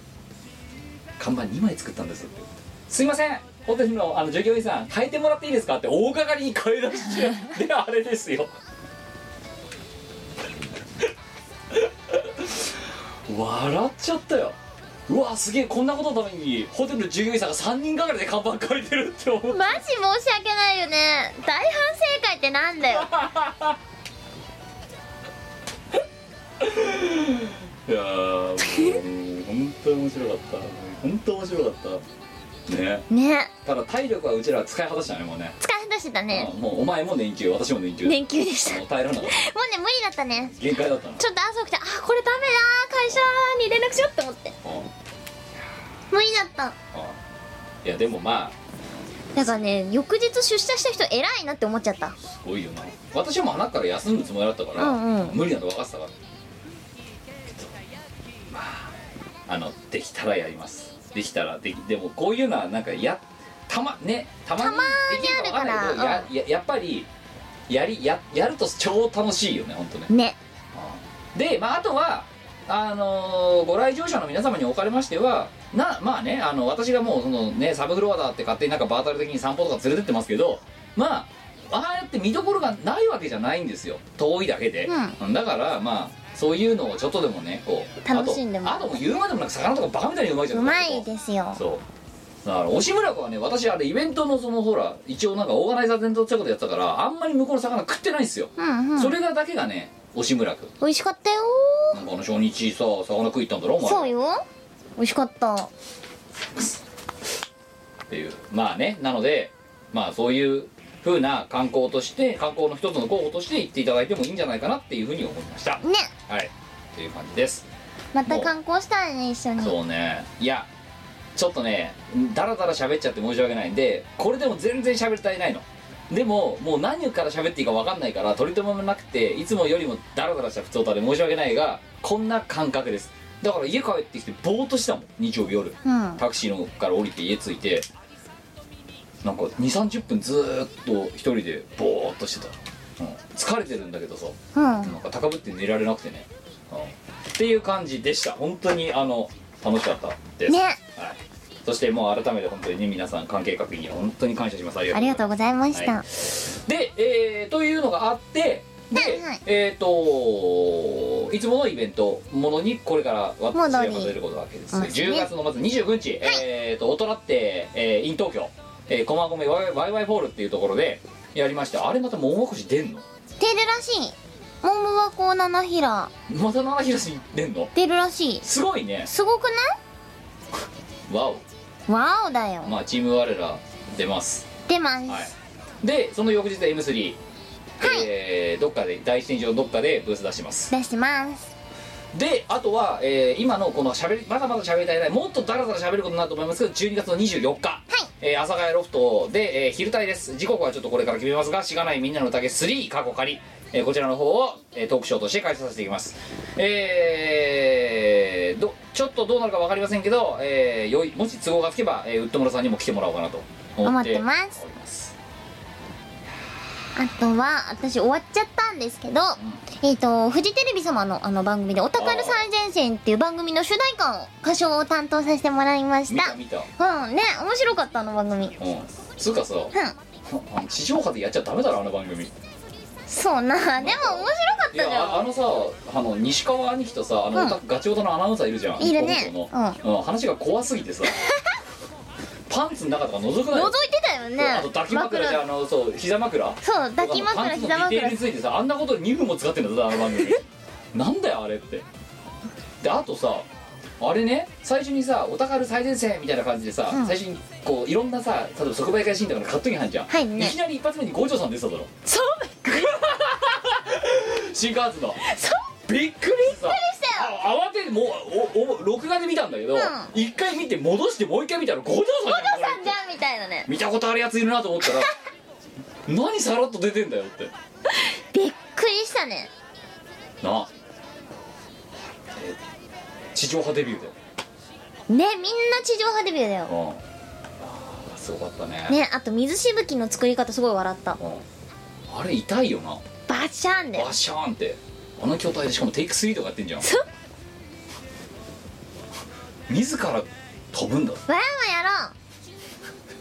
「看板2枚作ったんです」って「すいませんホテルのあの従業員さん変えてもらっていいですか?」って大掛かりに変え出して であれですよ笑っちゃったようわすげえこんなことのためにホテルの従業員さんが3人がかりで看板変えてるって思う
マジ申し訳ないよね大反省会ってなんだよ
いやーもう本当に面白かった本当面白かったね
ね
ただ体力はうちらは使い果たしたねもうね
使い果たしてたね
うんもうお前も年休私も年休
年休でした
も
も
う耐えられなかっ
うね無理だったね
た限界だったな
ちょっと朝起きてあこれダメだ会社に連絡しよ うって思って
うんうん
無理だった
いやでもまあ
だからね翌日出社した人偉いなって思っちゃった
すごいよな私はもう花から休むつもりだったから、
うんうん
無理なの分かってたからけどまああのできたらやりますできたらできでもこういうのはなんかやたまねたまに
たまに
できるか分んないけど
あるから
やややっぱりやりややると超楽しいよね本当ね
ね
で、まあ、あとはあのーご来場者の皆様におかれましてはなまあねあの私がもうその、ね、サブフロアだって勝手になんかバータル的に散歩とか連れてってますけどまあああやって見どころがないわけじゃないんですよ遠いだけで、だからまあそういうのをちょっとでもねこう
楽しんでも
あとあともう言うまでもなく魚とかバカみたいにうまいじゃん
うまいですよ
そうだから押村君はね私あれイベントのそのほら一応なんかオーガナイザー全とってことやってたからあんまり向こうの魚食ってないんですよ、
うんうん
それがだけがね押村君
美味しかったよ
なんかあの初日さ魚食い行ったんだろお前
そうよ美味しかった
っていうまあねなのでまあそういう風な観光として観光の一つの候補として行っていただいてもいいんじゃないかなっていうふうに思いました
ね
はいっていう感じです
また観光したいね一緒に
そうねいやちょっとねダラダラ喋っちゃって申し訳ないんでこれでも全然喋り足りないのでももう何から喋っていいか分かんないから取り留めもなくていつもよりもダラダラした普通歌で申し訳ないがこんな感覚ですだから家帰ってきてぼーっとしたもん日曜日夜
うん
タクシーのから降りて家着いてなんか2 3 0分ずーっと一人でぼーっとしてた、うん、疲れてるんだけどさ
うん
なんか高ぶって寝られなくてね、うん、っていう感じでした本当にあの楽しかったです、
ね
はい、そしてもう改めて本当にね皆さん関係各位には本当に感謝しますありがと
あ
う
り
ござ
がと
いうま
ございました、
はすで、えーというのがあってで、
はいはい
えっ、といつものイベントものにこれから私は
戻り
数えることわけです
そう
ね
ですね
10月のまず29日、えっ、と大人って、えー、in 東京、えー、駒込ワイワイワイフォールっていうところでやりましてあれまた桃越し出んの
出るらしいモンブはこう七ひら
また七広し出んの
出るらしい
すごいね
すごくな
わお
いわおだよ
まあチーム我ら出ます、
出ます、
はい、でその翌日 M3、
はい
えーどっかで第一展示場どっかでブース出します
出してます
であとは、えー今のこのしゃべりまだまだ喋りたいないもっとだらだら喋ることになると思いますけど12月の24日、えー阿佐ヶ谷ロフトで、えー昼帯です時刻はちょっとこれから決めますがしがないみんなの宴3過去仮えーこちらの方を、えートークショーとして開催させていきますえーどちょっとどうなるか分かりませんけど、えーよいもし都合がつけば、えーウッドモロさんにも来てもらおうかなと思って
思ってます
おります
あとは私終わっちゃったんですけど、えっ、とフジテレビ様のあの番組で「オタカル最前線」っていう番組の主題歌を歌唱を担当させてもらいまし
見
た
た見たうん
うんね面白かったあの番組うん
つうかさあの地上波でやっちゃダメだろあの番組
そうなでも面白かっ
い
たじ
や
ゃ
ああのさあの西川兄貴とさあの、
うん
オタクガチオタのアナウンサーいるじゃん
んいるね
日本
うん
放送の、うん話が怖すぎ てさパンツの中とか覗くな
覗
よ
いてたよね
あと抱き枕であのそう膝枕
そう抱き
パン
枕
ツ
膝
のディテー
枕
ルについてさあんなこと2分も使ってんだぞあの番 組なんだよあれってであとさあれね最初にさ「お宝最前線」みたいな感じでさ、
うん
最初にこういろんなさ例えば即売会シーンとかのカットイン入んじゃん、
はいね
いきなり一発目に五条さん出てただろ
そう
新幹線の
そ
びっくりしたあ慌ててもうおお録画で見たんだけど、
うん
一回見て戻してもう一回見たら五条さんじゃんこれ
さんじゃんみたいなね
見たことあるやついるなと思ったら何さらっと出てんだよって
びっくりしたね
なあ、えー地上波デビューだよ
ねみんな地上波デビューだよ
うんあーすごかったね
ねあと水しぶきの作り方すごい笑った
うんあれ痛いよな
バシャンで
バシャーンってあの筐体でしかもテイク3とかやってんじゃん
そう
自ら飛ぶんだ
わやもやろう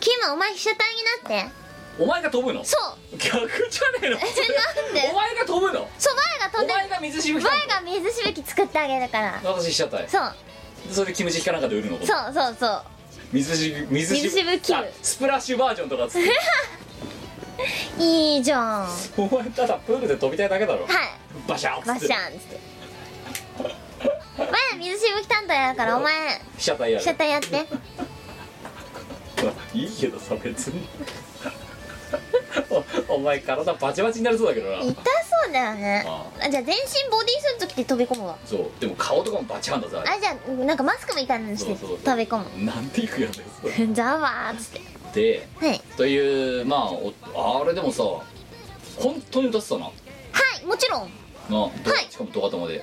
キムお前被写体になって
お前が飛ぶの
そう
逆じゃねえの
なんで
お前が飛ぶの
そう前が飛
お
んで
前が水しぶき
前が水しぶき作ってあげるから
私しちゃったよ
そう
それでキムチ引かなんかで売るの
そうそうそう
水しぶ水
水しぶき
あスプラッシュバージョンとかっつ って
いいじゃんは
お前ただプールで飛びたいだけだろ
い
バシャーンっつって
バシャンっつって前は水しぶき担当やるからお前
被写体や
被
る
写体やって
いいけどさ別に おお前体バチバチになりそうだけどな
痛そうだよね
あ
あじゃあ全身ボディースーツ着て飛び込むわ
そうでも顔とかもバチハンだぞあれ
あじゃあなんかマスクみたいなのして
そうそう
飛
そう
び込
なんていくやつですこ
む ざわーっつって
れで
はい
というまあおあれでもさ本当に歌ってたなな
はいもちろんはい
ど
はい
しかもドカタマで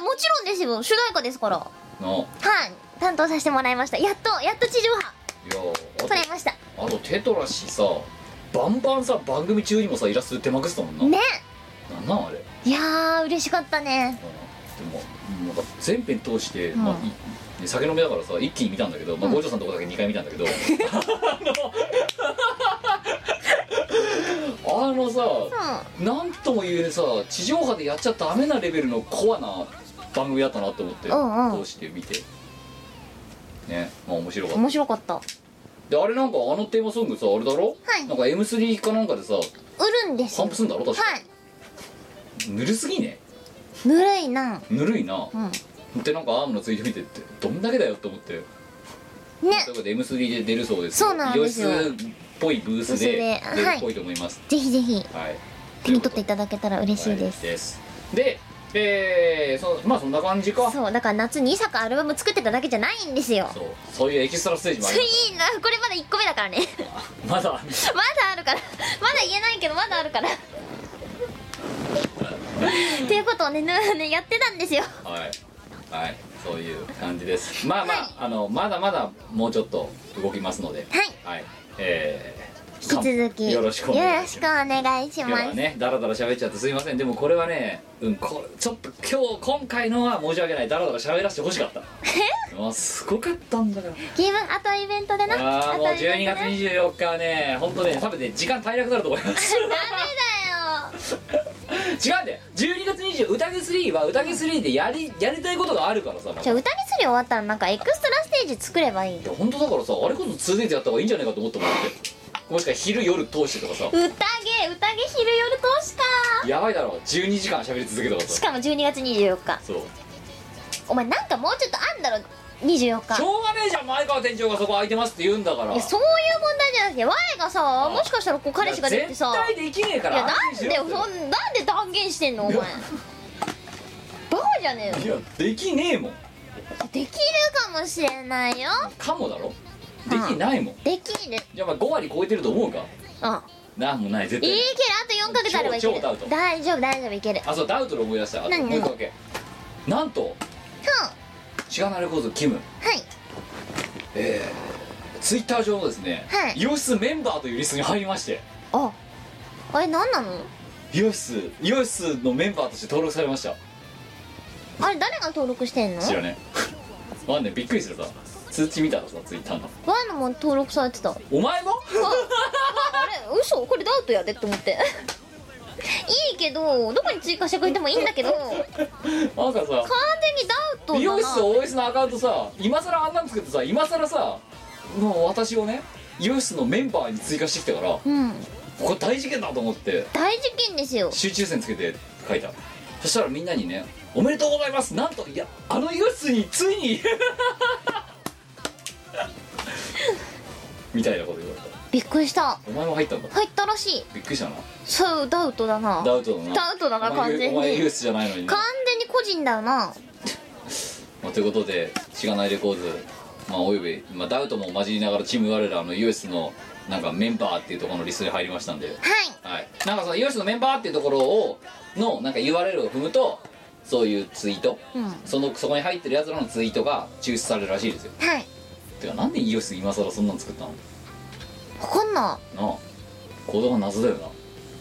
もちろんですよ主題歌ですからは
なあい
い担当させてもらいましたやっとやっと地上波
や
取れました
あとあとテトラシーさバンバンさ番組中にもさイラスト手まくってたもんな、
ね
なんなんあれ
いやー嬉しかったね
うんでもなんか全編通して、
ん
まあいね酒飲みだからさ一気に見たんだけど、まあ、五条さんのとこだけ2回見たん だけど、あの あのさ
う
なんとも言えるさ地上波でやっちゃダメなレベルのコアな番組だったなと思って、
うんうん
通して見てねまあ面白かっ
ん面白かった売
たであれなんかあのテーマソングさあれだろ、
はい
なんか M3 かなんかでさ
るんです
散
よ
布すんだろ確か、
はい
ぬるすぎね
ぬるいな
ぬるいな、
うん
でなんかアームのツイート見てってどんだけだよと思って
ね
ということで M3 で出るそうです
そうなんですよ
洋室っぽいブースで
ブースで
出る
はい
っぽいと思います
ぜひぜひ
はい
手に取っていただけたら嬉しいで
は
す、
いですでえー、そまあそんな感じかそう
そうだから夏に2作アルバム作ってただけじゃないんですよ
そういうエキストラステージもあ
つ
ります
いなこれまだ1個目だからね
まだ
まだあるからまだ言えないけどまだあ るからっていうことをねぬねやってたんですよ
はいはいそういう感じですまあまあ,、あのまだまだもうちょっと動きますのではい、えー、
引き続き
よろしくお願いします
よろしくお願いし
今
ま
日は
す、
ねダラダラ喋っちゃってすいませんでもこれはねうんこちょっと今日今回のは申し訳ないダラダラ喋らせてほしかったもうすごかったんだから
気分あとイベントでな
ああーもう
とイベ
12
ント
月
でな
24日はね本当ね多分ね時間体力になると思います
ダメだよ
違うんだよ12月24宴3は宴3でやりやりたいことがあるからさなんか
じゃあ歌祭り終わったらなんかエクストラステージ作ればいい
いや本当だからさあれこそ 2days やった方がいいんじゃないかと思ったもんだってもしかしたら昼夜通してとかさ
宴宴昼夜通しか
やばいだろ12時間喋り続けたから
し
さ
かも12月24日
そう
お前なんかもうちょっとあんだろ24日
しょうがねえじゃん前川店長がそこ空いてますって言うんだから
いやそういう問題じゃなくて Y がさもしかしたらこう彼氏ができてさ
いや絶対できねえか
い
ら
やなんでよそん
安
なんで断言してんのお前
いや
バカじゃねえ
心し
よ
ろいやできねえもん
できるかもしれないよ
かもだろできないもん
できる
じゃあまあ5割超えてると思うか
あ
なんもない絶
い
対
い
ない
けるあと4ヶ月あればいけ
超超ダウト
る大丈夫大丈夫いける
あそうダウトで思い出したあと
何
もう一個だけなんと
ふ
シガナレコーズキム
んはい
えー、ツイッター上のですね、
はい
イオシスメンバーというリストに入りまして
ああれ何なの
イオシスイオシスのメンバーとして登録されました
あれ誰が登録してんの
知らねえ わんねびっくりするさ通知見たらさツイッターの
ワンのも登録されてたあ
お前も
あれ嘘これダウトやでって思っていいけどどこに追加してくれてもいいんだけど完
なんかさ
全にダウトだな
美容室 OS のアカウントさ今更あんなの作ってさ今更さもう私をね美容室のメンバーに追加してきたから
うん
これ大事件だと思って
大事件ですよ
集中線つけて書いたそしたらみんなにね「おめでとうございますなんといやあの美容室についに」みたいなこと言われた
びっくりした
お前も入ったんだ
入ったらしい
びっくりしたな
そうダウトだな
ダウトだな
ダウトだな
お前
完全に
お前ユースじゃないのにな
完全に個人だよな
まあ、ということでしがないレコーズまあおよび、まあ、ダウトも混じりながらチーム我らのユースのなんかメンバーっていうところのリストに入りましたんで
はい
はいなんかそのユースのメンバーっていうところをのなんか URL を踏むとそういうツイート、
うん
そのそこに入ってるやつらのツイートが抽出されるらしいですよ
はい
てかなんでユース今更そんなの作ったの
わかんな
なあ行動が謎だよない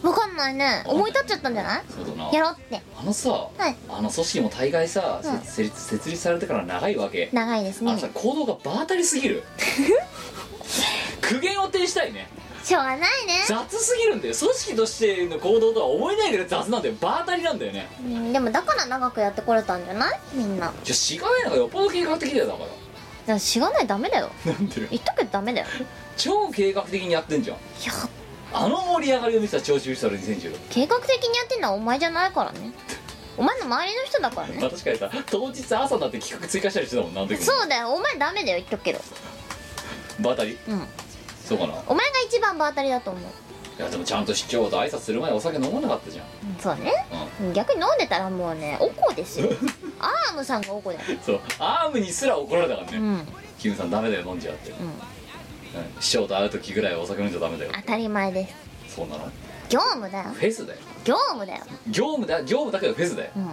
わかんないね思い立っちゃったんじゃない
そうだな
やろうって
あのさ、
はい
あの組織も大概さ、
うん
設立設立されてから長いわけ
長いです
あ
ね
のさ行動が場当たりす ぎる苦言を呈したいね
しょうがないね
雑すぎるんだよ組織としての行動とは思えないぐらい雑なんだよ場当たりなんだよね
うんでもだから長くやってこれたんじゃないみんな
じゃあしがないのがよっぽど計画的だよだか
いやしがないダメだよ
らなんでよ
言ったけどダメだよ
超計画的にやってんじゃん
いや
あの盛り上がりを見せた長州したる2016
計画的にやってんのはお前じゃないからねお前の周りの人だからね
まあ確かにさ当日朝になって企画追加したりしてたもんなんで
そうだよお前ダメだよ言っとくけど
場当たり
うん
そうかない
お前が一番場当たりだと思う
やでもちゃんと市長と挨拶する前お酒飲まなかったじゃん
うんそうね
うん
逆に飲んでたらもうねおこで すよアームさんがおこだよ
そうアームにすら怒られたからね、
うん
キムさんダメだよ飲んじゃうって、うん師匠と会う時ぐらいはお酒飲んじゃダメだよ
当たり前です
そうなの
業務だよ
フェスだよ
業務だよ
業務だ業務だけどフェスだよ
うん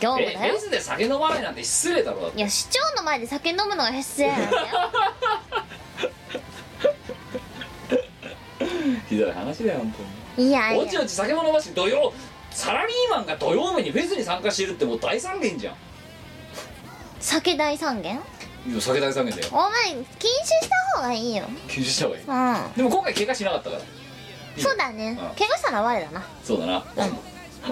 業務
え
だ
フ
よ
ェスで酒飲まないなんて失礼だろだって
いや市長の前で酒飲むのが必要なんだよ
ひどい話だよ本
い
当
や
に
いや
おちおち酒も飲まして土曜サラリーマンが土曜日にフェスに参加してるってもう大三元じゃ
酒代三元
んいや酒大三元だよ
お前禁止した方がいいよ
禁止した方がいい
うん
でも今回怪我しなかったからいい
そうだね
うん
怪我したのは我だな
そうだな、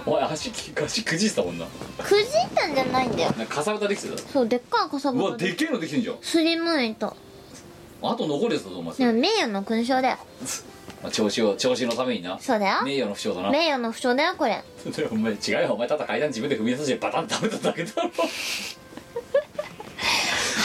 お前足き足くじいてたもんな
くじいたんじゃないんだよ
なんかかさぶたできてた
そうでっかいかさ
う
ぶ
わ
た
でっけえのできてんじゃん
すりむいた
あと残るやつだと思います
でも
よ、
名誉の勲章だよ
まあ、調子を調子のためにな
そうだよ
名誉の負傷だな
名誉の負傷だよこれ
お前違うよお前ただ階段自分で踏み出させてバタンと食べただけだ ろ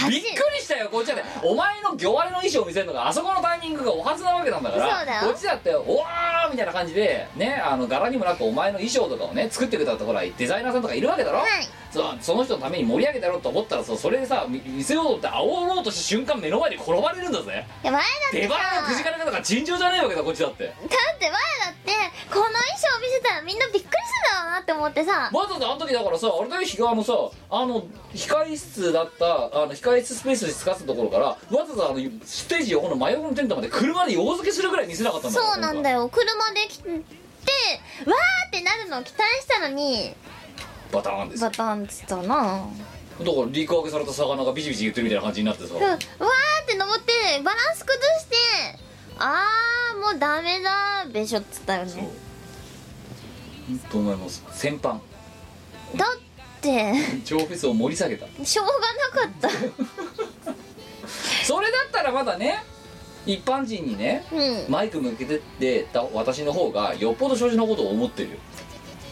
びっくりしたよこっちだってお前の魚割れの衣装を見せるのがあそこのタイミングがお初なわけなんだから
そうだよ
こっちだっておわーみたいな感じでねあの柄にもなくお前の衣装とかをね作ってくれたところはデザイナーさんとかいるわけだろ、
はい
そうその人のために盛り上げてやろうと思ったらそうそれでさみ見せようと思って煽ろうとした瞬間目の前で転ばれるんだぜ
いや我だって
出
さ
腹のくじかれ方が尋常じゃないわけだこっちだって
だって我だってこの衣装見せたらみんなびっくりするだろうなって思ってさ
わざわざあの時だからさあれだよ日川のさあの控室だったあの控室スペースに使ってたところからわざわざあのステージ横の真横のテントまで車で用付けするぐらい見せなかったんだ
そうなんだ
よ
よ車で来てわーってなるのを期待したのに
バターンですだ
バタンっつったな
から陸揚げされた魚がビチビチ言ってるみたいな感じになってさ
うんわーって登ってバランス崩してあーもうダメだべしょっつったよ
そう
ね
本当お前もう先般
だって
超フェスを盛り下げた
しょうがなかった
それだったらまだね一般人にね
うん
マイク向けてってた私の方がよっぽど正直なことを思ってるよ、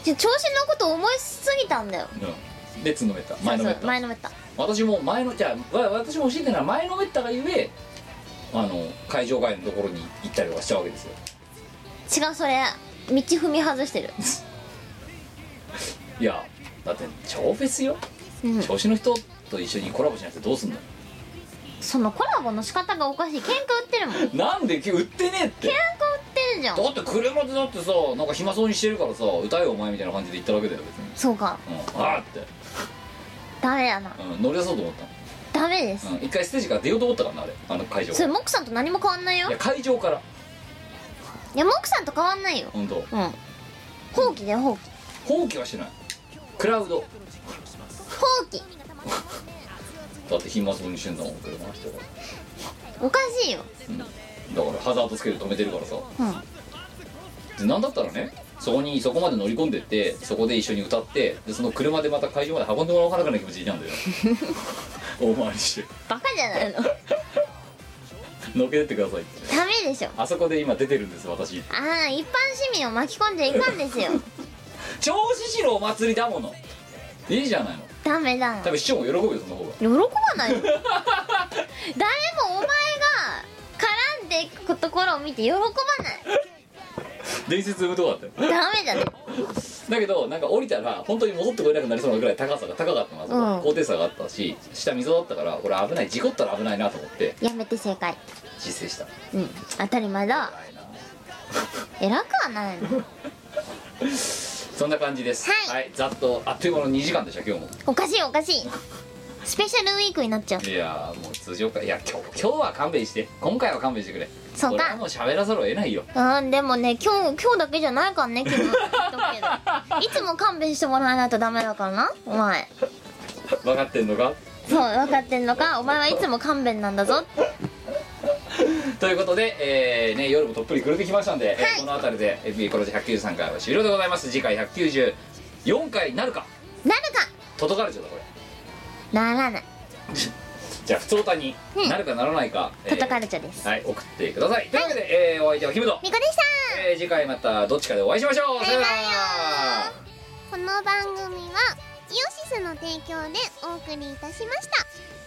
ちょ調子のこと思いすぎたんだよ
うん、でつんのめった前のめっ
そうそ
た
う前のめった
私も前のじゃあわ私も教えてるのは前のめったがゆえあの会場外のところに行ったりとかしたわけですよ
違うそれ道踏み外してる
いやだって超フェスよ、
うん
調子の人と一緒にコラボしなくてどうすんの
そのコラボの仕方がおかしい喧嘩売ってるもん喧嘩売っ
なんで売ってねえって
てるじゃん
だって車でだってさなんか暇そうにしてるからさ歌えよお前みたいな感じで言っただけだよ別に、
そうか
うん、ああって、
ダメだな
うん、乗り出そうと思っ
ダメです
た、うん、一回ステージから出ようと思ったからなあれあの会場
そ
から
れモックさんと何も変わんないよ
いや会場から
いやモックさんと変わんないよ
本当
うん放棄だよ放棄
放棄はしないクラウド
放棄
だって暇そうにしてんだもん車の人が
おかしいよ
だからハザードつけて止めてるからさ
うん
でなんだったらねそこにそこまで乗り込んでってそこで一緒に歌ってでその車でまた会場まで運んでもらおうかなくらいの気持ちになんだよ 大回りして
バカじゃないの
のけてってくださいって
ダメでしょ
あそこで今出てるんです私
ああ一般市民を巻き込んじゃいかんです よ
銚子市のお祭りだものいいじゃないの
ダメだ
多分市長も喜ぶよその方が
喜ば ないよ誰もお前が絡んでいくところを見て喜ばない
伝説生むとこだったよ
ダメだね
だけどなんか降りたら本当に戻ってこれなくなりそうなぐらい高さが高かったなそこ
うん
高低差があったし下溝だったからこれ危ない事故ったら危ないなと思って
やめて正解
実践した
うん当たり前だ偉くはないの
そんな感じです、
はい
ざっとあっという間の2時間でした今日も
おかしいおかしいスペシャルウィークになっちゃう
いやーもう通常会いや今日今日は勘弁して今回は勘弁してくれ
そう
俺
か
はもう喋らざるを得ないよ
うんでもね今日今日だけじゃないからね昨日 いつも勘弁してもらわないとダメだからなお前
分かってんのか
そう分かってんのかお前はいつも勘弁なんだぞ
ということで、えーね、夜もとっぷり狂ってきましたんで、えーこの辺りで FB コロジ193回は終了でございます次回194回になるか
なるか
届かれちゃうだこれ
ならない
じゃあ普通歌になるかならないか、えー
叩かれちゃです
はい送ってくださいというわけで、えーお相手はキムと、
みこでした
えー次回またどっちかでお会いしましょうさような
バイバ
ら
この番組はイオシスの提供でお送りいたしました。